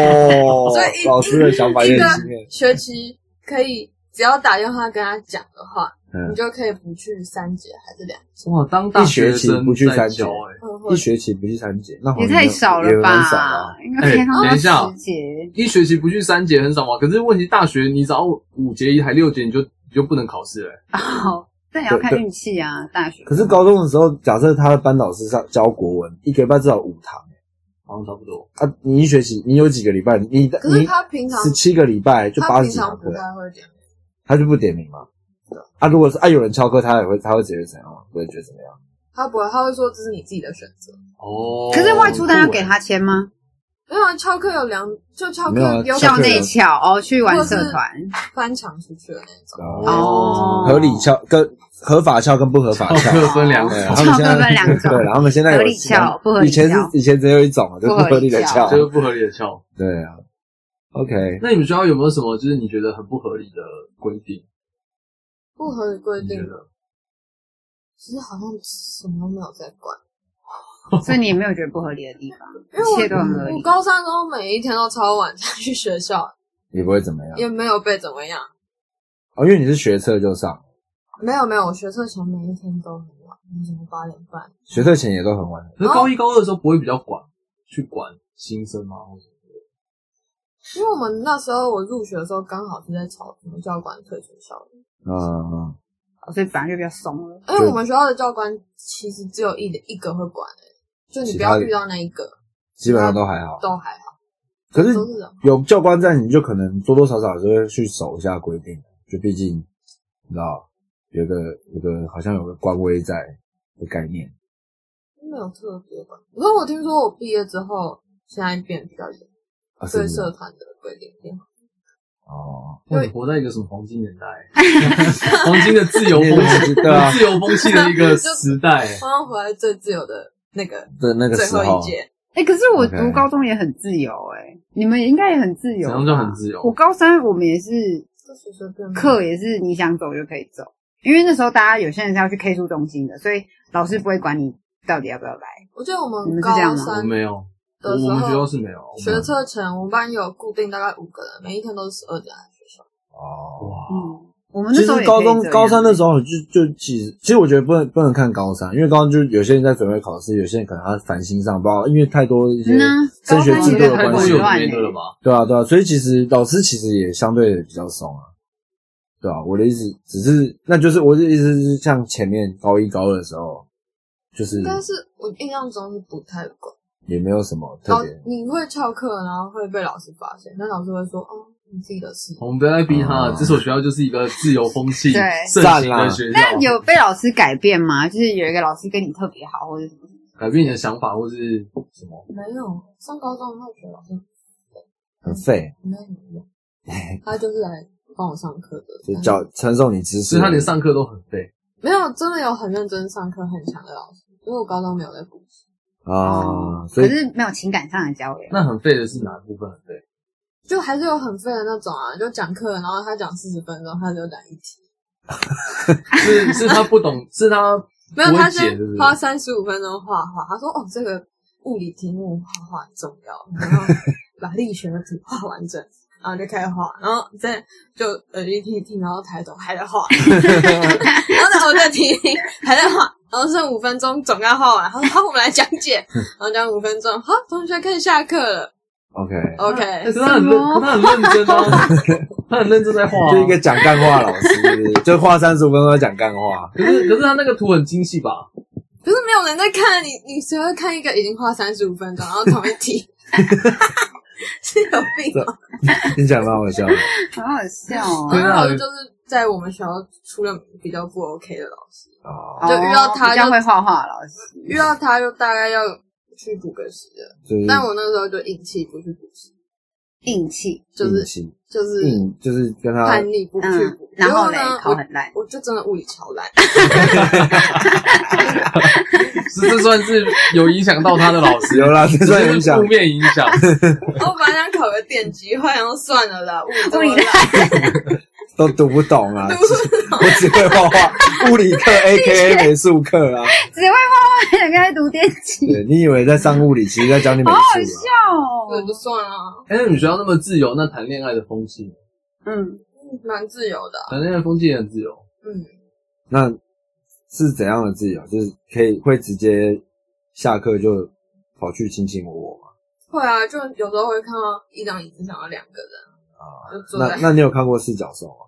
[SPEAKER 2] 哦
[SPEAKER 5] 所以 一
[SPEAKER 2] 老师的想法有
[SPEAKER 5] 一
[SPEAKER 2] 点
[SPEAKER 5] 个
[SPEAKER 2] 激烈。
[SPEAKER 5] 学期可以只要打电话跟他讲的话，你
[SPEAKER 2] 嗯，
[SPEAKER 5] 就可以不去三节还是两节。
[SPEAKER 4] 哇，当大学
[SPEAKER 2] 一学期
[SPEAKER 4] 生
[SPEAKER 2] 不去
[SPEAKER 4] 在
[SPEAKER 2] 三节
[SPEAKER 4] 教哎，
[SPEAKER 5] 会
[SPEAKER 2] 一
[SPEAKER 5] 会
[SPEAKER 2] 学期不去三节，那好像
[SPEAKER 3] 也太少
[SPEAKER 2] 也
[SPEAKER 3] 了
[SPEAKER 2] 也很少啊
[SPEAKER 3] 吧？应该开放
[SPEAKER 4] 哎
[SPEAKER 3] 到
[SPEAKER 4] 等一下
[SPEAKER 3] 十节。
[SPEAKER 4] 一学期不去三节很少嘛。可是问题大学你只要五节还六节你就你就不能考试了。欸
[SPEAKER 3] 哦，但也要看运气啊，大学。
[SPEAKER 2] 可是高中的时候，假设他的班导师上教国文，一个礼拜至少五堂欸
[SPEAKER 4] 好像差不多。
[SPEAKER 2] 啊，你一学期你有几个礼拜？你
[SPEAKER 5] 可是
[SPEAKER 2] 你
[SPEAKER 5] 他平常
[SPEAKER 2] 十七个礼拜就
[SPEAKER 5] 他
[SPEAKER 2] 八十
[SPEAKER 5] 平
[SPEAKER 2] 几
[SPEAKER 5] 常
[SPEAKER 2] 堂
[SPEAKER 5] 不
[SPEAKER 2] 课，欸
[SPEAKER 5] 太会点，
[SPEAKER 2] 他就不点名嘛。啊，如果是啊有人翘课，他也会他会直接怎样吗？不会觉得怎么样？
[SPEAKER 5] 他不会，他会说这是你自己的选择。
[SPEAKER 4] 哦，
[SPEAKER 3] 可是外出单要
[SPEAKER 4] 对
[SPEAKER 3] 给他签吗？
[SPEAKER 5] 没有啊，翘课有两，就翘
[SPEAKER 2] 没有啊
[SPEAKER 5] 课有
[SPEAKER 2] 翘
[SPEAKER 3] 校
[SPEAKER 2] 课
[SPEAKER 3] 内
[SPEAKER 2] 有
[SPEAKER 3] 巧哦，去玩社团。
[SPEAKER 5] 翻墙出去的那种。
[SPEAKER 2] 啊，
[SPEAKER 3] 哦
[SPEAKER 2] 合理翘跟合法翘跟不合法翘。
[SPEAKER 4] 翘课分两种
[SPEAKER 2] 对，啊
[SPEAKER 3] 哦
[SPEAKER 2] 他们
[SPEAKER 3] 翘
[SPEAKER 2] 现
[SPEAKER 3] 课
[SPEAKER 2] 在
[SPEAKER 3] 分两种。
[SPEAKER 2] 对，然后他们现在有
[SPEAKER 3] 合理翘不合理
[SPEAKER 2] 以前是
[SPEAKER 3] 翘
[SPEAKER 2] 以前只有一种，啊就
[SPEAKER 3] 不
[SPEAKER 2] 不
[SPEAKER 3] 合
[SPEAKER 2] 合理
[SPEAKER 3] 理
[SPEAKER 2] 的
[SPEAKER 3] 翘
[SPEAKER 2] 翘
[SPEAKER 4] 这。个不合理的翘。
[SPEAKER 2] 对啊，OK，
[SPEAKER 4] 那你们学校有没有什么就是你觉得很不合理的规定？
[SPEAKER 5] 不合理规
[SPEAKER 4] 你觉
[SPEAKER 5] 定，
[SPEAKER 3] 嗯
[SPEAKER 4] 得？
[SPEAKER 5] 其实好像什么都没有在管。
[SPEAKER 3] 所以你也没有觉得不合理的地方，
[SPEAKER 5] 啊 因为
[SPEAKER 3] 一切都很合
[SPEAKER 5] 我我
[SPEAKER 3] 理。
[SPEAKER 5] 高三的时候每一天都超晚才去学校，
[SPEAKER 2] 也不会怎么样。
[SPEAKER 5] 也没有被怎么样。
[SPEAKER 2] 哦，因为你是学测就上，
[SPEAKER 5] 没有没有，我学测前每一天都很晚，那什么八点半，
[SPEAKER 2] 学测前也都很晚。
[SPEAKER 4] 可是
[SPEAKER 3] 哦
[SPEAKER 4] 高一高二的时候不会比较管去管新生吗？或者
[SPEAKER 5] 因为我们那时候我入学的时候刚好是在吵什么教官退学校的，
[SPEAKER 2] 嗯，
[SPEAKER 3] 哦所以本来就比较松了。
[SPEAKER 5] 因为我们学校的教官其实只有一一个会管、欸，就你不
[SPEAKER 2] 其他
[SPEAKER 5] 要
[SPEAKER 2] 的
[SPEAKER 5] 遇到那一个
[SPEAKER 2] 基本上都还好。
[SPEAKER 5] 都还好，
[SPEAKER 2] 可是
[SPEAKER 5] 都是这样。
[SPEAKER 2] 有教官在，你就可能多多少少就会去守一下规定，就毕竟你知道有个有个好像有个官威在的概念。
[SPEAKER 5] 没有特别管。可是我听说我毕业之后，现在变比较严，
[SPEAKER 2] 啊，是
[SPEAKER 5] 对
[SPEAKER 2] 不是
[SPEAKER 5] 社团的规定变好。
[SPEAKER 2] 哦，
[SPEAKER 4] 哇
[SPEAKER 5] 对
[SPEAKER 4] 你活在一个什么黄金年代？ 黄金的自由风气，
[SPEAKER 2] 对啊
[SPEAKER 4] 自由风气的一个时代。
[SPEAKER 5] 刚刚回来最自由的那个
[SPEAKER 2] 的哎那个
[SPEAKER 5] 最
[SPEAKER 2] 时
[SPEAKER 5] 后
[SPEAKER 2] 候
[SPEAKER 5] 一，节，
[SPEAKER 3] 哎、可是我
[SPEAKER 2] OK
[SPEAKER 3] 读高中也很自由哎、你们也应该也很自由吧。
[SPEAKER 4] 怎样叫很自由
[SPEAKER 3] 我高三我们也是
[SPEAKER 5] 就随随便便
[SPEAKER 3] 课也是你想走就可以走，因为那时候大家有些人是要去 K 书中心的，所以老师不会管你到底要不要来。
[SPEAKER 5] 我记得我
[SPEAKER 3] 你
[SPEAKER 5] 们
[SPEAKER 3] 们是
[SPEAKER 5] 高
[SPEAKER 3] 这样吗
[SPEAKER 4] 我
[SPEAKER 5] 三
[SPEAKER 4] 没有，我
[SPEAKER 5] 的时
[SPEAKER 4] 我们学校
[SPEAKER 5] 候，
[SPEAKER 4] 是没有。
[SPEAKER 5] 学测前我们班有固定大概五个人，每一天都是十二点来学校。
[SPEAKER 2] 哦，
[SPEAKER 4] 哇，
[SPEAKER 3] 嗯，我们
[SPEAKER 2] 其
[SPEAKER 3] 那
[SPEAKER 2] 实
[SPEAKER 3] 时候也
[SPEAKER 2] 高
[SPEAKER 3] 可以
[SPEAKER 2] 中
[SPEAKER 3] 这样
[SPEAKER 2] 高三的时候就就其实其实我觉得不能不能看高三，因为高三就有些人在准备考试，有些人可能他烦心上报，因为太多一些
[SPEAKER 3] 嗯呐
[SPEAKER 2] 升学制度的
[SPEAKER 3] 高三也
[SPEAKER 4] 太
[SPEAKER 2] 关
[SPEAKER 4] 多
[SPEAKER 3] 很
[SPEAKER 2] 系
[SPEAKER 4] 有
[SPEAKER 3] 混，乱
[SPEAKER 4] 别
[SPEAKER 3] 欸
[SPEAKER 4] 的了吧？
[SPEAKER 2] 对啊对啊，所以其实老师其实也相对比较松啊，对啊，我的意思只是那就是我的意思是像前面高一高二的时候，就是
[SPEAKER 5] 但是我印象中是不太管，
[SPEAKER 2] 也没有什么
[SPEAKER 5] 然后
[SPEAKER 2] 特别。
[SPEAKER 5] 你会翘课，然后会被老师发现，但老师会说：“哦，你自己的事。
[SPEAKER 4] 我们不要再逼他了，
[SPEAKER 2] 哦
[SPEAKER 4] 这所学校就是一个自由风气
[SPEAKER 3] 对
[SPEAKER 4] 盛行的学
[SPEAKER 2] 啊
[SPEAKER 4] 校。
[SPEAKER 3] 那有被老师改变吗？就是有一个老师跟你特别好，或者什么？
[SPEAKER 4] 改变你的想法或是什么？”
[SPEAKER 5] 没有，上高中那学老师
[SPEAKER 2] 很废，
[SPEAKER 5] 没有用，他就是来帮我上课的。
[SPEAKER 2] 就教传授你知识。
[SPEAKER 4] 所以他连上课都很废。
[SPEAKER 5] 没有，真的有很认真上课很强的老师，因为我高中没有在补习，哦
[SPEAKER 2] 啊，所
[SPEAKER 3] 可
[SPEAKER 2] 以
[SPEAKER 3] 是没有情感上的交流。
[SPEAKER 4] 那很废的是哪部分很废？
[SPEAKER 5] 就还是有很废的那种啊，就讲课，然后他讲四十分钟，他就讲一题，
[SPEAKER 4] 是是他不懂，是他
[SPEAKER 5] 没有，
[SPEAKER 4] 不会
[SPEAKER 5] 他
[SPEAKER 4] 解
[SPEAKER 5] 先
[SPEAKER 4] 是不是
[SPEAKER 5] 花三十五分钟画画，他说：“哦，这个物理题目画画很重要。”然后把力学的图画完整，然后就开始画，然后再就耳机听一听，然后抬头还在画，然后再耳再听一听还在画，然后剩五分钟总要画完。他说：“好，我们来讲解。”然后讲五分钟，好，同学可以下课了。
[SPEAKER 2] OK，
[SPEAKER 5] 哦
[SPEAKER 4] 可
[SPEAKER 5] OK，
[SPEAKER 4] 是他很认，可是他很认真啊，他很认真在画啊、
[SPEAKER 2] 就一个讲干话老师，是不是就画三十五分钟在讲干话。
[SPEAKER 4] 可是可是他那个图很精细吧？
[SPEAKER 5] 可是没有人在看你，你谁会看一个已经画三十五分钟，然后同一 题？是有病吗？
[SPEAKER 2] 你讲蛮好笑啊的，
[SPEAKER 3] 好好笑哦
[SPEAKER 4] 对！
[SPEAKER 5] 然
[SPEAKER 4] 啊
[SPEAKER 5] 后就是在我们学校出了比较不 OK 的老师，
[SPEAKER 2] 哦，
[SPEAKER 3] 哦
[SPEAKER 5] 就遇到他
[SPEAKER 3] 比较
[SPEAKER 5] 就
[SPEAKER 3] 会画画的老师，
[SPEAKER 5] 遇到他就大概要去补个习了。
[SPEAKER 4] 嗯
[SPEAKER 2] 就是
[SPEAKER 5] 但我那时候就硬气不去补习，
[SPEAKER 3] 硬气，
[SPEAKER 5] 就
[SPEAKER 4] 嗯
[SPEAKER 5] 是
[SPEAKER 2] 硬气
[SPEAKER 5] 就是
[SPEAKER 2] 硬就是跟他
[SPEAKER 5] 叛逆不去
[SPEAKER 3] 嗯
[SPEAKER 5] 补。，
[SPEAKER 3] 然后嘞
[SPEAKER 5] 呢，
[SPEAKER 3] 考
[SPEAKER 5] 我
[SPEAKER 3] 很烂，
[SPEAKER 5] 我就真的物理超烂，
[SPEAKER 4] 是这算是有影响到他的老师，
[SPEAKER 2] 有啦，这算影响
[SPEAKER 4] 负。面影响。
[SPEAKER 5] 我本来想考个电机，后来想说算了啦，物理这
[SPEAKER 3] 物
[SPEAKER 5] 么
[SPEAKER 3] 理
[SPEAKER 5] 烂，
[SPEAKER 2] 都读不懂啊，
[SPEAKER 5] 读不
[SPEAKER 2] 我只会画画，物理课 A K A 美术课啊。
[SPEAKER 3] 只会画画，还想跟他读电器，
[SPEAKER 2] 对你以为在上物理，其实在教你美
[SPEAKER 3] 好
[SPEAKER 2] 术
[SPEAKER 3] 好
[SPEAKER 2] 啊。
[SPEAKER 3] 笑
[SPEAKER 5] 我就
[SPEAKER 3] 哦！
[SPEAKER 5] 算啊了，
[SPEAKER 4] 哎、那你学校那么自由，那谈恋爱的风气呢，
[SPEAKER 3] 嗯，
[SPEAKER 5] 蛮自由的啊。
[SPEAKER 4] 谈恋爱的风气也很自由。
[SPEAKER 5] 嗯，
[SPEAKER 2] 那是怎样的自由？就是可以会直接下课就跑去亲亲我我吗？
[SPEAKER 5] 会啊，就有时候会看到一张椅子上有两个人，
[SPEAKER 2] 啊，
[SPEAKER 5] 就坐
[SPEAKER 2] 那
[SPEAKER 5] 在。
[SPEAKER 2] 那你有看过四角兽吗？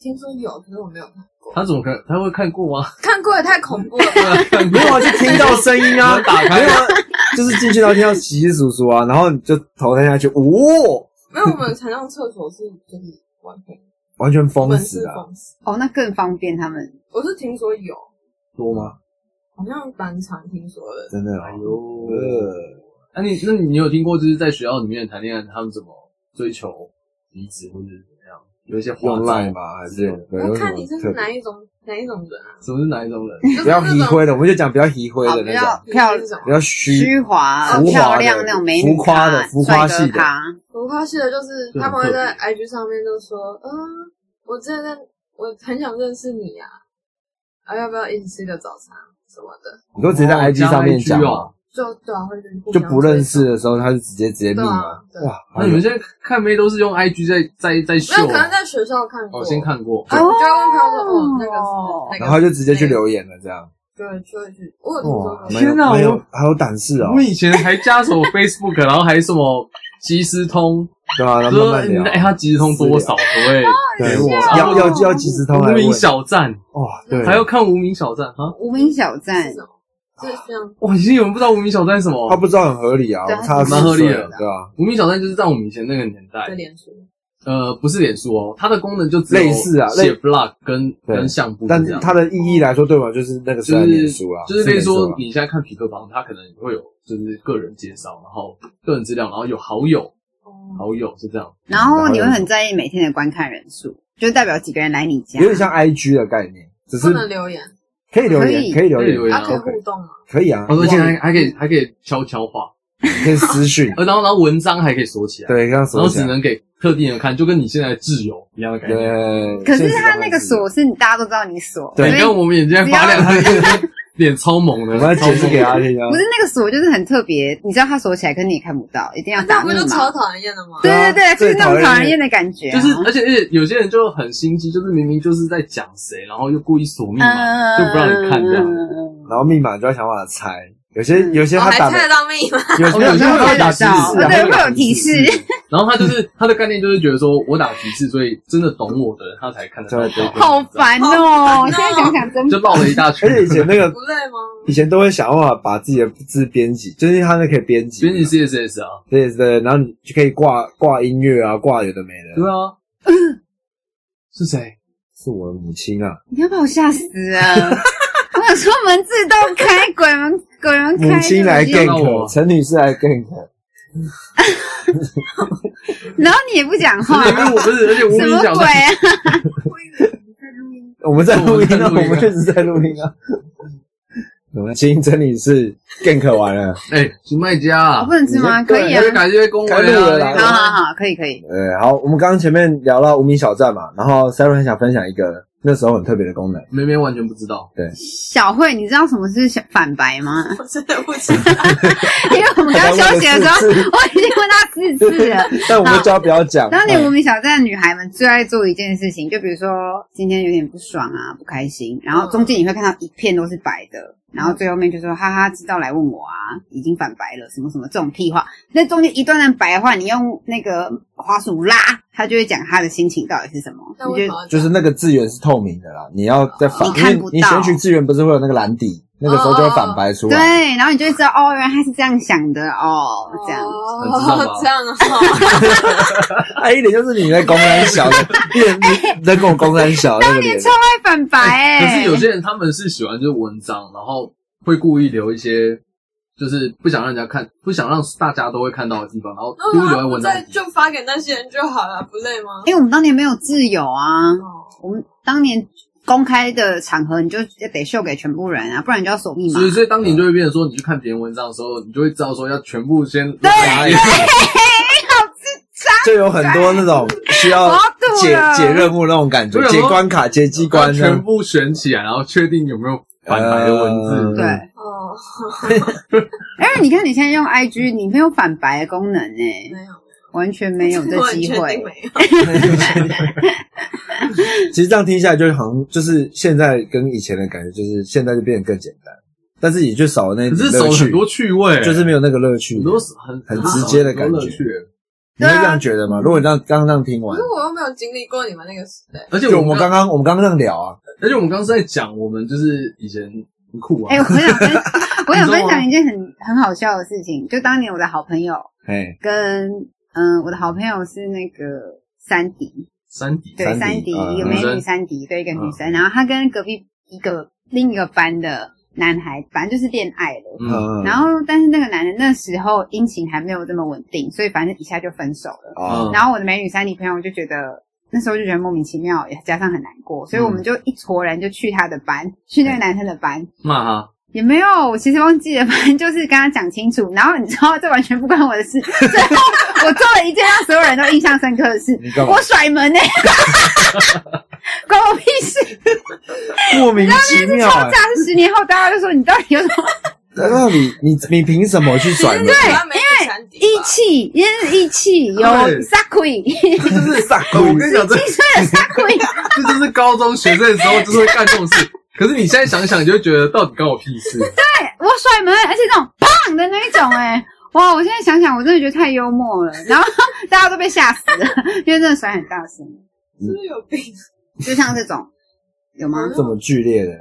[SPEAKER 5] 听说有，可是我没有看过，
[SPEAKER 4] 他怎么看？他会看过吗？
[SPEAKER 5] 看过也太恐怖了吧。
[SPEAKER 2] 没有啊，就听到声音啊，
[SPEAKER 4] 打 开
[SPEAKER 2] 没有啊，就是进去然后听到洗洗簌簌啊，然后你就头探下去，哦，
[SPEAKER 5] 没有，我们常用厕所是就是完全
[SPEAKER 2] 完全封
[SPEAKER 5] 门
[SPEAKER 2] 死
[SPEAKER 5] 是
[SPEAKER 2] 啊，
[SPEAKER 5] 封死。
[SPEAKER 3] 哦，那更方便他们。
[SPEAKER 5] 我是听说有，
[SPEAKER 2] 多吗？
[SPEAKER 5] 好像蛮常听说的。
[SPEAKER 2] 真的啊，
[SPEAKER 4] 哎呦，
[SPEAKER 2] 呃，
[SPEAKER 4] 那、你那你有听过就是在学校里面谈恋爱，他们怎么追求彼此或者是怎么样？有一些花
[SPEAKER 2] 用
[SPEAKER 4] 招
[SPEAKER 2] 赖？吗？还是对有
[SPEAKER 5] 我
[SPEAKER 2] 什
[SPEAKER 5] 看你是
[SPEAKER 2] 么特
[SPEAKER 5] 哪
[SPEAKER 2] 别？
[SPEAKER 5] 一种哪一种人啊？
[SPEAKER 4] 什么是哪一种人？
[SPEAKER 5] 就是
[SPEAKER 2] 不要
[SPEAKER 5] 那啊
[SPEAKER 2] 移
[SPEAKER 5] 种
[SPEAKER 2] 灰的，我们就讲不要移灰
[SPEAKER 3] 好，
[SPEAKER 2] 的
[SPEAKER 3] 比
[SPEAKER 2] 那种
[SPEAKER 3] 较，
[SPEAKER 5] 你
[SPEAKER 3] 漂
[SPEAKER 5] 是什
[SPEAKER 2] 比
[SPEAKER 5] 么？
[SPEAKER 2] 较虚
[SPEAKER 3] 虚华、
[SPEAKER 2] 浮华的
[SPEAKER 3] 漂亮那种美女
[SPEAKER 2] 浮夸的
[SPEAKER 3] 咖
[SPEAKER 2] 浮夸系的
[SPEAKER 3] 帅哥咖
[SPEAKER 5] 我发现的就是他们会在 IG 上面就说，嗯，我之前在我很想认识你啊，啊要不要一起吃个早餐什么的？
[SPEAKER 2] 你都直接在
[SPEAKER 4] 哦
[SPEAKER 2] IG
[SPEAKER 4] 加
[SPEAKER 2] 上面
[SPEAKER 4] IG
[SPEAKER 2] 讲
[SPEAKER 4] 哦
[SPEAKER 2] 嘛，
[SPEAKER 5] 就对啊，会跟互
[SPEAKER 2] 就
[SPEAKER 5] 相
[SPEAKER 2] 不认识
[SPEAKER 5] 追
[SPEAKER 2] 的时候他就直接直接密
[SPEAKER 5] 对啊
[SPEAKER 2] 嘛，
[SPEAKER 5] 对
[SPEAKER 2] 哇，
[SPEAKER 4] 那你们现在看妹都是用 IG 在在在秀
[SPEAKER 5] 踪。没有，可能
[SPEAKER 4] 啊？
[SPEAKER 5] 在学校看过。
[SPEAKER 4] 我先。看过，
[SPEAKER 5] 啊，
[SPEAKER 3] 哦
[SPEAKER 5] 我就要问他说，哦，那个是那
[SPEAKER 2] 哦
[SPEAKER 5] 个，
[SPEAKER 2] 然后就直接去留哦言了，这样
[SPEAKER 5] 对，就会去，我有听说
[SPEAKER 2] 哇
[SPEAKER 5] 过，。
[SPEAKER 2] 蛮有
[SPEAKER 4] 天哪
[SPEAKER 2] 蛮有
[SPEAKER 4] 我
[SPEAKER 2] 还有胆识哦
[SPEAKER 4] 我，以前还加什么 Facebook，然后还什么即时通，
[SPEAKER 2] 对吧？然后
[SPEAKER 4] 说
[SPEAKER 2] 慢慢聊，
[SPEAKER 4] 哎他即时通多少，可不 可以？
[SPEAKER 2] 对，
[SPEAKER 4] 给我
[SPEAKER 2] 要要要及时通来问
[SPEAKER 4] 无名，小站，
[SPEAKER 2] 哇，对，
[SPEAKER 4] 还要看无名小站啊！
[SPEAKER 3] 无名小站
[SPEAKER 5] 是什，么？是这样，
[SPEAKER 4] 哇，已经有人不知道无名小站是什么
[SPEAKER 2] 他？不知道很合理啊，
[SPEAKER 3] 对
[SPEAKER 2] 我差
[SPEAKER 3] 他
[SPEAKER 4] 蛮合理
[SPEAKER 2] 40
[SPEAKER 4] 的
[SPEAKER 2] 岁对啊吧？
[SPEAKER 4] 无名小站就是在我们以前那个年代
[SPEAKER 5] 在，脸书。
[SPEAKER 4] 呃，不是脸书哦，它的功能就只有
[SPEAKER 2] 类似啊类
[SPEAKER 4] 写 blog 跟
[SPEAKER 2] 对
[SPEAKER 4] 跟相簿
[SPEAKER 2] 但
[SPEAKER 4] 这样，
[SPEAKER 2] 它的意义来说，对我就是那个虽
[SPEAKER 4] 就
[SPEAKER 2] 然
[SPEAKER 4] 是
[SPEAKER 2] 脸书啊，
[SPEAKER 4] 就是类
[SPEAKER 2] 脸
[SPEAKER 4] 似
[SPEAKER 2] 书
[SPEAKER 4] 说
[SPEAKER 2] 啊，
[SPEAKER 4] 你现在看匹克帮，它可能会有就是个人介绍，然后个人资料，然后有好友，
[SPEAKER 5] 哦，
[SPEAKER 4] 好友是这样，
[SPEAKER 3] 然后你会很在意每天的观看人数，就代表几个人来你家
[SPEAKER 2] 有。点像 IG 的概念，只是
[SPEAKER 5] 不能留言，
[SPEAKER 2] 可以留
[SPEAKER 3] 可以
[SPEAKER 2] 言，可以留
[SPEAKER 4] 可以留言
[SPEAKER 2] 言
[SPEAKER 5] 啊，可以
[SPEAKER 2] OK，
[SPEAKER 5] 互动吗？
[SPEAKER 2] 可以啊，
[SPEAKER 4] 而且还
[SPEAKER 2] 可
[SPEAKER 4] 还可以还可以悄悄话，
[SPEAKER 2] 以私讯，
[SPEAKER 4] 呃，然后然后文章还可以锁起来，，
[SPEAKER 2] 对，这样
[SPEAKER 4] 然后
[SPEAKER 2] 锁起
[SPEAKER 4] 只
[SPEAKER 2] 来。
[SPEAKER 4] 能给特定人看，就跟你现在的挚友一样的感觉。
[SPEAKER 2] 对，
[SPEAKER 3] 可
[SPEAKER 2] 现
[SPEAKER 3] 是
[SPEAKER 2] 实
[SPEAKER 3] 他
[SPEAKER 2] 中
[SPEAKER 3] 那
[SPEAKER 2] 还
[SPEAKER 3] 个锁是你大家都知道你锁，
[SPEAKER 2] 对
[SPEAKER 3] 所
[SPEAKER 4] 你
[SPEAKER 3] 以
[SPEAKER 4] 看我们眼睛在发亮，他脸超萌的，
[SPEAKER 2] 我要解释给
[SPEAKER 4] 超
[SPEAKER 2] 他
[SPEAKER 4] 萌的。
[SPEAKER 2] 听啊
[SPEAKER 3] 不。是那个锁就是很特别，你知道它锁起来，可是你也看不到，一定要
[SPEAKER 5] 那
[SPEAKER 3] 打
[SPEAKER 5] 不
[SPEAKER 3] 密
[SPEAKER 5] 就超
[SPEAKER 3] 码。
[SPEAKER 5] 讨人厌的
[SPEAKER 2] 啊
[SPEAKER 5] 吗？
[SPEAKER 3] 对对对，就是那种
[SPEAKER 2] 最讨
[SPEAKER 3] 讨
[SPEAKER 2] 人
[SPEAKER 3] 人
[SPEAKER 2] 厌
[SPEAKER 3] 厌的感觉啊、
[SPEAKER 4] 就是，而且而且有些人就很心机，就是明明就是在讲谁，然后又故意锁
[SPEAKER 3] 嗯
[SPEAKER 4] 密码，就不让你看这样。
[SPEAKER 2] 然后密码就要想办法猜，有些
[SPEAKER 3] 嗯
[SPEAKER 2] 有些
[SPEAKER 3] 哦
[SPEAKER 2] 他
[SPEAKER 5] 我哦还
[SPEAKER 2] 打
[SPEAKER 5] 猜
[SPEAKER 2] 的，
[SPEAKER 5] 得到密码，
[SPEAKER 2] 有
[SPEAKER 4] 哦
[SPEAKER 2] 些有些
[SPEAKER 4] 有些
[SPEAKER 2] 会
[SPEAKER 4] 会
[SPEAKER 2] 打
[SPEAKER 4] 打
[SPEAKER 2] 提示，
[SPEAKER 4] 提示啊
[SPEAKER 3] 对会有提示。
[SPEAKER 4] 然后他就是他的概念就是觉得说，我打提示，所以真的懂我的人，他才看得到。
[SPEAKER 2] 对对对
[SPEAKER 3] 好烦哦、
[SPEAKER 5] 好烦哦
[SPEAKER 3] 现在想想真
[SPEAKER 4] 就绕了一大圈
[SPEAKER 2] 而。且以前那个
[SPEAKER 5] 不累吗？
[SPEAKER 2] 以前都会想办法把自己的字编辑，就是因为他那可以编辑，
[SPEAKER 4] 编辑 CSS 啊，
[SPEAKER 2] 对对，然后你就可以挂挂音乐啊，挂有的没
[SPEAKER 4] 对
[SPEAKER 2] 的。
[SPEAKER 4] 啊，是谁？
[SPEAKER 2] 是我的母亲啊，
[SPEAKER 3] 你要把我吓死啊！我想说门自动开，鬼门鬼门开。
[SPEAKER 2] 母亲来
[SPEAKER 3] 就是
[SPEAKER 4] gank 我
[SPEAKER 2] gank，陈女士来 gank，
[SPEAKER 3] 然后你也不讲
[SPEAKER 4] 是
[SPEAKER 3] 话，
[SPEAKER 4] 因为我不是，而且无
[SPEAKER 3] 什
[SPEAKER 4] 名
[SPEAKER 3] 么
[SPEAKER 4] 讲
[SPEAKER 3] 鬼啊？
[SPEAKER 2] 我们在录音啊，
[SPEAKER 4] 我们在录音啊
[SPEAKER 2] 我们一直在录音啊。 母亲陈女士 gank 完了，
[SPEAKER 4] 哎，请卖家
[SPEAKER 3] 我不，能吃吗？可以啊
[SPEAKER 4] 我，就感谢恭维
[SPEAKER 2] 该录了啦
[SPEAKER 3] 好。
[SPEAKER 4] 啊
[SPEAKER 3] 好好，可以可以。
[SPEAKER 2] 呃，好，我们刚刚前面聊到无名小站嘛，然后 Sarah 很想分享一个那时候很特别的功能，
[SPEAKER 4] 梅梅完全不知道，
[SPEAKER 3] 小慧，你知道什么是小反白吗？
[SPEAKER 5] 我真的不知 道。
[SPEAKER 3] 因为我们刚休息的时候，我已经问他四次了。
[SPEAKER 2] 但我们就要不要讲。哎
[SPEAKER 3] 当
[SPEAKER 4] 哎
[SPEAKER 3] 年无名小站的女孩们最爱做一件事情，就比如说今天有点不爽啊，不开心，然后中间你会看到一片都是白的，然后最后面就说哈哈，知道来问我啊，已经反白了，什么什么这种屁话。那中间一段段白话，你用那个滑鼠拉，他就会讲他的心情到底是什么。
[SPEAKER 5] 那为
[SPEAKER 3] 你
[SPEAKER 5] 什
[SPEAKER 3] 就
[SPEAKER 5] 么要这
[SPEAKER 2] 就
[SPEAKER 5] 样
[SPEAKER 2] 是那个资源是透明的啦，你要在反，
[SPEAKER 3] 你
[SPEAKER 2] 因为
[SPEAKER 3] 看不到哦
[SPEAKER 2] 你选取资源不是会有那个蓝底，那个时候就会反白
[SPEAKER 4] 啊
[SPEAKER 2] 出来。
[SPEAKER 3] 对，然后你就会知道哦，原来他是这样想的哦，这样。
[SPEAKER 5] 哦，这样啊，
[SPEAKER 2] 哎，一点就是你在公山小 的，一脸你在跟我公山小那个脸
[SPEAKER 3] 超，爱反白哎、
[SPEAKER 4] 可是有些人他们是喜欢就是文章，然后会故意留一些，就是不想让人家看，不想让大家都会看到的地方，哦然后
[SPEAKER 5] 那
[SPEAKER 4] 故意留在
[SPEAKER 5] 我要不
[SPEAKER 4] 文章
[SPEAKER 5] 再
[SPEAKER 4] 里。
[SPEAKER 5] 就发给那些人就好了，不累吗？
[SPEAKER 3] 哎因为我们当年没有自由啊，
[SPEAKER 5] 哦
[SPEAKER 3] 我们当年公开的场合，你就得秀给全部人啊，不然你就要锁密码
[SPEAKER 4] 所。以，所以当你就会变成说，你去看别人文章的时候，你就会知道说要全部先对，
[SPEAKER 2] 就有很多那种需
[SPEAKER 3] 我
[SPEAKER 2] 要
[SPEAKER 3] 要吐
[SPEAKER 2] 解
[SPEAKER 3] 了
[SPEAKER 2] 解任务那种感觉
[SPEAKER 4] 对，啊
[SPEAKER 2] 解关卡、解机
[SPEAKER 4] 把
[SPEAKER 2] 关这
[SPEAKER 4] 全
[SPEAKER 2] 样。
[SPEAKER 4] 部选起来，然后确定有没有反白的文字。
[SPEAKER 3] 对，
[SPEAKER 5] 哦，
[SPEAKER 3] 哎，你看你现在用 IG，你没有反白的功能呢、
[SPEAKER 5] 没有，
[SPEAKER 3] 完全没有这
[SPEAKER 5] 我很
[SPEAKER 3] 机
[SPEAKER 5] 确定
[SPEAKER 3] 会。
[SPEAKER 5] 没有。
[SPEAKER 2] 其实这样听下来，就是好像就是现在跟以前的感觉，就是现在就变得更简单，但是也就少了那
[SPEAKER 4] 可
[SPEAKER 2] 种
[SPEAKER 4] 是
[SPEAKER 2] 乐
[SPEAKER 4] 手很
[SPEAKER 2] 趣，
[SPEAKER 4] 多趣味，
[SPEAKER 2] 就是没有那个乐趣
[SPEAKER 4] 很。多很
[SPEAKER 2] 很直接的感觉
[SPEAKER 4] 很多乐趣
[SPEAKER 2] 你会这样觉得吗？如果你这样刚刚这样听完
[SPEAKER 5] 可是，我又没有经历过你们那个时代，
[SPEAKER 4] 而且
[SPEAKER 2] 就
[SPEAKER 4] 我
[SPEAKER 2] 我们
[SPEAKER 4] 们
[SPEAKER 2] 刚
[SPEAKER 4] 刚，
[SPEAKER 2] 刚我们刚刚这样聊啊，
[SPEAKER 4] 而且我们刚刚是在讲我们就是以前很酷啊
[SPEAKER 3] 哎、，我想分， 我想分享一件很很好笑的事情，就当年我的好朋友
[SPEAKER 2] 哎，
[SPEAKER 3] 跟嗯、我的好朋友是那个三迪，
[SPEAKER 4] 三底
[SPEAKER 3] 对，
[SPEAKER 2] 三
[SPEAKER 3] 三
[SPEAKER 2] 迪
[SPEAKER 3] 迪
[SPEAKER 2] 嗯
[SPEAKER 3] 有
[SPEAKER 4] 女
[SPEAKER 3] 美女
[SPEAKER 4] 生
[SPEAKER 3] 三迪，对，一个女生，然后她跟隔壁一个另一个班的男孩，反正就是恋爱了。
[SPEAKER 4] 嗯，
[SPEAKER 2] 嗯
[SPEAKER 3] 然后，但是那个男的那时候殷勤还没有这么稳定，所以反正一下就分手了。
[SPEAKER 2] 啊
[SPEAKER 4] 嗯
[SPEAKER 3] 然后我的美女三里朋友就觉得那时候就觉得莫名其妙，也加上很难过，所以我们就一撮人就去他的班，去那个男生的班。
[SPEAKER 4] 骂他，
[SPEAKER 3] 也没有，我其实忘记了，反正就是跟他讲清楚。然后你知道，这完全不关我的事。 最后我做了一件让所有人都印象深刻的事
[SPEAKER 2] 你
[SPEAKER 4] 嗯
[SPEAKER 2] 干，嘛
[SPEAKER 3] 我甩门呢、欸 关我屁事！
[SPEAKER 2] 莫名其妙
[SPEAKER 4] 欸
[SPEAKER 3] 爆
[SPEAKER 2] 哎
[SPEAKER 3] 炸，是十年后，大家就说你到底有什么
[SPEAKER 2] 那你你你凭什么去转门？
[SPEAKER 3] 哎
[SPEAKER 5] 对，因
[SPEAKER 3] 义气？因为义气有
[SPEAKER 4] 对
[SPEAKER 3] s a k u i
[SPEAKER 4] 就是撒狗。 我跟你讲，这
[SPEAKER 3] 青春的 s a k u i
[SPEAKER 4] 这就是高中学生的时候就是会干这种事。可是你现在想想，你就会觉得到底关我屁事？
[SPEAKER 3] 我甩门，而且那种砰的那一种、 哎，哇！我现在想想，我真的觉得太幽默了， 然后大家都被吓死了，因为真的甩很大声，
[SPEAKER 2] 嗯
[SPEAKER 5] 是不是有病？
[SPEAKER 3] 就像这种，有吗？
[SPEAKER 2] 这么剧烈的，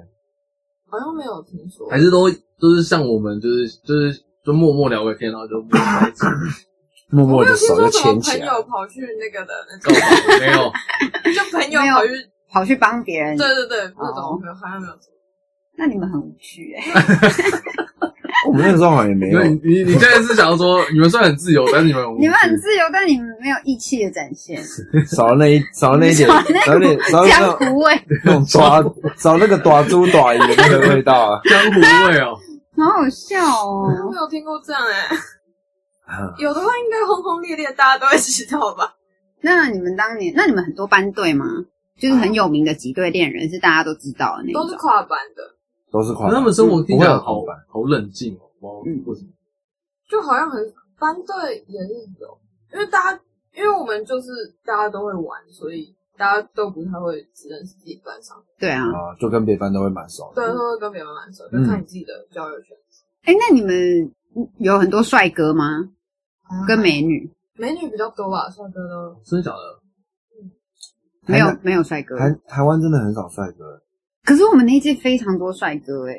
[SPEAKER 5] 好像没有听说。
[SPEAKER 4] 还是都都是像我们，就是就是就默默聊个天，然后就没有在一起
[SPEAKER 2] 默默
[SPEAKER 5] 我
[SPEAKER 2] 的
[SPEAKER 5] 有听
[SPEAKER 2] 手
[SPEAKER 5] 说
[SPEAKER 2] 就
[SPEAKER 5] 什么
[SPEAKER 2] 牵起
[SPEAKER 5] 朋
[SPEAKER 2] 来。
[SPEAKER 5] 友跑去那个的
[SPEAKER 4] 告
[SPEAKER 5] 那种，
[SPEAKER 4] 白没有？
[SPEAKER 5] 就朋友跑去，
[SPEAKER 3] 跑去帮别人，
[SPEAKER 5] 对对对，那种好像没有。
[SPEAKER 3] 那你们很无趣哎、
[SPEAKER 2] 我们那个时候好像也没有
[SPEAKER 4] 对，你你你现在是想要说你们虽然很自由，但是你们很无
[SPEAKER 3] 你们很
[SPEAKER 4] 趣
[SPEAKER 3] 自由，但你们没有义气的展现，
[SPEAKER 2] 少了那一少了那一点，少
[SPEAKER 3] 少
[SPEAKER 2] 了
[SPEAKER 3] 了那
[SPEAKER 2] 那
[SPEAKER 3] 股
[SPEAKER 2] 少了那
[SPEAKER 3] 江
[SPEAKER 2] 种
[SPEAKER 3] 湖味。
[SPEAKER 2] 那种抓少了那个抓猪抓鱼的那个味道啊。
[SPEAKER 4] 江湖味哦。
[SPEAKER 3] 好好笑
[SPEAKER 5] 我
[SPEAKER 3] 哦！
[SPEAKER 5] 没有听过这样哎、
[SPEAKER 2] 啊
[SPEAKER 5] 有的话应该轰轰烈烈，大家都会知道 吧？
[SPEAKER 3] 那你们当年，那你们很多班队吗？就是很有名的几对恋人，是大家都知道的那
[SPEAKER 5] 都是
[SPEAKER 3] 种。
[SPEAKER 5] 跨班的，
[SPEAKER 2] 都是跨
[SPEAKER 4] 可
[SPEAKER 2] 班。
[SPEAKER 4] 他们生活听起来
[SPEAKER 2] 不会有
[SPEAKER 4] 好
[SPEAKER 2] 空白
[SPEAKER 4] 好冷静哦，不知道为什么？
[SPEAKER 5] 就好像很班队也是有，因为大家因为我们就是大家都会玩，所以大家都不太会只认识自己班上，
[SPEAKER 3] 对啊，
[SPEAKER 2] 啊，就跟别班都会蛮熟的。
[SPEAKER 5] 对，都会跟别人玩熟，就
[SPEAKER 2] 嗯
[SPEAKER 5] 看你自己的交友圈。
[SPEAKER 3] 哎、那你们有很多帅哥吗？跟美女？
[SPEAKER 5] 美女比较多吧，帅哥都
[SPEAKER 4] 真的假的？
[SPEAKER 2] 台
[SPEAKER 3] 没有
[SPEAKER 2] 南，
[SPEAKER 3] 没有帅哥。
[SPEAKER 2] 台台湾真的很少帅哥，
[SPEAKER 3] 可是我们那一届非常多帅哥哎、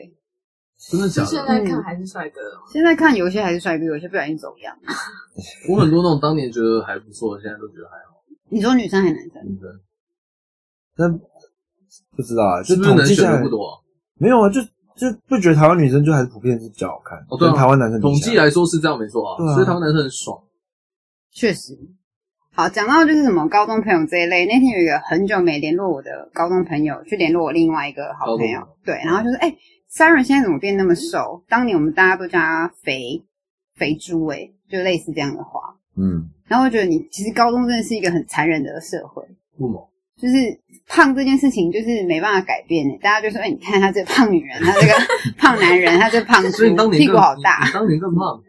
[SPEAKER 4] 真的假
[SPEAKER 5] 就现
[SPEAKER 4] 的？
[SPEAKER 5] 在
[SPEAKER 3] 嗯
[SPEAKER 5] 看还是帅哥哦。
[SPEAKER 3] 现在看有些还是帅哥，有些不小心走样。
[SPEAKER 4] 我很多那种当年觉得还不错，现在都觉得还好。
[SPEAKER 3] 你说女生还是
[SPEAKER 2] 嗯
[SPEAKER 3] 男生？
[SPEAKER 4] 女生
[SPEAKER 2] 但不知道啊，就是
[SPEAKER 4] 不是
[SPEAKER 2] 统
[SPEAKER 4] 能
[SPEAKER 2] 计
[SPEAKER 4] 选
[SPEAKER 2] 下
[SPEAKER 4] 的
[SPEAKER 2] 来
[SPEAKER 4] 不多啊？
[SPEAKER 2] 没有啊，就就不觉得台湾女生就还是普遍是比较好看，
[SPEAKER 4] 哦对啊
[SPEAKER 2] 跟台湾男生比
[SPEAKER 4] 统
[SPEAKER 2] 起
[SPEAKER 4] 计来说是这样没错啊
[SPEAKER 2] 对啊，
[SPEAKER 4] 所以台湾男生很爽。
[SPEAKER 3] 确实。好，讲到就是什么高中朋友这一类，那天有一个很久没联络我的高中朋友，去联络我另外一个好朋友
[SPEAKER 4] 高中朋，
[SPEAKER 3] 对，然后就是哎、s a r a 现在怎么变那么瘦？当年我们大家都叫她肥肥猪哎、就类似这样的话。
[SPEAKER 2] 嗯，
[SPEAKER 3] 然后我觉得你其实高中真的是一个很残忍的社会，
[SPEAKER 4] 不猛，
[SPEAKER 3] 就是胖这件事情就是没办法改变的，大家就说哎、你看他这胖女人，他 这个胖男人，他这胖
[SPEAKER 4] 所以你当
[SPEAKER 3] 猪，
[SPEAKER 4] 年
[SPEAKER 3] 屁
[SPEAKER 4] 更
[SPEAKER 3] 股好大
[SPEAKER 4] 你。 你当年更胖，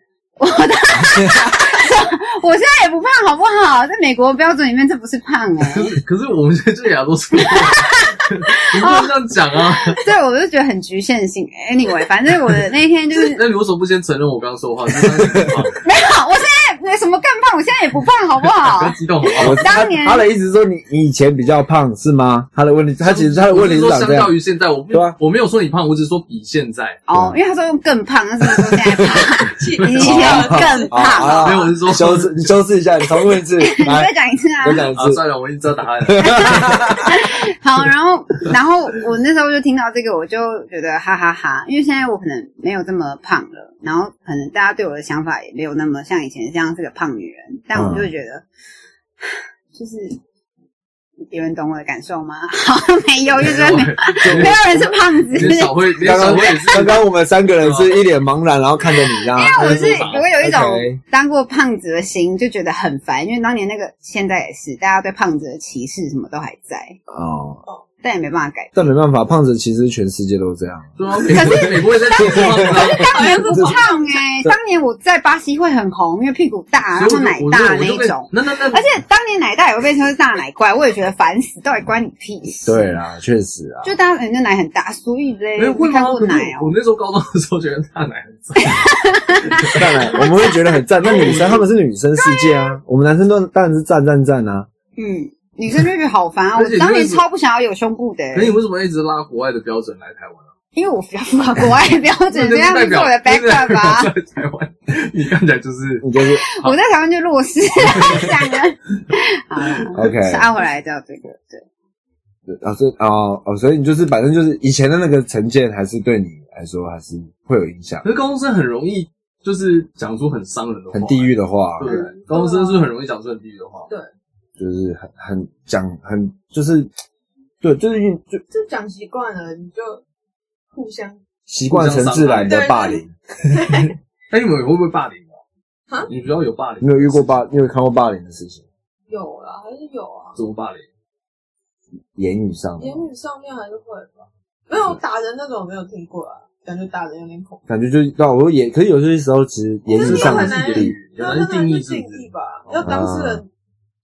[SPEAKER 3] 我现在也不胖，好不好？在美国标准里面，这不是胖哎、
[SPEAKER 4] 可是可是我们现在就亚洲出国， 你不能这样讲啊！
[SPEAKER 3] 对，我就觉得很局限性。Anyway，反欸正我的那一天 就是
[SPEAKER 4] 那你为什么不先承认我刚刚说的话？就是当年更胖，
[SPEAKER 3] 没有，我现在没什么更胖，我现在也不胖，好不
[SPEAKER 4] 不
[SPEAKER 3] 好
[SPEAKER 4] 要？激动好不好？
[SPEAKER 2] 我
[SPEAKER 3] 当年
[SPEAKER 2] 他他的意思是说你你以前比较胖是吗？他的问题，他其实他的问题是
[SPEAKER 4] 我说
[SPEAKER 2] 长
[SPEAKER 4] 相
[SPEAKER 2] 这样
[SPEAKER 4] 较，于现在，我不
[SPEAKER 2] 对啊
[SPEAKER 4] 我没有说你胖，我只是说比现在。
[SPEAKER 3] 哦，因为他说用更胖，那是不是说现在 胖？
[SPEAKER 5] 气
[SPEAKER 3] 以
[SPEAKER 4] 哦
[SPEAKER 3] 前更
[SPEAKER 2] 啊
[SPEAKER 3] 胖。
[SPEAKER 2] 啊
[SPEAKER 4] 没有，我是说
[SPEAKER 2] 修饰，你修饰一下，你重问一次，
[SPEAKER 3] 你再
[SPEAKER 2] 来，
[SPEAKER 3] 讲一次啊
[SPEAKER 2] 再！讲一
[SPEAKER 4] 啊，
[SPEAKER 2] 次，
[SPEAKER 4] 算了，我已经知道答案了。
[SPEAKER 3] 好，然后，然后我那时候就听到这个，我就觉得哈哈哈因为现在我可能没有这么胖了，然后可能大家对我的想法也没有那么像以前这样是个胖女人，但我就觉得，就是有人懂我的感受吗？好，没有，就是没有没有人是胖子，
[SPEAKER 4] 连小慧，连
[SPEAKER 2] 刚
[SPEAKER 4] 小
[SPEAKER 2] 刚
[SPEAKER 4] 慧也是
[SPEAKER 2] 刚刚我们三个人是一脸茫然，然后看着你这样，
[SPEAKER 4] 因
[SPEAKER 3] 我是我有一种
[SPEAKER 2] OK
[SPEAKER 3] 当过胖子的心，就觉得很烦，因为当年那个现在也是，大家对胖子的歧视什么都还在，
[SPEAKER 2] 哦。
[SPEAKER 3] 但也没办法改。
[SPEAKER 2] 但没办法，胖子其实全世界都这样。
[SPEAKER 4] 对啊，美国美国也在做胖子啊。
[SPEAKER 3] 当年不胖哎、 当年我在巴西会很红，因为屁股大，然后
[SPEAKER 4] 所以
[SPEAKER 3] 奶
[SPEAKER 4] 我就
[SPEAKER 3] 大
[SPEAKER 4] 我
[SPEAKER 3] 那
[SPEAKER 4] 就
[SPEAKER 3] 一
[SPEAKER 4] 我就被
[SPEAKER 3] 种。
[SPEAKER 4] 那那那，
[SPEAKER 3] 而且当年奶大也会被称是大奶怪，我也觉得烦死，到底关你屁事？
[SPEAKER 2] 对，啦，确实啊，
[SPEAKER 3] 就大家人家奶很大，所以嘞，
[SPEAKER 4] 没有会
[SPEAKER 3] 你看
[SPEAKER 4] 吗？
[SPEAKER 3] 过
[SPEAKER 4] 可是
[SPEAKER 3] 奶
[SPEAKER 4] 我
[SPEAKER 3] 哦、
[SPEAKER 4] 我那时候高中的时候觉得大奶很赞，
[SPEAKER 2] 当然我们会觉得很赞。那女生他们是女生世界啊，我们男生都当然是赞赞赞啊。
[SPEAKER 3] 嗯，女生就觉得好烦啊！
[SPEAKER 4] 而且
[SPEAKER 3] 我当年
[SPEAKER 4] 那时候
[SPEAKER 3] 超不想要有胸部的、
[SPEAKER 4] 可是你为什么一直拉国外的标准来台湾啊？
[SPEAKER 3] 因为我比较符合国外的标 准，这样
[SPEAKER 4] 代
[SPEAKER 3] 子是
[SPEAKER 4] 表
[SPEAKER 3] 我的 backup 吧。
[SPEAKER 4] 在台湾，你看起来就是
[SPEAKER 2] 你就是
[SPEAKER 3] 我在台湾就弱 势，讲了。好啦
[SPEAKER 2] OK
[SPEAKER 3] 是按回来叫这个，对，
[SPEAKER 2] 啊，所以哦哦，所以你就是反正就是以前的那个成见，还是对你来说还是会有影响
[SPEAKER 4] 可。是高中生很容易就是讲出很伤人的话，
[SPEAKER 2] 很地狱的话，
[SPEAKER 4] 对不对，高中生是不是很容易讲出很地狱的话。
[SPEAKER 2] 就是很很讲很就是对，就是因为就
[SPEAKER 5] 就讲习惯了，你就互相
[SPEAKER 2] 习惯成自然的霸凌。
[SPEAKER 4] 那哎你们会不会霸凌啊
[SPEAKER 5] 啊？
[SPEAKER 4] 你比较有霸凌？
[SPEAKER 2] 你有遇过霸？你有看过霸凌的事情？
[SPEAKER 5] 有啦，还是有啊，
[SPEAKER 4] 怎么霸凌？
[SPEAKER 2] 言语上的
[SPEAKER 5] 言语上面还是会吧。没有打人那种我没有听过啊，感觉打人有点恐怖。
[SPEAKER 2] 感觉就是，那我也，可是有些时候其实言
[SPEAKER 5] 就是
[SPEAKER 2] 语
[SPEAKER 5] 你
[SPEAKER 2] 上
[SPEAKER 5] 很
[SPEAKER 2] 是
[SPEAKER 5] 难
[SPEAKER 2] 地
[SPEAKER 4] 言
[SPEAKER 2] 狱。
[SPEAKER 4] 语，
[SPEAKER 5] 那
[SPEAKER 4] 很难
[SPEAKER 5] 真
[SPEAKER 4] 定
[SPEAKER 5] 的
[SPEAKER 4] 义
[SPEAKER 5] 是
[SPEAKER 4] 是
[SPEAKER 5] 定
[SPEAKER 4] 不
[SPEAKER 5] 义
[SPEAKER 4] 是？
[SPEAKER 5] 吧，
[SPEAKER 4] 哦
[SPEAKER 5] 要当事人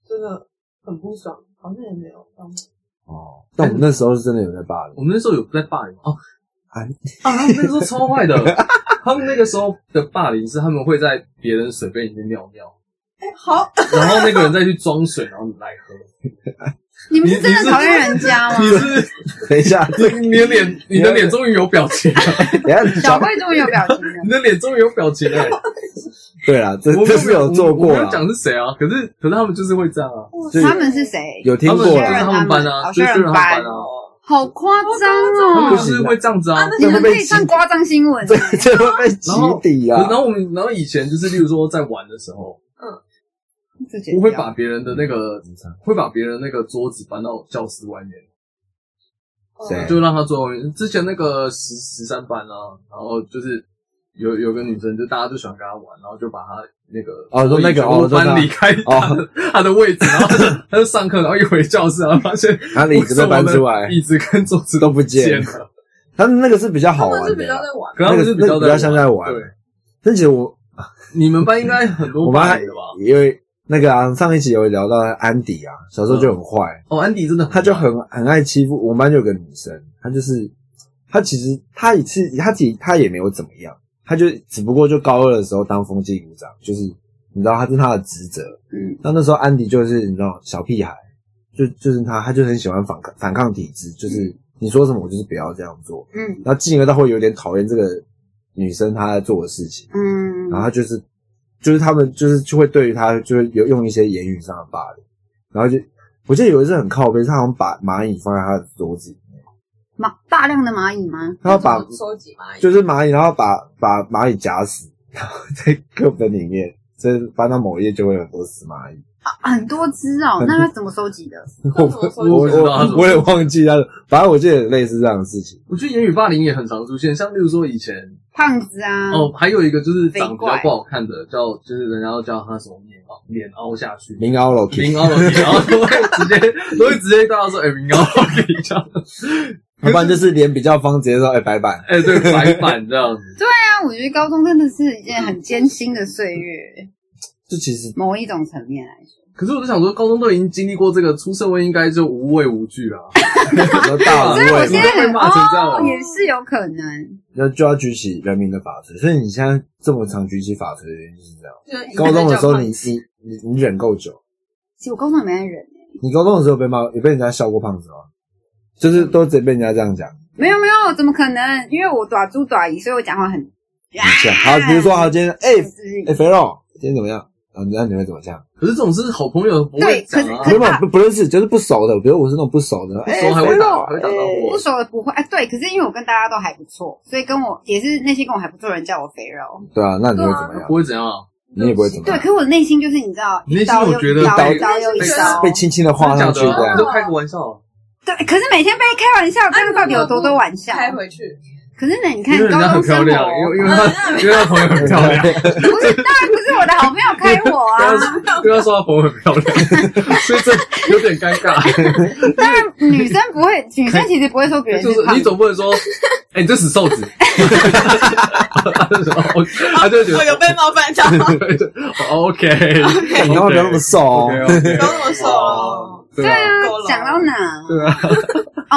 [SPEAKER 5] 真的很不爽，好像也没有。当时
[SPEAKER 2] 哦，但我们那时候是真的有在霸凌
[SPEAKER 4] 我们那时候有在霸凌哦
[SPEAKER 2] 啊！
[SPEAKER 4] 啊，他们那时候超坏的， 他们那个时候的霸凌是他们会在别人水杯里面尿尿，
[SPEAKER 5] 哎，好，
[SPEAKER 4] 然后那个人再去装水，然后来喝。
[SPEAKER 3] 你们是真的讨厌人家 吗？
[SPEAKER 4] 你是
[SPEAKER 2] 等一下， 这个
[SPEAKER 4] 你的脸，你的脸终于有表情了，
[SPEAKER 2] 等一下
[SPEAKER 3] 小
[SPEAKER 2] 小
[SPEAKER 3] 慧终于有表情了
[SPEAKER 4] 你。的脸终于有表情了。
[SPEAKER 2] 对啦，这
[SPEAKER 4] 我
[SPEAKER 2] 这是有做
[SPEAKER 4] 我
[SPEAKER 2] 过
[SPEAKER 4] 没有
[SPEAKER 2] 啦，
[SPEAKER 4] 讲是谁啊，可是可是他们就是会这样啊，
[SPEAKER 2] 是
[SPEAKER 3] 他们是谁？
[SPEAKER 2] 有听
[SPEAKER 4] 他们
[SPEAKER 2] 过
[SPEAKER 4] 就是
[SPEAKER 2] 啦
[SPEAKER 4] 他，们班啊，
[SPEAKER 3] 哦
[SPEAKER 4] 就是他们班
[SPEAKER 3] 薛仁班，
[SPEAKER 4] 啊
[SPEAKER 5] 哦，
[SPEAKER 3] 好夸
[SPEAKER 4] 他
[SPEAKER 3] 张
[SPEAKER 4] 们
[SPEAKER 3] 哦
[SPEAKER 4] 就！是会这样子啊。
[SPEAKER 3] 你们可以上夸张新闻
[SPEAKER 2] 这， 这会被起底啊
[SPEAKER 4] 然！后我们，然后以前就是，例如说在玩的时候，
[SPEAKER 3] 自己
[SPEAKER 4] 我会把别人的那个
[SPEAKER 2] 你看
[SPEAKER 4] 会把别人那个桌子搬到教室外面，
[SPEAKER 2] 谁
[SPEAKER 4] 就让他坐外面。之前那个十十三班啊，然后就是有有个女生，就大家就喜欢跟她玩，然后就把她那个
[SPEAKER 2] 哦说那哦个哦
[SPEAKER 4] 我搬离开她的她的位置，然后她就她就上课，然后一回教室，然后发现
[SPEAKER 2] 他的椅子被搬出
[SPEAKER 4] 我
[SPEAKER 2] 来
[SPEAKER 4] 的，椅子跟桌子
[SPEAKER 2] 都不见
[SPEAKER 4] 了。
[SPEAKER 2] 但是那个是比较
[SPEAKER 5] 哦他
[SPEAKER 2] 好玩
[SPEAKER 5] 们
[SPEAKER 2] 的啦，
[SPEAKER 5] 是比较在玩，
[SPEAKER 4] 可能他们是比较
[SPEAKER 2] 那个那个比较像在玩
[SPEAKER 4] 对，
[SPEAKER 2] 但其实我
[SPEAKER 4] 你们班应该很多
[SPEAKER 2] 我们
[SPEAKER 4] 白
[SPEAKER 2] 还
[SPEAKER 4] 的吧？
[SPEAKER 2] 因为那个啊，上一期有聊到安迪啊，小时候就很坏，
[SPEAKER 4] 哦，安迪真的
[SPEAKER 2] 他就很很爱欺负我们班就有个女生，她就是她其实她一次她其实她也没有怎么样，她就只不过就高二的时候当风纪股长，就是你知道她是她的职责。
[SPEAKER 3] 嗯，
[SPEAKER 2] 那那时候安迪就是你知道小屁孩，就就是他，他就很喜欢反抗反抗体制，就是你说什么我就是不要这样做。
[SPEAKER 3] 嗯
[SPEAKER 2] 然后进而他会有点讨厌这个女生她在做的事情，
[SPEAKER 3] 嗯，
[SPEAKER 2] 然后他就是就是他们就是就会对于他就会有用一些言语上的霸凌，然后就我记得有一次很靠背，他好像把蚂蚁放在他的桌子里面，
[SPEAKER 3] 蚂大量的蚂蚁吗？
[SPEAKER 2] 他要把
[SPEAKER 5] 怎么收集蚂蚁，
[SPEAKER 2] 就是蚂蚁，然后把把蚂蚁夹死，然后在课本里面，所以翻到某一页就会有很多死蚂蚁。
[SPEAKER 3] 啊很多只哦，那它怎么收集的？
[SPEAKER 5] 那怎么收集
[SPEAKER 2] 我
[SPEAKER 4] 不知道他怎
[SPEAKER 2] 我
[SPEAKER 4] 么
[SPEAKER 2] 我也忘记他的，反正我记得有类似这样的事情。
[SPEAKER 4] 我觉得言语霸凌也很常出现，像例如说以前
[SPEAKER 3] 胖子啊，
[SPEAKER 4] 哦，还有一个就是
[SPEAKER 3] 飞
[SPEAKER 4] 长得比较
[SPEAKER 3] 怪
[SPEAKER 4] 不好看的，叫就是人家要叫他什么面凹脸凹下去，
[SPEAKER 2] 林奥老 K，
[SPEAKER 4] 明凹了，然后 都会直接都会直接大家说，哎、明凹了， 这样，
[SPEAKER 2] 要不然就是脸比较方，直接说哎、白板。
[SPEAKER 4] 哎、对，白板这样子，
[SPEAKER 3] 但我觉得高中真的是一件很艰辛的岁月，
[SPEAKER 2] 就其实
[SPEAKER 3] 某一种层面来说，
[SPEAKER 4] 可是我就想说，高中都已经经历过这个，出社会应该就无畏无 惧啦、
[SPEAKER 2] 比较大无
[SPEAKER 4] 所以我
[SPEAKER 2] 畏
[SPEAKER 4] 现
[SPEAKER 2] 嘛
[SPEAKER 4] 在，被骂成这样
[SPEAKER 3] 哦
[SPEAKER 4] 了，
[SPEAKER 3] 也是有可能。
[SPEAKER 2] 那就要举起人民的法锤。所以你现在这么常举起法锤的原因是这样。
[SPEAKER 5] 就是以前
[SPEAKER 2] 高中的时候
[SPEAKER 5] 在
[SPEAKER 2] 你
[SPEAKER 5] 讲
[SPEAKER 2] 你你你忍够久，
[SPEAKER 3] 其实我高中也没在忍，
[SPEAKER 2] 你高中的时候有被骂也被人家笑过胖子吗？哦就是都直接被人家这样讲，
[SPEAKER 3] 没有没有，怎么可能？因为我短猪短姨，所以我讲话很
[SPEAKER 2] 你
[SPEAKER 3] 啊
[SPEAKER 2] 像好，比如说好今天哎
[SPEAKER 3] 自信
[SPEAKER 2] 哎肥肉今天怎么样？啊，那你会怎么讲？
[SPEAKER 4] 可是这种是好朋友不会
[SPEAKER 3] 对
[SPEAKER 4] 讲
[SPEAKER 3] 可
[SPEAKER 4] 啊
[SPEAKER 2] 没，有没有不不认识，就是不熟的。比如我是那种不熟的，
[SPEAKER 4] 不
[SPEAKER 2] 哎
[SPEAKER 4] 熟还
[SPEAKER 2] 肥
[SPEAKER 4] 会打，
[SPEAKER 2] 肉
[SPEAKER 4] 还会打招呼
[SPEAKER 3] 不。熟的不会哎，对，可是因为我跟大家都还不错，所以跟我也是那些跟我还不错的人叫我肥肉。
[SPEAKER 2] 对啊，那你会怎么样
[SPEAKER 4] 不？会怎样啊？
[SPEAKER 2] 你也不会怎么
[SPEAKER 3] 对，
[SPEAKER 2] 样
[SPEAKER 3] 可，是我内心就是你知道，
[SPEAKER 4] 你内
[SPEAKER 3] 一
[SPEAKER 4] 心
[SPEAKER 3] 刀
[SPEAKER 4] 有
[SPEAKER 3] 又
[SPEAKER 4] 觉
[SPEAKER 3] 一
[SPEAKER 4] 得
[SPEAKER 3] 刀，
[SPEAKER 2] 被
[SPEAKER 3] 一刀又一
[SPEAKER 5] 被
[SPEAKER 3] 刀。
[SPEAKER 2] 被轻轻的
[SPEAKER 4] 真
[SPEAKER 2] 画
[SPEAKER 4] 的
[SPEAKER 2] 上
[SPEAKER 4] 假
[SPEAKER 2] 去
[SPEAKER 4] 的
[SPEAKER 2] 这
[SPEAKER 4] 啊？
[SPEAKER 2] 样
[SPEAKER 4] 就。开个玩笑，
[SPEAKER 3] 对，可是每天被开玩笑，这样到底有多多玩笑？
[SPEAKER 5] 开回去，
[SPEAKER 3] 可是呢，你看
[SPEAKER 4] 因为人
[SPEAKER 3] 高
[SPEAKER 4] 家很
[SPEAKER 3] 中
[SPEAKER 4] 漂
[SPEAKER 3] 生活，
[SPEAKER 4] 亮，因为因为他因为他朋友很漂亮，
[SPEAKER 3] 不是，当然不是我的好朋友开我啊，
[SPEAKER 4] 因为他说他朋友很漂亮， 所以这有点尴尬。
[SPEAKER 3] 当然女生不会，女生其实不会说别人
[SPEAKER 4] 就是是
[SPEAKER 3] 胖
[SPEAKER 4] 你
[SPEAKER 3] 子，
[SPEAKER 4] 总不能说，哎，你这死瘦子，他就觉得
[SPEAKER 5] 我哦
[SPEAKER 4] 哦
[SPEAKER 5] 有被冒犯到，
[SPEAKER 4] OK，
[SPEAKER 2] 你干嘛不要那么瘦哦？
[SPEAKER 5] 不要那么说了。
[SPEAKER 4] 对
[SPEAKER 3] 对
[SPEAKER 4] 啊，
[SPEAKER 3] 啊
[SPEAKER 5] 够，了
[SPEAKER 3] 讲到哪？
[SPEAKER 4] 对啊，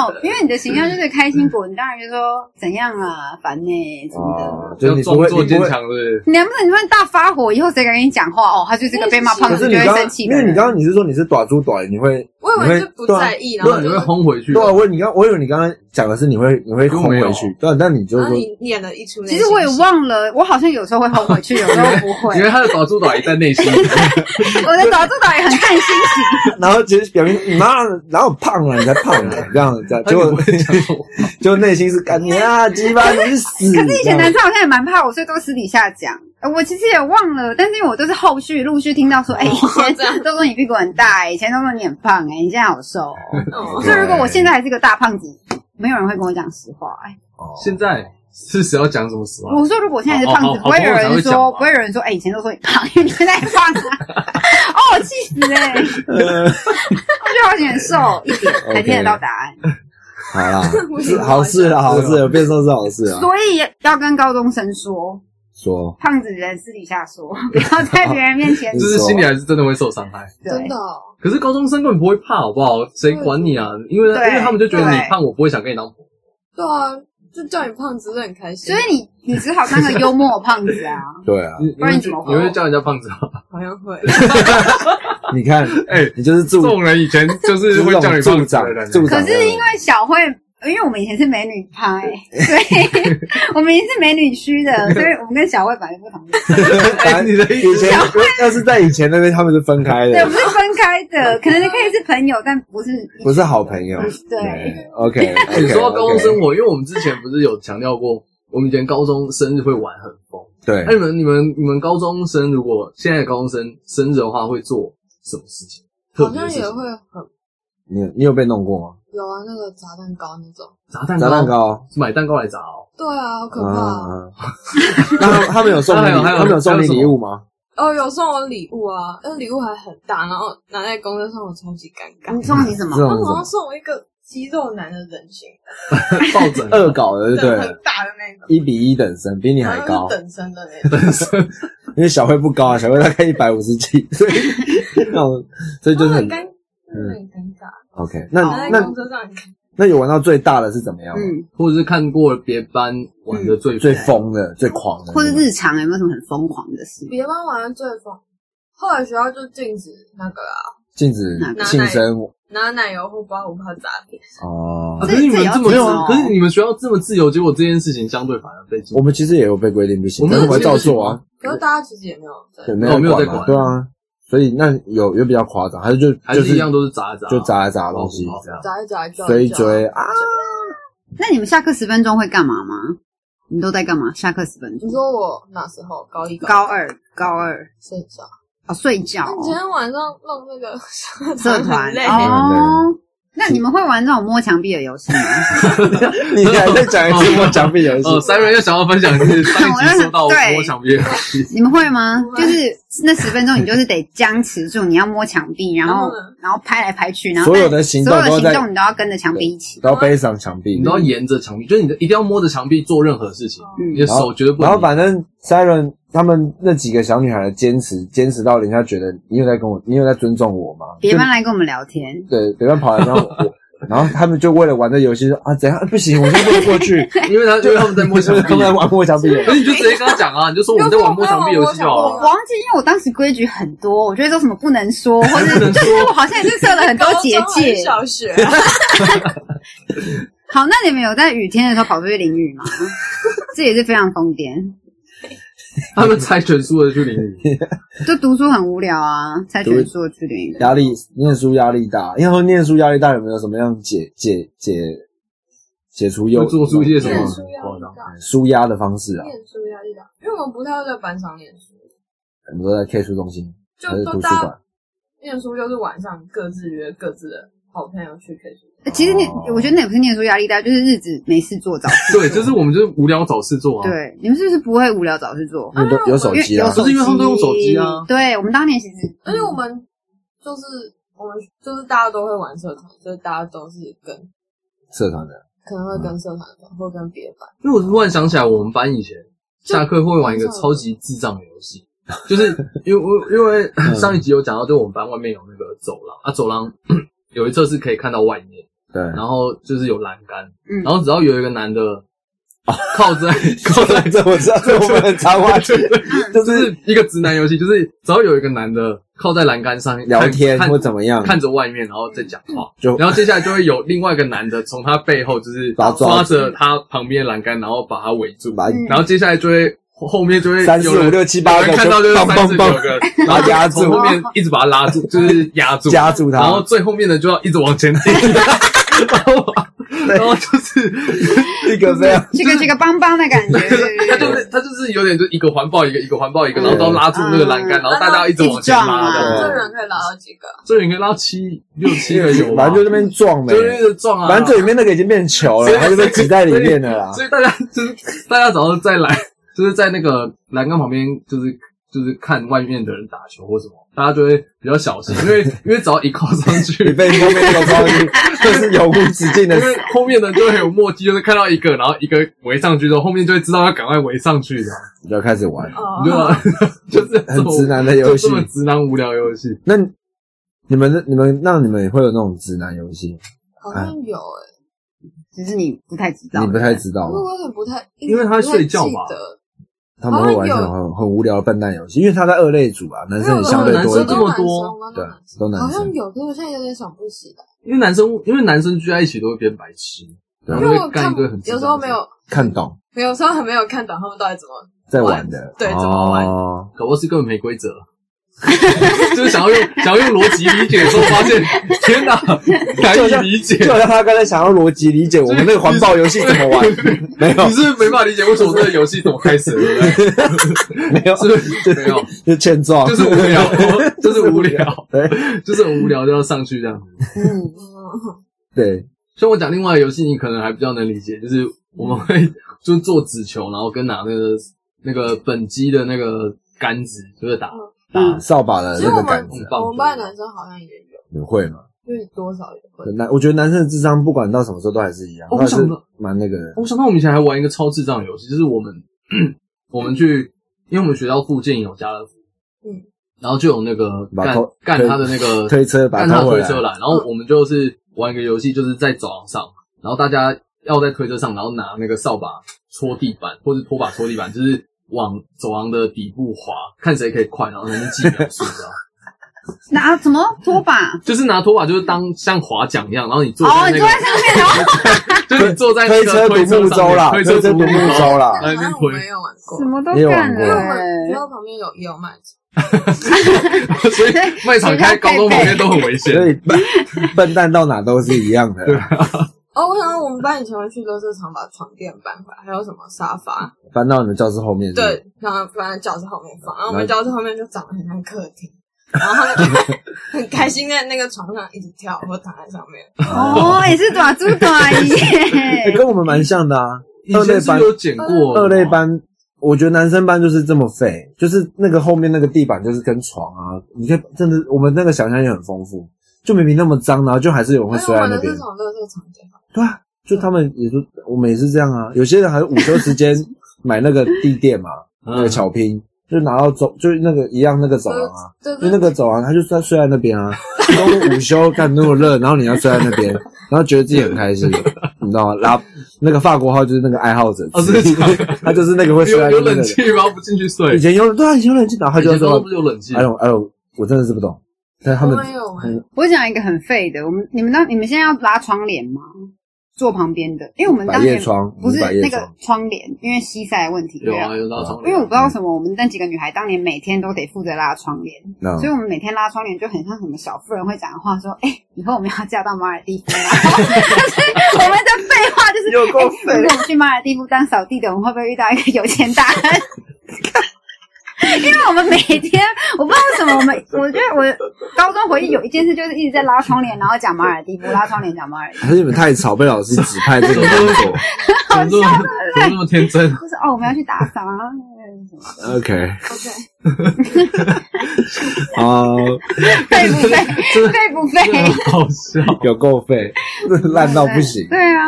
[SPEAKER 3] 哦，因为你的形象就是开心果，你当然就说怎样啊，烦呢什么
[SPEAKER 2] 哦
[SPEAKER 3] 的。，
[SPEAKER 2] 就是
[SPEAKER 4] 要
[SPEAKER 2] 你不
[SPEAKER 4] 装
[SPEAKER 2] 会，
[SPEAKER 4] 作
[SPEAKER 2] 你
[SPEAKER 4] 坚
[SPEAKER 2] 不会。
[SPEAKER 4] 强的。
[SPEAKER 3] 你能不能你突然大发火，以后谁敢跟你讲话？哦，他就是个被骂胖
[SPEAKER 2] 可是
[SPEAKER 3] 子
[SPEAKER 2] 你
[SPEAKER 3] 就会
[SPEAKER 2] 刚
[SPEAKER 3] 生
[SPEAKER 2] 刚，
[SPEAKER 3] 气
[SPEAKER 2] 因
[SPEAKER 3] 的
[SPEAKER 2] 为
[SPEAKER 3] 人。
[SPEAKER 2] 你刚刚你是说你是短猪短，你会
[SPEAKER 5] 我以为是不在意，然后
[SPEAKER 4] 你
[SPEAKER 5] 就
[SPEAKER 4] 会轰回去
[SPEAKER 2] 对，啊，我你刚我以为你刚刚讲的是你会你会
[SPEAKER 4] 又
[SPEAKER 2] 轰
[SPEAKER 4] 没有
[SPEAKER 2] 回去，对啊，但你就
[SPEAKER 5] 然
[SPEAKER 2] 是
[SPEAKER 5] 后
[SPEAKER 2] 说
[SPEAKER 5] 你演了一出内
[SPEAKER 3] 其
[SPEAKER 5] 心戏。
[SPEAKER 3] 实我也忘了，我好像有时候会哄回去，有时候不会
[SPEAKER 4] 因。为他的早猪短也在内心。
[SPEAKER 3] 我的导助导也很看心情，
[SPEAKER 2] 然后就是表面，你哪有哪有胖啊了，你才胖了，这样 这样，结果就内心是干你啊，鸡巴你去死！
[SPEAKER 3] 可是以前男
[SPEAKER 2] 这样
[SPEAKER 3] 生好像也蛮怕我，所以都私底下讲。呃我其实也忘了，但是因为我都是后续陆续听到说，哎、以
[SPEAKER 5] 这样
[SPEAKER 3] 前都说你屁股很大、哎以前都说你很胖、哎，你现在好瘦、哦。
[SPEAKER 5] 哦
[SPEAKER 3] 所以如果我现在还是个大胖子，没有人会跟我讲实话、哎，
[SPEAKER 2] 哦
[SPEAKER 4] 现在是谁要讲什么实话？
[SPEAKER 3] 我说如果我现在是胖
[SPEAKER 4] 哦
[SPEAKER 3] 子，
[SPEAKER 4] 哦
[SPEAKER 3] 不会有人
[SPEAKER 4] 好朋友才会讲
[SPEAKER 3] 说，
[SPEAKER 4] 吧
[SPEAKER 3] 不会有人说，哎、以前都说你胖，你现在胖啊！哦，我气死哎、我觉得好显瘦一点，才听得到答案。
[SPEAKER 2] 哦好啦，
[SPEAKER 5] 我
[SPEAKER 2] 是好事啊 啦，好事，变瘦是好事啊。
[SPEAKER 3] 所以要跟高中生说，
[SPEAKER 2] 说
[SPEAKER 3] 胖子人私底下说， 不要在别人面 前
[SPEAKER 2] 就
[SPEAKER 4] 就是心里还是真的会受伤害。
[SPEAKER 3] 对
[SPEAKER 5] 真的哦，
[SPEAKER 4] 可是高中生根本不会怕，好不好？谁管你啊？因为因
[SPEAKER 3] 嗯对
[SPEAKER 4] 为他们就觉得你胖，我不会想跟你当朋友。
[SPEAKER 5] 对啊，就叫你胖子是很开心。
[SPEAKER 3] 所以你你只好当个幽默胖子 啊。
[SPEAKER 2] 对啊，
[SPEAKER 4] 你你
[SPEAKER 3] 不然
[SPEAKER 4] 会
[SPEAKER 3] 你
[SPEAKER 4] 觉
[SPEAKER 3] 怎么
[SPEAKER 4] 你
[SPEAKER 3] 活
[SPEAKER 4] 会叫人家胖子吗？
[SPEAKER 5] 好像会，
[SPEAKER 2] 你看，
[SPEAKER 4] 哎，
[SPEAKER 2] 你就是
[SPEAKER 4] 这
[SPEAKER 2] 助
[SPEAKER 4] 种人以前就是会叫你
[SPEAKER 2] 助
[SPEAKER 4] 胖子
[SPEAKER 2] 长
[SPEAKER 4] 的人。
[SPEAKER 2] 助长
[SPEAKER 3] 可
[SPEAKER 2] 的人，
[SPEAKER 3] 是因为小慧，因为我们以前是美女派、所以 我们以前是美女区的，所以我们跟小慧本来就不同的。
[SPEAKER 4] 哎，你的意
[SPEAKER 2] 以
[SPEAKER 4] 思
[SPEAKER 2] 前要是在以前那边，他们是分开
[SPEAKER 3] 对，我
[SPEAKER 2] 的
[SPEAKER 3] 们，是分开 的，可能可以是朋友，但不是一
[SPEAKER 2] 不是好朋友。哎
[SPEAKER 3] 对。
[SPEAKER 2] ，OK，
[SPEAKER 4] 你说到高中生
[SPEAKER 2] 活，
[SPEAKER 4] 活，因为我们之前不是有强调过，我们以前高中生日会玩很疯。哎
[SPEAKER 2] 对
[SPEAKER 4] 那、，你们、你们、你们高中生，如果现在的高中生生日的话，会做什么事情？特
[SPEAKER 5] 好
[SPEAKER 4] 别
[SPEAKER 5] 像
[SPEAKER 4] 的事
[SPEAKER 5] 也
[SPEAKER 4] 情
[SPEAKER 5] 会很
[SPEAKER 2] 你你有被弄过吗？
[SPEAKER 5] 有啊，那个砸蛋糕那种。
[SPEAKER 4] 砸蛋糕，
[SPEAKER 2] 砸蛋糕
[SPEAKER 4] 买蛋糕来砸哦。
[SPEAKER 5] 对啊，好可怕啊。
[SPEAKER 2] 啊！ 那他们有送你，
[SPEAKER 4] 还有还有
[SPEAKER 2] 他们有送你礼物吗？
[SPEAKER 5] 哦，有送我礼物啊，那礼物还很大，然后拿在公车上，我超级尴尬。
[SPEAKER 3] 你送你什么
[SPEAKER 2] 这？种
[SPEAKER 5] 他
[SPEAKER 2] 是什
[SPEAKER 5] 好像
[SPEAKER 2] 么？
[SPEAKER 5] 送我一个肌肉男的人形，
[SPEAKER 4] 抱枕
[SPEAKER 2] 恶搞的，对
[SPEAKER 5] 等
[SPEAKER 2] 了
[SPEAKER 5] 很，大的那种，
[SPEAKER 2] 一比一等身，比你还
[SPEAKER 5] 然
[SPEAKER 2] 高
[SPEAKER 3] 啊
[SPEAKER 5] 后是，等身的那种。
[SPEAKER 2] 因为小慧不高啊，小慧大概一百五十 几，所以那种，所以就是
[SPEAKER 5] 然
[SPEAKER 2] 很
[SPEAKER 5] 后很尴，真的很尴尬。
[SPEAKER 2] OK 那。
[SPEAKER 3] 好
[SPEAKER 5] 然后
[SPEAKER 2] 那
[SPEAKER 5] 在
[SPEAKER 2] 那
[SPEAKER 5] 公车上很尴尬，
[SPEAKER 2] 那有玩到最大的是怎么样？
[SPEAKER 3] 嗯，
[SPEAKER 4] 或者是看过别班玩的最
[SPEAKER 2] 嗯最疯的、最狂的，
[SPEAKER 3] 或者日常有没有什么很疯狂的事？
[SPEAKER 5] 别班玩的最疯。后来学校就禁止那个啦，
[SPEAKER 2] 禁止
[SPEAKER 3] 哪个
[SPEAKER 2] 庆生
[SPEAKER 5] 拿奶油或刮胡泡砸别人。
[SPEAKER 2] 哦
[SPEAKER 4] 啊，。可是你们这么
[SPEAKER 3] 这这也要
[SPEAKER 4] 可是你们学校这么自由，结果这件事情相对反而被禁
[SPEAKER 2] 我。们其实也有被规定不行，
[SPEAKER 4] 我们
[SPEAKER 2] 但是我们
[SPEAKER 4] 有
[SPEAKER 2] 照
[SPEAKER 4] 规定
[SPEAKER 2] 做啊，
[SPEAKER 5] 可是大家其实也没有在
[SPEAKER 2] 对，
[SPEAKER 4] 哦没有
[SPEAKER 2] 在
[SPEAKER 4] 在管
[SPEAKER 2] 对啊。所以那有有比较夸张，还是就
[SPEAKER 4] 还
[SPEAKER 2] 就是
[SPEAKER 4] 一样都是砸砸，
[SPEAKER 2] 就砸一砸东西
[SPEAKER 4] 哦
[SPEAKER 2] 这样，
[SPEAKER 5] 砸一砸叫
[SPEAKER 2] 追一
[SPEAKER 5] 叫
[SPEAKER 2] 追啊，
[SPEAKER 3] 那你们下课十分钟会干嘛吗？你们都在干嘛？下课十分钟
[SPEAKER 5] 你？说我那时候高一
[SPEAKER 3] 高二，高二
[SPEAKER 5] 睡觉，
[SPEAKER 3] 哦，睡觉
[SPEAKER 5] 那
[SPEAKER 3] 哦
[SPEAKER 5] 你今天晚上弄那 个社
[SPEAKER 3] 社团
[SPEAKER 5] 很累，
[SPEAKER 3] 哦。那你们会玩这种摸墙壁的游戏吗？
[SPEAKER 2] 你还在讲一次我讲壁游戏
[SPEAKER 4] 呃，三人又想要分享是上一集说到
[SPEAKER 3] 对
[SPEAKER 4] 摸墙壁的游戏，
[SPEAKER 3] 你们会吗？
[SPEAKER 5] 不会
[SPEAKER 3] 就是那十分钟，你就是得僵持住，你要摸墙壁，然 后
[SPEAKER 5] 然后呢
[SPEAKER 3] 然后拍来拍去，然后
[SPEAKER 2] 所有
[SPEAKER 3] 但
[SPEAKER 2] 的行
[SPEAKER 3] 所
[SPEAKER 2] 动
[SPEAKER 3] 有的
[SPEAKER 2] 都在
[SPEAKER 3] 行动你都要跟着墙壁一起。
[SPEAKER 2] 然后背上墙壁
[SPEAKER 4] 你，都要沿着墙壁，就是你的一定要摸着墙壁做任何事情，
[SPEAKER 3] 嗯
[SPEAKER 4] 你的手绝对不能
[SPEAKER 2] 然
[SPEAKER 4] 离。
[SPEAKER 2] 后反正 Siren 他们那几个小女孩的坚持，坚持到人家觉得你有在跟我，你有在尊重我吗？
[SPEAKER 3] 别
[SPEAKER 2] 就
[SPEAKER 3] 班来跟我们聊天，
[SPEAKER 2] 对，别班跑来，然后我，然后他们就为了玩这游戏说啊，怎样、啊不行，我先不能过去，
[SPEAKER 4] 因为他因为他们在摸
[SPEAKER 2] 就
[SPEAKER 4] 墙
[SPEAKER 2] 是
[SPEAKER 4] 壁
[SPEAKER 2] 他们，在玩摸墙壁游戏
[SPEAKER 4] 可是你就直接跟他讲啊，你就说我们在玩摸墙壁游戏就 好
[SPEAKER 3] 我
[SPEAKER 4] 了。
[SPEAKER 3] 忘记，因为我当时规矩很多，我觉得说什么不 能说，或者就是我好像也是设了很多结
[SPEAKER 5] 高中还
[SPEAKER 3] 界
[SPEAKER 5] 是。小学啊
[SPEAKER 3] 好，那你们有在雨天的时候跑出去 淋雨吗？这也是非常疯癫，
[SPEAKER 4] 他们猜拳输了去淋雨，
[SPEAKER 3] 就读书很无聊啊，猜拳输了去淋雨。
[SPEAKER 2] 压力，念书压力大。因为说念书压力大有没有什么样解解解解除忧
[SPEAKER 4] 又做出一些什么
[SPEAKER 5] 念
[SPEAKER 2] 嗯
[SPEAKER 5] 书压力大，
[SPEAKER 2] 舒压的方式啊？
[SPEAKER 5] 念书压力大，因为我们不太会在班上念书，
[SPEAKER 2] 很多在 K 书中心
[SPEAKER 5] 就
[SPEAKER 2] 还是
[SPEAKER 5] 都
[SPEAKER 2] 图书
[SPEAKER 5] 大
[SPEAKER 2] 馆，
[SPEAKER 5] 念书就是晚上各自约各自的好朋友去 K 书。
[SPEAKER 3] 其实你
[SPEAKER 2] 哦，
[SPEAKER 3] 我觉得那也不是念书压力大，就是日子没事做找事。
[SPEAKER 4] 对，就是我们就是无聊找事做啊。，
[SPEAKER 3] 对，你们是不是不会无聊找事做？
[SPEAKER 2] 因为都有哦手机
[SPEAKER 3] 有
[SPEAKER 2] 啊
[SPEAKER 4] 手。可是因为他们都用手机啊
[SPEAKER 3] 对，我们当年其 实，
[SPEAKER 5] 而且我们就是我们就是大家都会玩社团，所以大家都是跟
[SPEAKER 2] 社团的
[SPEAKER 5] 可能会跟社团玩或跟别班。
[SPEAKER 4] 因为我突然想起来，我们班以前下课会玩一个超级智障的游戏，就是因为我因为
[SPEAKER 2] 嗯
[SPEAKER 4] 上一集有讲到，就我们班外面有那个走廊啊，走廊 有一侧是可以看到外面，
[SPEAKER 2] 对，
[SPEAKER 4] 然后就是有栏杆，
[SPEAKER 3] 嗯
[SPEAKER 4] 然后只要有一个男的靠 在靠在
[SPEAKER 2] 哦这我知道，这我们很常玩，就
[SPEAKER 4] 就是是一个直男游戏，就是只要有一个男的靠在栏杆上面
[SPEAKER 2] 聊天
[SPEAKER 4] 看
[SPEAKER 2] 或怎么样，
[SPEAKER 4] 看着外面，然后再讲话，
[SPEAKER 2] 就
[SPEAKER 4] 然后接下来就会有另外一个男的从他背后就是
[SPEAKER 2] 把他抓
[SPEAKER 4] 抓着他旁边的栏杆，然后把他围住，
[SPEAKER 2] 把
[SPEAKER 3] 嗯
[SPEAKER 4] 然后接下来就会后后面就会
[SPEAKER 2] 三四
[SPEAKER 4] 有人
[SPEAKER 2] 五六七八个
[SPEAKER 4] 有人看到就是
[SPEAKER 2] 就
[SPEAKER 4] 三四
[SPEAKER 2] 砰砰
[SPEAKER 4] 九个，
[SPEAKER 2] 把
[SPEAKER 4] 然
[SPEAKER 2] 他
[SPEAKER 4] 后
[SPEAKER 2] 压
[SPEAKER 4] 从
[SPEAKER 2] 住
[SPEAKER 4] 后面一直把他拉住，就是 压住，
[SPEAKER 2] 夹住
[SPEAKER 4] 然后
[SPEAKER 2] 他，
[SPEAKER 4] 最后面的就要一直往前 进，然后然后就是
[SPEAKER 2] 一个非常
[SPEAKER 3] 这个这个邦邦的 感觉，对对
[SPEAKER 4] 他
[SPEAKER 3] 对
[SPEAKER 4] 就是他就是有点就一个环抱一个，一个环抱一个，
[SPEAKER 3] 嗯
[SPEAKER 4] 然后都拉住那个栏杆，
[SPEAKER 3] 嗯
[SPEAKER 4] 然后大家一直往前拉
[SPEAKER 3] 一直撞
[SPEAKER 2] 啊
[SPEAKER 4] 的，
[SPEAKER 5] 这人可以拉到几个？
[SPEAKER 4] 所以你可以拉七六七个有吧，
[SPEAKER 2] 反正就那边撞呗
[SPEAKER 4] 就，是一直撞啊，
[SPEAKER 2] 反正最里面那个已经变球了，他就被挤在里面了啦。
[SPEAKER 4] 所以大家就是大家早上在栏， 就是在那个栏杆旁边，就是就是看外面的人打球或什么，大家就会比较小心，因为 因为只要一靠上去，
[SPEAKER 2] 你被后面那个撞进去，这是永无止境的
[SPEAKER 4] 因为后面的就会有默契，就是看到一个，然后一个围上去之后，后面就会知道要赶快围上去的，
[SPEAKER 2] 你就开始玩
[SPEAKER 5] 哦
[SPEAKER 4] 你知道吗？ 就是这
[SPEAKER 2] 很
[SPEAKER 4] 种
[SPEAKER 2] 直男的游戏
[SPEAKER 4] 这。么直男无聊游戏。
[SPEAKER 2] 那你们、你们、那你们也会有那种直男游戏？
[SPEAKER 5] 好像有哎，
[SPEAKER 3] 只是你不太知道，
[SPEAKER 2] 你不太知道
[SPEAKER 5] 因
[SPEAKER 2] 吗
[SPEAKER 5] 为？我有点不太，
[SPEAKER 4] 因为他会睡觉吧
[SPEAKER 5] 一直不太记得
[SPEAKER 2] 他们会玩这种很很无聊的笨蛋游戏，因为他在二类组啊，男生也相对多一
[SPEAKER 4] 男生这
[SPEAKER 2] 点
[SPEAKER 4] 么。多
[SPEAKER 2] 对都男生
[SPEAKER 5] 啊好像有，可是我现在有点想不起来，
[SPEAKER 4] 因为男生，因为男生聚在一起都会变白痴，
[SPEAKER 2] 对啊
[SPEAKER 4] 然
[SPEAKER 5] 因
[SPEAKER 4] 后
[SPEAKER 5] 为
[SPEAKER 4] 会
[SPEAKER 5] 我
[SPEAKER 4] 干
[SPEAKER 5] 看
[SPEAKER 4] 一堆很智障的事
[SPEAKER 5] 有时候没有，
[SPEAKER 2] 看懂
[SPEAKER 5] 没有有时候还没有看懂他们到底怎么
[SPEAKER 2] 在玩的，
[SPEAKER 5] 对怎么玩
[SPEAKER 2] 哦，
[SPEAKER 4] 搞不好是根本没规则，就是想要用想要用逻辑理解的时候，发现天哪，难以理解。
[SPEAKER 2] 就好像他刚才想要逻辑理解我们那个环保游戏怎么 玩，没有
[SPEAKER 4] 你是不是没法理解为什么这个游戏怎么开始的，对不对？
[SPEAKER 2] 没有，
[SPEAKER 4] 是不是没有，
[SPEAKER 2] 就欠啊撞，
[SPEAKER 4] 就是无聊，就是无聊，
[SPEAKER 2] 对
[SPEAKER 4] 就是很无聊就要上去这样子。
[SPEAKER 3] 嗯，
[SPEAKER 5] 嗯，
[SPEAKER 2] 对，
[SPEAKER 4] 像我讲另外的游戏，你可能还比较能理解，就是我们会就是做纸球，然后跟拿那个那个本机的那个杆子，就是打打
[SPEAKER 2] 扫把的
[SPEAKER 5] 其
[SPEAKER 4] 嗯
[SPEAKER 2] 那
[SPEAKER 5] 实我
[SPEAKER 2] 个杆
[SPEAKER 5] 们
[SPEAKER 2] 子啊，
[SPEAKER 5] 我们班的男生好像也有，
[SPEAKER 2] 你会吗？
[SPEAKER 5] 就是多少也会。
[SPEAKER 2] 男，我觉得男生的智商不管到什么时候都还是一样，
[SPEAKER 4] 哦
[SPEAKER 2] 还是
[SPEAKER 4] 我想到
[SPEAKER 2] 蛮那个的。
[SPEAKER 4] 我想到我们以前还玩一个超智障的游戏，就是我们 我们去，因为我们学校附近有家乐福，
[SPEAKER 5] 嗯，
[SPEAKER 4] 然后就有那个
[SPEAKER 2] 把
[SPEAKER 4] 干
[SPEAKER 2] 偷
[SPEAKER 4] 干
[SPEAKER 2] 推
[SPEAKER 4] 他的那个
[SPEAKER 2] 推车把
[SPEAKER 4] 干
[SPEAKER 2] 他
[SPEAKER 4] 他的
[SPEAKER 2] 拖回
[SPEAKER 4] 推
[SPEAKER 2] 来
[SPEAKER 4] 车来，然后我们就是玩一个游戏，就是在走廊上，然后大家要在推车上，然后拿那个扫把戳地板，或是拖把戳地板，就是往走廊的底部滑，看谁可以快，然后能几秒数这样。
[SPEAKER 3] 拿啊怎么 拖把？
[SPEAKER 4] 就是拿拖把，就是当像划桨一样，然后你坐
[SPEAKER 3] 哦，
[SPEAKER 4] 在
[SPEAKER 3] 你
[SPEAKER 4] 那
[SPEAKER 3] 坐在上
[SPEAKER 4] 个，
[SPEAKER 3] 面，然后
[SPEAKER 4] 就是你坐在那
[SPEAKER 2] 推
[SPEAKER 4] 个
[SPEAKER 2] 车独木舟啦，
[SPEAKER 4] 推
[SPEAKER 2] 推
[SPEAKER 4] 车
[SPEAKER 2] 车
[SPEAKER 4] 独
[SPEAKER 2] 独
[SPEAKER 4] 木
[SPEAKER 2] 木舟啦，
[SPEAKER 4] 在那边
[SPEAKER 5] 好像我
[SPEAKER 4] 推
[SPEAKER 5] 没有玩过
[SPEAKER 3] 什，么都
[SPEAKER 2] 你有
[SPEAKER 3] 干
[SPEAKER 2] 玩过
[SPEAKER 5] 因为
[SPEAKER 3] 了
[SPEAKER 5] 我们学
[SPEAKER 3] 欸。
[SPEAKER 5] 校旁边有也有卖场，
[SPEAKER 4] 所以卖场开高中旁边都很危险。
[SPEAKER 2] 所以笨 笨蛋到哪都是一样的。啊
[SPEAKER 5] 哦，我想到我们班以前会去乐色场把床垫搬回来，还有什么沙发，
[SPEAKER 2] 搬到你的教室后面是不是，
[SPEAKER 5] 对，然后搬在教室后面放，然
[SPEAKER 2] 嗯然
[SPEAKER 5] 后我
[SPEAKER 2] 后
[SPEAKER 5] 们教室后面就长得很像客厅，然后 他们就很开心在那个床上一直跳或躺在上面，
[SPEAKER 3] 哦，也是短猪短
[SPEAKER 2] 欸
[SPEAKER 3] 耶。
[SPEAKER 2] 哎 跟我们蛮像的啊。
[SPEAKER 4] 以前是有捡过
[SPEAKER 2] 二类，班，我觉得男生班就是这么废，就是那个后面那个地板就是跟床啊，你可以真的，我们那个想象力很丰富，就明明那么脏，然后就还是有人会
[SPEAKER 5] 但是
[SPEAKER 2] 睡
[SPEAKER 5] 哎我
[SPEAKER 2] 在
[SPEAKER 5] 们
[SPEAKER 2] 那
[SPEAKER 5] 的
[SPEAKER 2] 边
[SPEAKER 5] 是，从乐色场捡到
[SPEAKER 2] 对啊，就他们也是，我们也是这样啊。有些人还午休时间 买那个地垫嘛，
[SPEAKER 4] 嗯
[SPEAKER 2] 那个巧拼，就拿到走，就是那个一样那个走廊啊。
[SPEAKER 5] 的，
[SPEAKER 2] 就
[SPEAKER 5] 对
[SPEAKER 2] 那
[SPEAKER 5] 对
[SPEAKER 2] 个走廊，他就睡睡在那边啊。中午午休干那么热，然后你要睡在那边，然后觉得自己很开心，你知道吗？拉那个法国号就是那个爱好者，
[SPEAKER 4] 哦是这样
[SPEAKER 2] 他啊就是那个会睡在
[SPEAKER 4] 有
[SPEAKER 2] 那边
[SPEAKER 4] 有冷
[SPEAKER 2] 的人。
[SPEAKER 4] 气，然后不进去睡
[SPEAKER 2] 以。前有对啊，以前有冷气，然后他
[SPEAKER 4] 以
[SPEAKER 2] 就
[SPEAKER 4] 前高
[SPEAKER 2] 说
[SPEAKER 4] 中不是有冷气
[SPEAKER 2] 哎？呦哎呦，我真的是不懂。但他
[SPEAKER 5] 我
[SPEAKER 2] 们
[SPEAKER 5] 们有欸玩，
[SPEAKER 3] 我讲一个很废的，我们你们当你们现在要拉窗帘吗？坐旁边的，因为我们
[SPEAKER 2] 百
[SPEAKER 3] 当
[SPEAKER 2] 叶
[SPEAKER 3] 年
[SPEAKER 2] 窗
[SPEAKER 3] 不是
[SPEAKER 2] 我们百叶
[SPEAKER 3] 那
[SPEAKER 2] 窗
[SPEAKER 3] 个窗帘，因为西晒的问题，
[SPEAKER 4] 有
[SPEAKER 3] 对
[SPEAKER 4] 啊，
[SPEAKER 3] 啊。
[SPEAKER 4] 有拉窗
[SPEAKER 3] 因为我
[SPEAKER 4] 帘
[SPEAKER 3] 不。知道为什么，我们那几个女孩当年每天都得负责拉窗帘，
[SPEAKER 2] 那
[SPEAKER 3] 所以我们每天拉窗帘就很像什么小妇人会讲的话，说：“哎、以后我们要嫁到马尔蒂夫。”然后 我们的废话就是：“
[SPEAKER 2] 有够
[SPEAKER 3] 哎
[SPEAKER 2] 废
[SPEAKER 3] 如果我们去马尔蒂夫当扫地的，我们会不会遇到一个有钱大汉？” 因为我们每天，我不知道为什么，我们我觉得我高中回忆有一件事，就是一直在拉窗帘，然后讲马尔蒂夫，拉窗帘讲马尔蒂夫，
[SPEAKER 2] 还是你们太吵，被老师指派这个
[SPEAKER 4] 怎么
[SPEAKER 2] 工
[SPEAKER 4] 那
[SPEAKER 2] 作
[SPEAKER 4] 么。怎么这么 怎么那么天真？
[SPEAKER 3] 就是哦，我们要去打扫啊。嗯什么
[SPEAKER 2] OK，
[SPEAKER 5] OK，
[SPEAKER 2] 啊，
[SPEAKER 3] 废 不废？
[SPEAKER 4] 真的
[SPEAKER 3] 废不废？
[SPEAKER 4] 真的很好笑。
[SPEAKER 2] 有够废，烂到不行。
[SPEAKER 3] 对啊，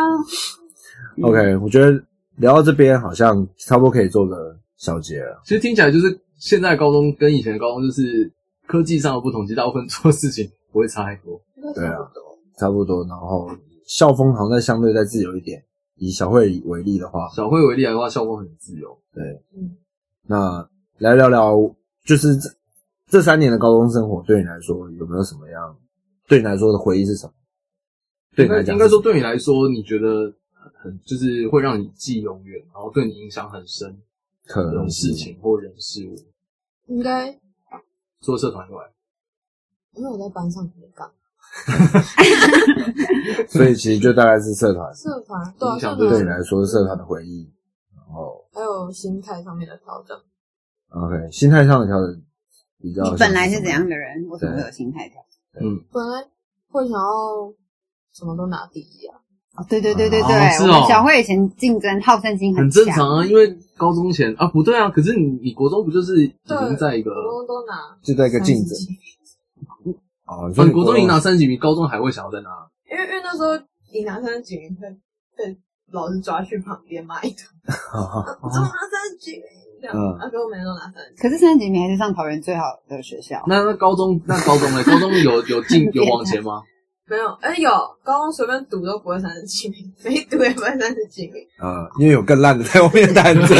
[SPEAKER 4] 嗯
[SPEAKER 2] OK，我觉得聊到这边好像差不多可以做个小结了。
[SPEAKER 4] 其实听起来就是现在的高中跟以前的高中就是科技上的不同，其实大部分做事情不会差太多。
[SPEAKER 2] 对啊，差不多。然后校风好像再相对再自由一点。以小慧为例的话，
[SPEAKER 4] 小慧为例来的话，校风很自由。
[SPEAKER 2] 那来聊聊，就是这这三年的高中生活对你来说有没有什么样？对你来说的回忆是什么？对你来讲
[SPEAKER 4] 应该说对你来说，你觉得很就是会让你记永远，然后对你影响很深
[SPEAKER 2] 可能
[SPEAKER 4] 的
[SPEAKER 2] 是
[SPEAKER 4] 事情或人事物。
[SPEAKER 5] 应该
[SPEAKER 4] 做社团以外，
[SPEAKER 5] 因为我在班上没干。
[SPEAKER 2] 所以其实就大概是社团
[SPEAKER 5] 社团对啊，
[SPEAKER 4] 影响
[SPEAKER 5] 社
[SPEAKER 4] 对
[SPEAKER 2] 对你
[SPEAKER 5] 团
[SPEAKER 2] 来说社团的回忆。然后
[SPEAKER 5] 还有心态上面的调整。
[SPEAKER 2] OK，心态上的调整比较。
[SPEAKER 3] 你本来是怎样？的人，为什么会有心态调
[SPEAKER 4] 嗯，
[SPEAKER 5] 本来会想要什么都拿第一啊，
[SPEAKER 3] 哦，对对对对
[SPEAKER 4] 哦
[SPEAKER 3] 对，
[SPEAKER 4] 是
[SPEAKER 3] 我
[SPEAKER 4] 哦
[SPEAKER 3] 们小慧以前竞争好胜心
[SPEAKER 4] 很
[SPEAKER 3] 强，
[SPEAKER 4] 正常啊，因为高中前啊不对啊，可是你你国中不就是已经在一个
[SPEAKER 5] 什，么都拿
[SPEAKER 2] 就啊在一个竞
[SPEAKER 5] 三
[SPEAKER 2] 争
[SPEAKER 5] 十几
[SPEAKER 2] 哦，你
[SPEAKER 4] 啊
[SPEAKER 2] 说
[SPEAKER 4] 你
[SPEAKER 2] 你
[SPEAKER 4] 国中已 经拿三十几名，高中还会想要再拿，
[SPEAKER 5] 因为因为那时候你拿三十几名会被老师抓去旁边骂一顿，我怎么拿三十几名这样？
[SPEAKER 2] 嗯
[SPEAKER 5] 啊，给我每天都拿三十几，
[SPEAKER 3] 可是三十几名还是上桃园最好的学校。
[SPEAKER 4] 那那高中那高中呢？ 高中有有进有往前吗？
[SPEAKER 5] 没有，哎有高中随便读都不会三十几名，没读也不会三十几名，
[SPEAKER 2] 呃，因为有更烂的在后面躺 着，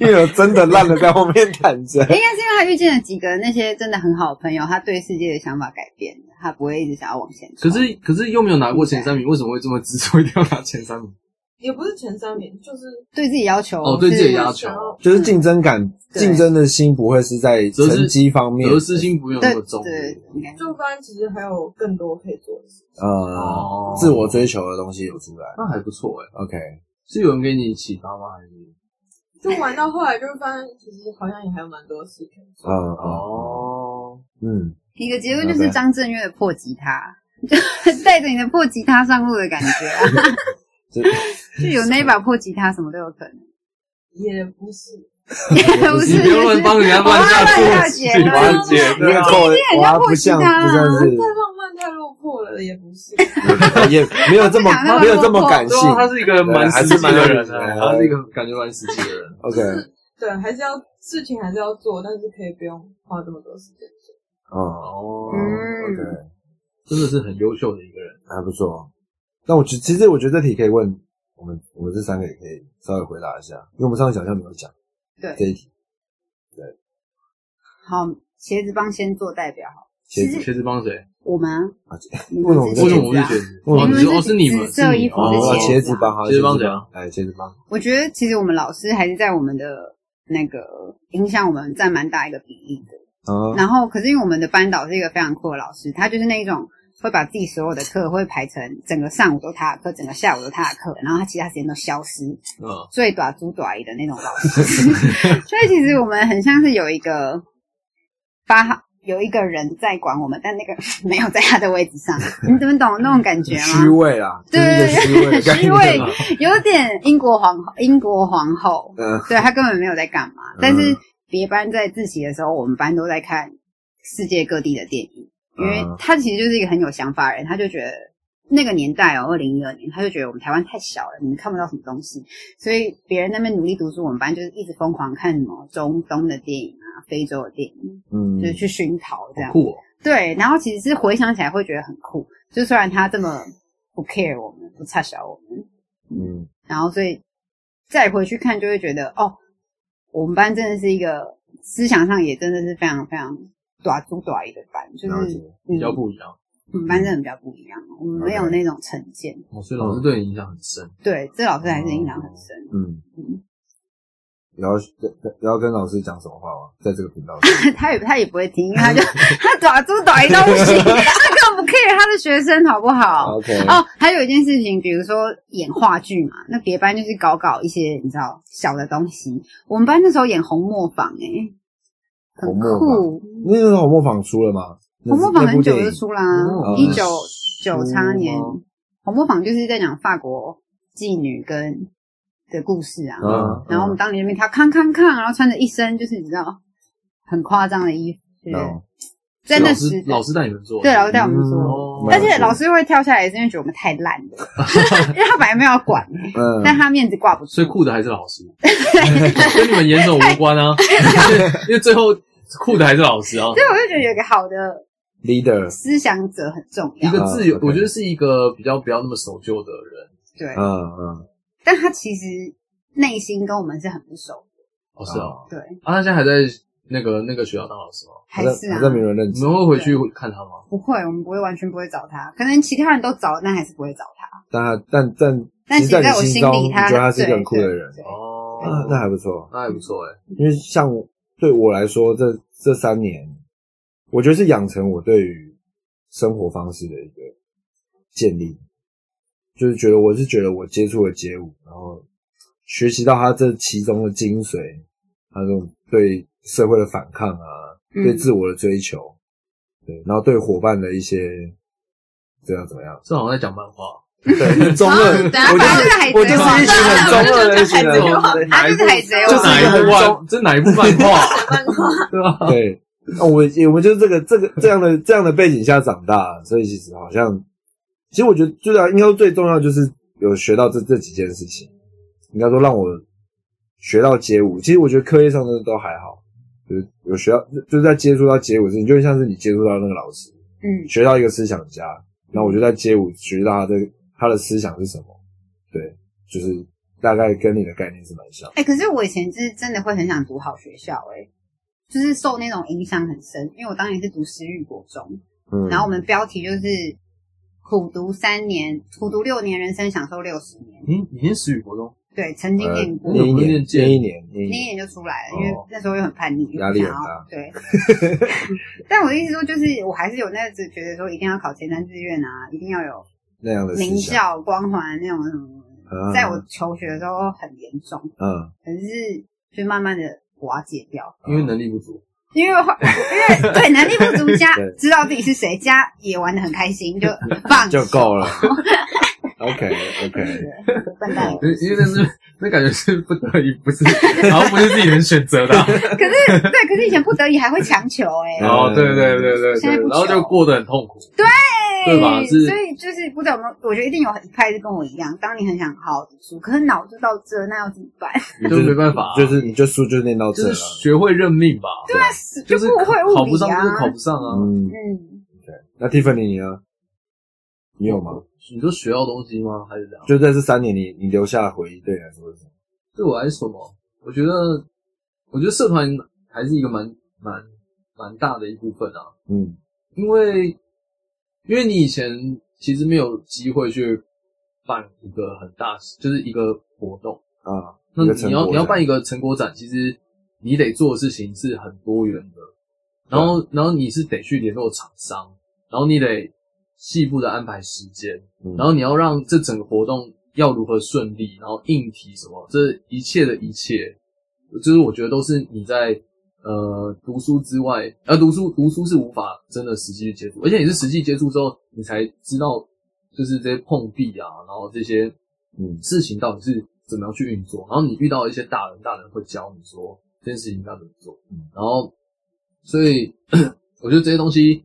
[SPEAKER 2] 因为有真的烂的在后面躺着。
[SPEAKER 3] 应该是因为他遇见了几个那些真的很好的朋友，他对世界的想法改变了，他不会一直想要往前
[SPEAKER 4] 可
[SPEAKER 3] 冲。
[SPEAKER 4] 是可是又没有拿过前三名，为什么会这么执着一定要拿前三名？
[SPEAKER 5] 也不是前三名，就是
[SPEAKER 3] 对自己要求
[SPEAKER 4] 哦对自己
[SPEAKER 3] 是
[SPEAKER 4] 要求
[SPEAKER 5] 想要
[SPEAKER 2] 就是竞争感，
[SPEAKER 3] 对
[SPEAKER 2] 竞争的心不会是在
[SPEAKER 4] 只是
[SPEAKER 2] 成绩方面，
[SPEAKER 4] 得失心不用那
[SPEAKER 3] 对
[SPEAKER 4] 么重。
[SPEAKER 3] 对，应该
[SPEAKER 5] 就发现其实还有更多可以做的事。
[SPEAKER 2] 呃，
[SPEAKER 4] 哦，
[SPEAKER 2] 自我追求的东西有出来。
[SPEAKER 4] 那还不错哎，
[SPEAKER 2] OK，
[SPEAKER 4] 是有人给你启发吗？还是
[SPEAKER 5] 就玩到后来，就发现其实好像也还有蛮多事可以做。
[SPEAKER 2] 嗯
[SPEAKER 3] 哦
[SPEAKER 2] 嗯
[SPEAKER 4] 哦，
[SPEAKER 2] 嗯，
[SPEAKER 3] 一个结论就是张震岳的破吉他，就 带着你的破吉他上路的感觉 啊，
[SPEAKER 2] 这
[SPEAKER 3] 就有那一把破吉他，什么都有可 能。
[SPEAKER 5] 也不是，
[SPEAKER 3] 也 不是，
[SPEAKER 4] 你不要乱帮人家
[SPEAKER 3] 我
[SPEAKER 4] 乱下
[SPEAKER 3] 乱
[SPEAKER 4] 注
[SPEAKER 3] 下结论
[SPEAKER 4] 完结
[SPEAKER 2] 那个扣，
[SPEAKER 3] 很
[SPEAKER 2] 哇
[SPEAKER 3] 像
[SPEAKER 2] 不
[SPEAKER 3] 破吉
[SPEAKER 2] 像
[SPEAKER 3] 他啊
[SPEAKER 2] 不像是
[SPEAKER 5] 太浪漫，太落魄了，也不是。
[SPEAKER 2] 也没有这么
[SPEAKER 3] 他不想那么
[SPEAKER 2] 没有这么感性
[SPEAKER 4] 对啊，他是一个蛮实际的人
[SPEAKER 2] 还是蛮
[SPEAKER 4] 啊，他是一个感觉蛮实际的人。
[SPEAKER 2] ，OK，
[SPEAKER 5] 对，还是要事情还是要做，但是可以不用花这么多时间。
[SPEAKER 2] 哦
[SPEAKER 4] 哦，
[SPEAKER 2] ，OK，
[SPEAKER 3] 嗯，
[SPEAKER 4] 真的是很优秀的一个人。
[SPEAKER 2] 还不错。那我觉其实我觉得这题可以问我们，我们这三个也可以稍微回答一下，因为我们上次好像没有讲
[SPEAKER 3] 对
[SPEAKER 2] 这一题。
[SPEAKER 3] 好，茄子帮先做代表好。
[SPEAKER 2] 茄子
[SPEAKER 3] 其实
[SPEAKER 4] 茄子帮谁？
[SPEAKER 3] 我们啊
[SPEAKER 2] 啊茄
[SPEAKER 3] 你
[SPEAKER 2] 为什么
[SPEAKER 3] 们
[SPEAKER 2] 茄
[SPEAKER 3] 是
[SPEAKER 4] 为什么
[SPEAKER 3] 茄子
[SPEAKER 4] 我是
[SPEAKER 3] 啊
[SPEAKER 4] 茄？子？
[SPEAKER 2] 我
[SPEAKER 4] 哦，
[SPEAKER 3] 们
[SPEAKER 4] 你
[SPEAKER 3] 是
[SPEAKER 4] 说哦是你们，
[SPEAKER 3] 紫色
[SPEAKER 4] 是你
[SPEAKER 3] 衣服
[SPEAKER 4] 哦
[SPEAKER 3] 的
[SPEAKER 2] 哦，
[SPEAKER 3] 茄
[SPEAKER 2] 茄
[SPEAKER 3] 子
[SPEAKER 2] 子帮，好
[SPEAKER 4] 茄子帮
[SPEAKER 2] 茄子
[SPEAKER 4] 怎样
[SPEAKER 2] 哎，茄子帮，
[SPEAKER 3] 我觉得其实我们老师还是在我们的那个影响我们占蛮大一个比例的。
[SPEAKER 2] 啊，
[SPEAKER 3] 然后，可是因为我们的班导是一个非常酷的老师，他就是那一种会把自己所有的课会排成整个上午都他的课，整个下午都他的课，然后他其他时间都消失，
[SPEAKER 4] 嗯，
[SPEAKER 3] 最短猪短一的那种老师。 所以其实我们很像是有一个八号。有一个人在管我们，但那个 没有在他的位置上，你怎么懂那种感觉
[SPEAKER 2] 虚
[SPEAKER 3] 吗？
[SPEAKER 2] 伪啦，
[SPEAKER 3] 对
[SPEAKER 2] 就是一个虚伪的概
[SPEAKER 3] 虚
[SPEAKER 2] 念
[SPEAKER 3] 伪
[SPEAKER 2] 嘛，
[SPEAKER 3] 有点英国皇后，英国皇后，
[SPEAKER 2] 嗯，
[SPEAKER 3] 对他根本没有在干嘛
[SPEAKER 2] 嗯。
[SPEAKER 3] 但是别班在自习的时候，我们班都在看世界各地的电影，因为
[SPEAKER 2] 嗯
[SPEAKER 3] 他其实就是一个很有想法的人，他就觉得那个年代哦，二零一二年，他就觉得我们台湾太小了，你们看不到什么东西，所以别人那边努力读书，我们班就是一直疯狂看什么中东的电影啊、非洲的电影，
[SPEAKER 2] 嗯
[SPEAKER 3] 就是去熏陶这样
[SPEAKER 4] 好。酷哦，
[SPEAKER 3] 对，然后其实是回想起来会觉得很酷，就虽然他这么不 care 我们，不差小我们，
[SPEAKER 2] 嗯，
[SPEAKER 3] 然后所以再回去看就会觉得，哦，我们班真的是一个思想上也真的是非常非常短粗短一的班，就
[SPEAKER 2] 了
[SPEAKER 3] 是
[SPEAKER 2] 解
[SPEAKER 4] 比较
[SPEAKER 3] 嗯
[SPEAKER 4] 不一样。
[SPEAKER 3] 我们班
[SPEAKER 2] 嗯
[SPEAKER 3] 真的比较不一样，我们没有
[SPEAKER 2] OK
[SPEAKER 3] 那种成见。
[SPEAKER 4] 哦，所以老师对你影响很深。
[SPEAKER 3] 对，这老师还是影响很深。
[SPEAKER 2] 嗯
[SPEAKER 3] 嗯，
[SPEAKER 2] 然后然后跟老师讲什么话吗？在这个频道上，
[SPEAKER 3] 他也他也不会听，因为他就 他短粗短一到不行，他根本不 care 他的学生好不好？
[SPEAKER 2] OK，
[SPEAKER 3] 哦，还有一件事情，比如说演话剧嘛，那别班就是搞搞一些你知道小的东西，我们班那时候演红磨坊哎、很
[SPEAKER 2] 红磨坊
[SPEAKER 3] 酷，
[SPEAKER 2] 那时候我模仿出了吗？那
[SPEAKER 3] 红
[SPEAKER 2] 是
[SPEAKER 3] 磨坊很久
[SPEAKER 2] 那部
[SPEAKER 3] 就
[SPEAKER 2] 电影啊哦
[SPEAKER 3] 出啦
[SPEAKER 4] 哦，
[SPEAKER 3] 一九九
[SPEAKER 2] 吗
[SPEAKER 3] 叉年，红磨坊就是在讲法国妓女跟的故事啊。
[SPEAKER 2] 嗯
[SPEAKER 3] 然后我们当年那边跳康康康，然后穿着一身就是你知道很夸张的衣服，对不对
[SPEAKER 2] 嗯
[SPEAKER 3] 在
[SPEAKER 4] 老
[SPEAKER 3] 那时
[SPEAKER 4] 师老师带你们做，
[SPEAKER 3] 对老师带我们做。
[SPEAKER 2] 嗯
[SPEAKER 4] 哦，
[SPEAKER 3] 而且老师会跳下来，是因为觉得我们太烂 了，因为他本来没有要管，
[SPEAKER 2] 嗯，
[SPEAKER 3] 但他面子挂不住。
[SPEAKER 4] 所以酷的还是老 师，跟你们严守无关啊，因为因为最后酷的还是老师啊。
[SPEAKER 3] 所以我就觉得有一个好的
[SPEAKER 2] leader，
[SPEAKER 3] 思想者很重
[SPEAKER 4] 一
[SPEAKER 3] 要。
[SPEAKER 4] 个自由
[SPEAKER 2] 啊，，OK
[SPEAKER 4] 我觉得是一个比较不要那么守旧的人。
[SPEAKER 3] 对，
[SPEAKER 2] 嗯嗯，
[SPEAKER 3] 但他其实内心跟我们是很不熟
[SPEAKER 4] 哦，是啊，
[SPEAKER 3] 的，对，
[SPEAKER 4] 啊，他现在还在那个那个学校当老师吗？
[SPEAKER 3] 还
[SPEAKER 2] 在
[SPEAKER 3] 是啊
[SPEAKER 2] 还。在没有人认
[SPEAKER 4] 你
[SPEAKER 2] 识，
[SPEAKER 4] 们会回去看他吗？
[SPEAKER 3] 不会，我们不会完全不会找他，可能其他人都找，但还是不会找他。
[SPEAKER 2] 但他但但
[SPEAKER 3] 但
[SPEAKER 2] 其
[SPEAKER 3] 其
[SPEAKER 2] 实
[SPEAKER 3] 实
[SPEAKER 2] 在
[SPEAKER 3] 在我
[SPEAKER 2] 你心
[SPEAKER 3] 心
[SPEAKER 2] 中，
[SPEAKER 3] 里
[SPEAKER 2] 你觉
[SPEAKER 3] 他，
[SPEAKER 2] 得他
[SPEAKER 3] 对
[SPEAKER 2] 是一个很酷的人
[SPEAKER 3] 对对
[SPEAKER 4] 哦
[SPEAKER 2] 啊，那还不错，
[SPEAKER 4] 那还不错哎。
[SPEAKER 2] 因为像对我来说，这这三年，我觉得是养成我对于生活方式的一个建立，就是觉得我是觉得我接触了街舞，然后学习到它这其中的精髓，它这种对社会的反抗啊，
[SPEAKER 3] 嗯
[SPEAKER 2] 对自我的追求，对，然后对伙伴的一些。这样怎么样？
[SPEAKER 4] 这好像在讲漫画，
[SPEAKER 2] 对，中
[SPEAKER 4] 哦
[SPEAKER 2] 二，
[SPEAKER 5] 等下
[SPEAKER 4] 啊
[SPEAKER 2] 我就
[SPEAKER 3] 反正就是
[SPEAKER 2] 我就是一群
[SPEAKER 3] 是
[SPEAKER 2] 很中二的一群人
[SPEAKER 5] 反，
[SPEAKER 2] 对
[SPEAKER 3] 他就是海贼
[SPEAKER 4] 这
[SPEAKER 2] 就是
[SPEAKER 4] 哪一
[SPEAKER 2] 个
[SPEAKER 3] 王，
[SPEAKER 4] 部漫？这哪一部漫画？
[SPEAKER 5] 漫画
[SPEAKER 4] 对吧？
[SPEAKER 2] 对，啊那我也我们就是这个这个这样的这样的背景下长大，所以其实好像，其实我觉得最大应该说最重要就是有学到这这几件事情，应该说让我学到街舞。其实我觉得课业上的都还好，就是有学到就是在接触到街舞之前，就像是你接触到那个老师，
[SPEAKER 3] 嗯，
[SPEAKER 2] 学到一个思想家，那我就在街舞学到他的他的思想是什么，对，就是大概跟你的概念是蛮像的。
[SPEAKER 3] 哎、可是我以前是真的会很想读好学校、哎，就是受那种影响很深，因为我当年是读私域国中，
[SPEAKER 2] 嗯，
[SPEAKER 3] 然后我们标题就是苦读三年，苦读六年，人生享受六十年，
[SPEAKER 4] 你你念时语国中，
[SPEAKER 3] 对，曾经念过。
[SPEAKER 2] 呃念一
[SPEAKER 4] 我
[SPEAKER 2] 年
[SPEAKER 4] 念，
[SPEAKER 2] 念一年，念一
[SPEAKER 3] 那
[SPEAKER 2] 年
[SPEAKER 3] 一。眼就出来了，
[SPEAKER 2] 哦
[SPEAKER 3] 因为那时候又很叛逆，又不
[SPEAKER 2] 压力很
[SPEAKER 3] 想要
[SPEAKER 2] 大。
[SPEAKER 3] 对，但我的意思说，就是我还是有那只觉得说，一定要考前三志愿啊，一定要有
[SPEAKER 2] 那样的思
[SPEAKER 3] 名
[SPEAKER 2] 想，
[SPEAKER 3] 校光环那种什么什么
[SPEAKER 2] 嗯
[SPEAKER 3] 在我求学的时候很严重，
[SPEAKER 2] 嗯
[SPEAKER 3] 可是就慢慢的瓦解掉，
[SPEAKER 4] 因为能力不足，
[SPEAKER 3] 因为因为对能力不 足加
[SPEAKER 2] 对
[SPEAKER 3] 知道自己是谁加也玩的很开心，就放
[SPEAKER 2] 就够了。 OK OK，
[SPEAKER 3] 笨蛋。
[SPEAKER 4] 因为因为那是那感觉是不得已，不是， 然后不是自己能选择 的啊、
[SPEAKER 3] 可是对，可是以前不得已还会强求哎、
[SPEAKER 2] 嗯
[SPEAKER 3] 欸，
[SPEAKER 4] 哦，对对对对
[SPEAKER 3] 现在不求
[SPEAKER 4] 对，然后就过得很痛苦。 对吧是
[SPEAKER 3] 所以就是不知道有没有，我觉得一定有一派是跟我一样，当你很想好好读书，可是脑就到这，那要怎么办？
[SPEAKER 2] 你
[SPEAKER 4] 就没办法啊
[SPEAKER 2] 就是你就书就念到这
[SPEAKER 4] 就
[SPEAKER 2] 了。
[SPEAKER 4] 是学会认命吧，对，
[SPEAKER 3] 啊就
[SPEAKER 4] 就是
[SPEAKER 3] 不会
[SPEAKER 4] 考
[SPEAKER 3] 物
[SPEAKER 4] 不
[SPEAKER 3] 理
[SPEAKER 4] 上
[SPEAKER 3] 啊
[SPEAKER 4] 就。是考不上啊。
[SPEAKER 2] 嗯，
[SPEAKER 3] 嗯，
[SPEAKER 2] 那 Tiffany 你呢？你有吗？
[SPEAKER 4] 你说学到东西吗？还是怎样？
[SPEAKER 2] 就在这三年你，你留下的回忆对你来说是什么？
[SPEAKER 4] 对我来说什么？我觉得，我觉得社团还是一个蛮蛮蛮大的一部分啊，
[SPEAKER 2] 嗯
[SPEAKER 4] 因为因为你以前其实没有机会去办一个很大，就是一个活动。
[SPEAKER 2] 啊，
[SPEAKER 4] 那
[SPEAKER 2] 一个成
[SPEAKER 4] 你要
[SPEAKER 2] 果
[SPEAKER 4] 你要
[SPEAKER 2] 展
[SPEAKER 4] 办一个成果展，其实你得做的事情是很多元的，然
[SPEAKER 2] 啊
[SPEAKER 4] 后然后你是得去联络厂商，然后你得细部的安排时间，
[SPEAKER 2] 嗯
[SPEAKER 4] 然后你要让这整个活动要如何顺利，然后应题什么，这一切的一切，就是我觉得都是你在呃读书之外，呃读书读书是无法真的实际去接触，而且你是实际接触之后，你才知道就是这些碰壁啊，然后这些
[SPEAKER 2] 嗯
[SPEAKER 4] 事情到底是怎么样去运作，然后你遇到一些大人，大人会教你说这件事情该怎么做，
[SPEAKER 2] 嗯
[SPEAKER 4] 然后所以 我觉得这些东西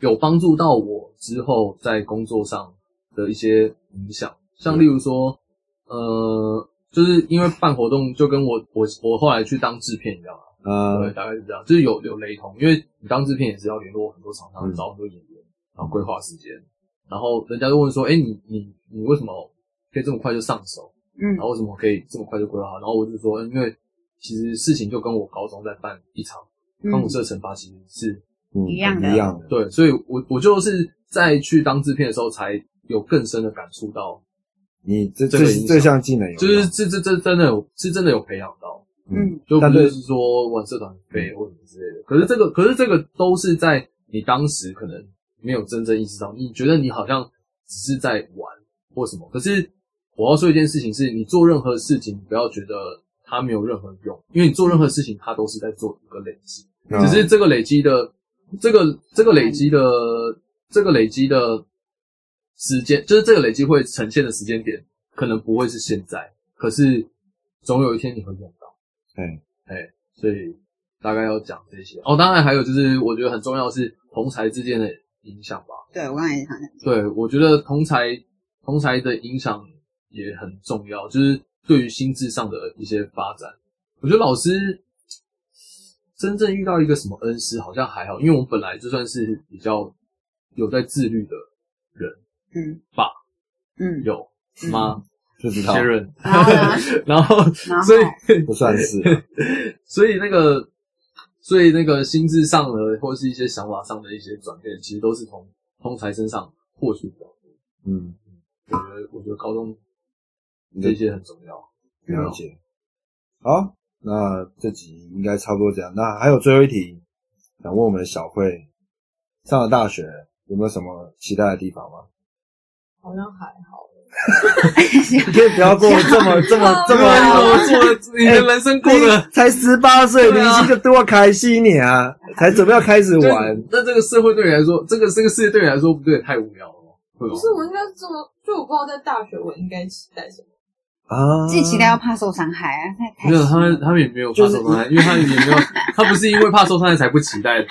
[SPEAKER 4] 有帮助到我之后在工作上的一些影响，像例如说，呃，就是因为办活动就跟我我我后来去当制片一样啊，对，
[SPEAKER 2] 啊
[SPEAKER 4] 大概是这样，就是有有雷同，因为你当制片也是要联络很多厂商，
[SPEAKER 2] 嗯
[SPEAKER 4] 找很多演员，然后规划时间，然后人家就问说，哎、你你你为什么可以这么快就上手？
[SPEAKER 3] 嗯
[SPEAKER 4] 然后为什么可以这么快就规划好？然后我就说，嗯因为其实事情就跟我高中在办一场康复
[SPEAKER 3] 嗯，
[SPEAKER 4] 社惩罚其实是
[SPEAKER 2] 嗯
[SPEAKER 3] 一样的
[SPEAKER 2] 一样的，
[SPEAKER 4] 对，所以我我就是在去当制片的时候才有更深的感触到，
[SPEAKER 2] 你这
[SPEAKER 4] 这
[SPEAKER 2] 这
[SPEAKER 4] 个影响
[SPEAKER 2] 这项技能有用
[SPEAKER 4] 就是这这这真的有是真的有培养到，
[SPEAKER 3] 嗯
[SPEAKER 4] 就不
[SPEAKER 2] 但对
[SPEAKER 4] 是说玩社团费或者之类的。可是这个，可是这个都是在你当时可能没有真正意识到，你觉得你好像只是在玩或什么。可是我要说一件事情是，你做任何事情不要觉得它没有任何用，因为你做任何事情它都是在做一个累积，
[SPEAKER 2] 嗯
[SPEAKER 4] 只是这个累积的这个这个累积的这个累积的时间，就是这个累积会呈现的时间点，可能不会是现在，可是总有一天你会用到。
[SPEAKER 2] 对，
[SPEAKER 4] 所以大概要讲这些。哦，当然还有就是，我觉得很重要的是同才之间的影响吧。
[SPEAKER 3] 对我刚才也想讲，
[SPEAKER 4] 对，我觉得同才同才的影响也很重要，就是对于心智上的一些发展。我觉得老师真正遇到一个什么恩师好像还好，因为我们本来就算是比较有在自律的人，
[SPEAKER 3] 嗯，
[SPEAKER 4] 爸，
[SPEAKER 3] 嗯，啊
[SPEAKER 4] 有吗？
[SPEAKER 2] 不知道
[SPEAKER 4] 确认。
[SPEAKER 3] 然后呢，
[SPEAKER 4] 然后，
[SPEAKER 3] 然后
[SPEAKER 4] 所以
[SPEAKER 2] 不算是 啊
[SPEAKER 4] 所以那个，所以那个心智上的或是一些想法上的一些转变，其实都是从通才身上获取的。
[SPEAKER 2] 嗯
[SPEAKER 4] 我觉得，我觉得高中这些很重要。
[SPEAKER 2] 了解。好，那这集应该差不多这样。那还有最后一题，想问我们的小慧，上了大学有没有什么期待的地方吗？
[SPEAKER 5] 好像还好。
[SPEAKER 2] 你可以不要过得这么这么这
[SPEAKER 4] 啊
[SPEAKER 2] 么，
[SPEAKER 4] 做的，你的人生过得
[SPEAKER 2] 你才十八岁，
[SPEAKER 4] 对
[SPEAKER 2] 你
[SPEAKER 4] 啊
[SPEAKER 2] 这个多开心你啊，才准备要开始玩
[SPEAKER 4] 就。那这个社会对你来说，这个这个世界对你来说，不对，太无聊了吗，会吗
[SPEAKER 5] 不？是我应该这么，就我不知道在大学我应该期待什么。
[SPEAKER 2] 啊，
[SPEAKER 3] 自己期待要怕受伤害啊，太太
[SPEAKER 4] 没有，他
[SPEAKER 3] 心了
[SPEAKER 4] 们他们也没有怕受伤害，因为他们也没有，他不是因为怕受伤害才不期待的，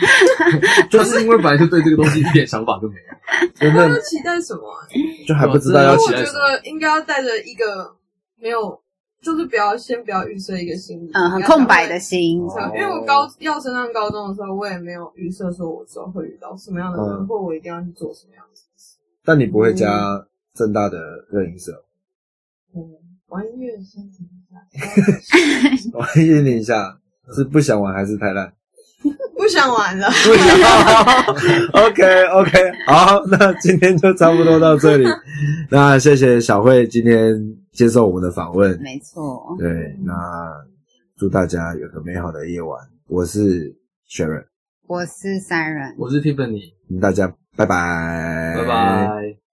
[SPEAKER 4] 他是因为本 来就对这个东西一点想法都没有。
[SPEAKER 2] 真
[SPEAKER 4] 嗯
[SPEAKER 5] 他要
[SPEAKER 2] 的
[SPEAKER 5] 期待什么啊？
[SPEAKER 2] 就还不知道要
[SPEAKER 5] 我
[SPEAKER 2] 期
[SPEAKER 5] 觉
[SPEAKER 2] 待什么。
[SPEAKER 5] 得应该要带着一个没有，就是不要先不要预设一个心理，
[SPEAKER 3] 嗯，很空白的
[SPEAKER 5] 心
[SPEAKER 3] 心，
[SPEAKER 2] 哦
[SPEAKER 5] 因为我高要升上高中的时候，我也没有预设说我之后会遇到什么样的人，
[SPEAKER 2] 嗯
[SPEAKER 5] 或我一定要去做什么样的事情。
[SPEAKER 2] 但你不会加正大的热音社，
[SPEAKER 5] 嗯，玩音乐先停一下，
[SPEAKER 2] 我 问你一下，是不想玩还是太烂？
[SPEAKER 5] 不想玩 了。
[SPEAKER 2] 不想。OK OK，好，那今天就差不多到这里。那谢谢小慧今天接受我们的访问。
[SPEAKER 3] 没错，
[SPEAKER 2] 对，那祝大家有个美好的夜晚。我是 Sharon，
[SPEAKER 3] 我是三人。
[SPEAKER 4] 我是 Tiffany，
[SPEAKER 2] 大家拜拜，
[SPEAKER 4] 拜拜。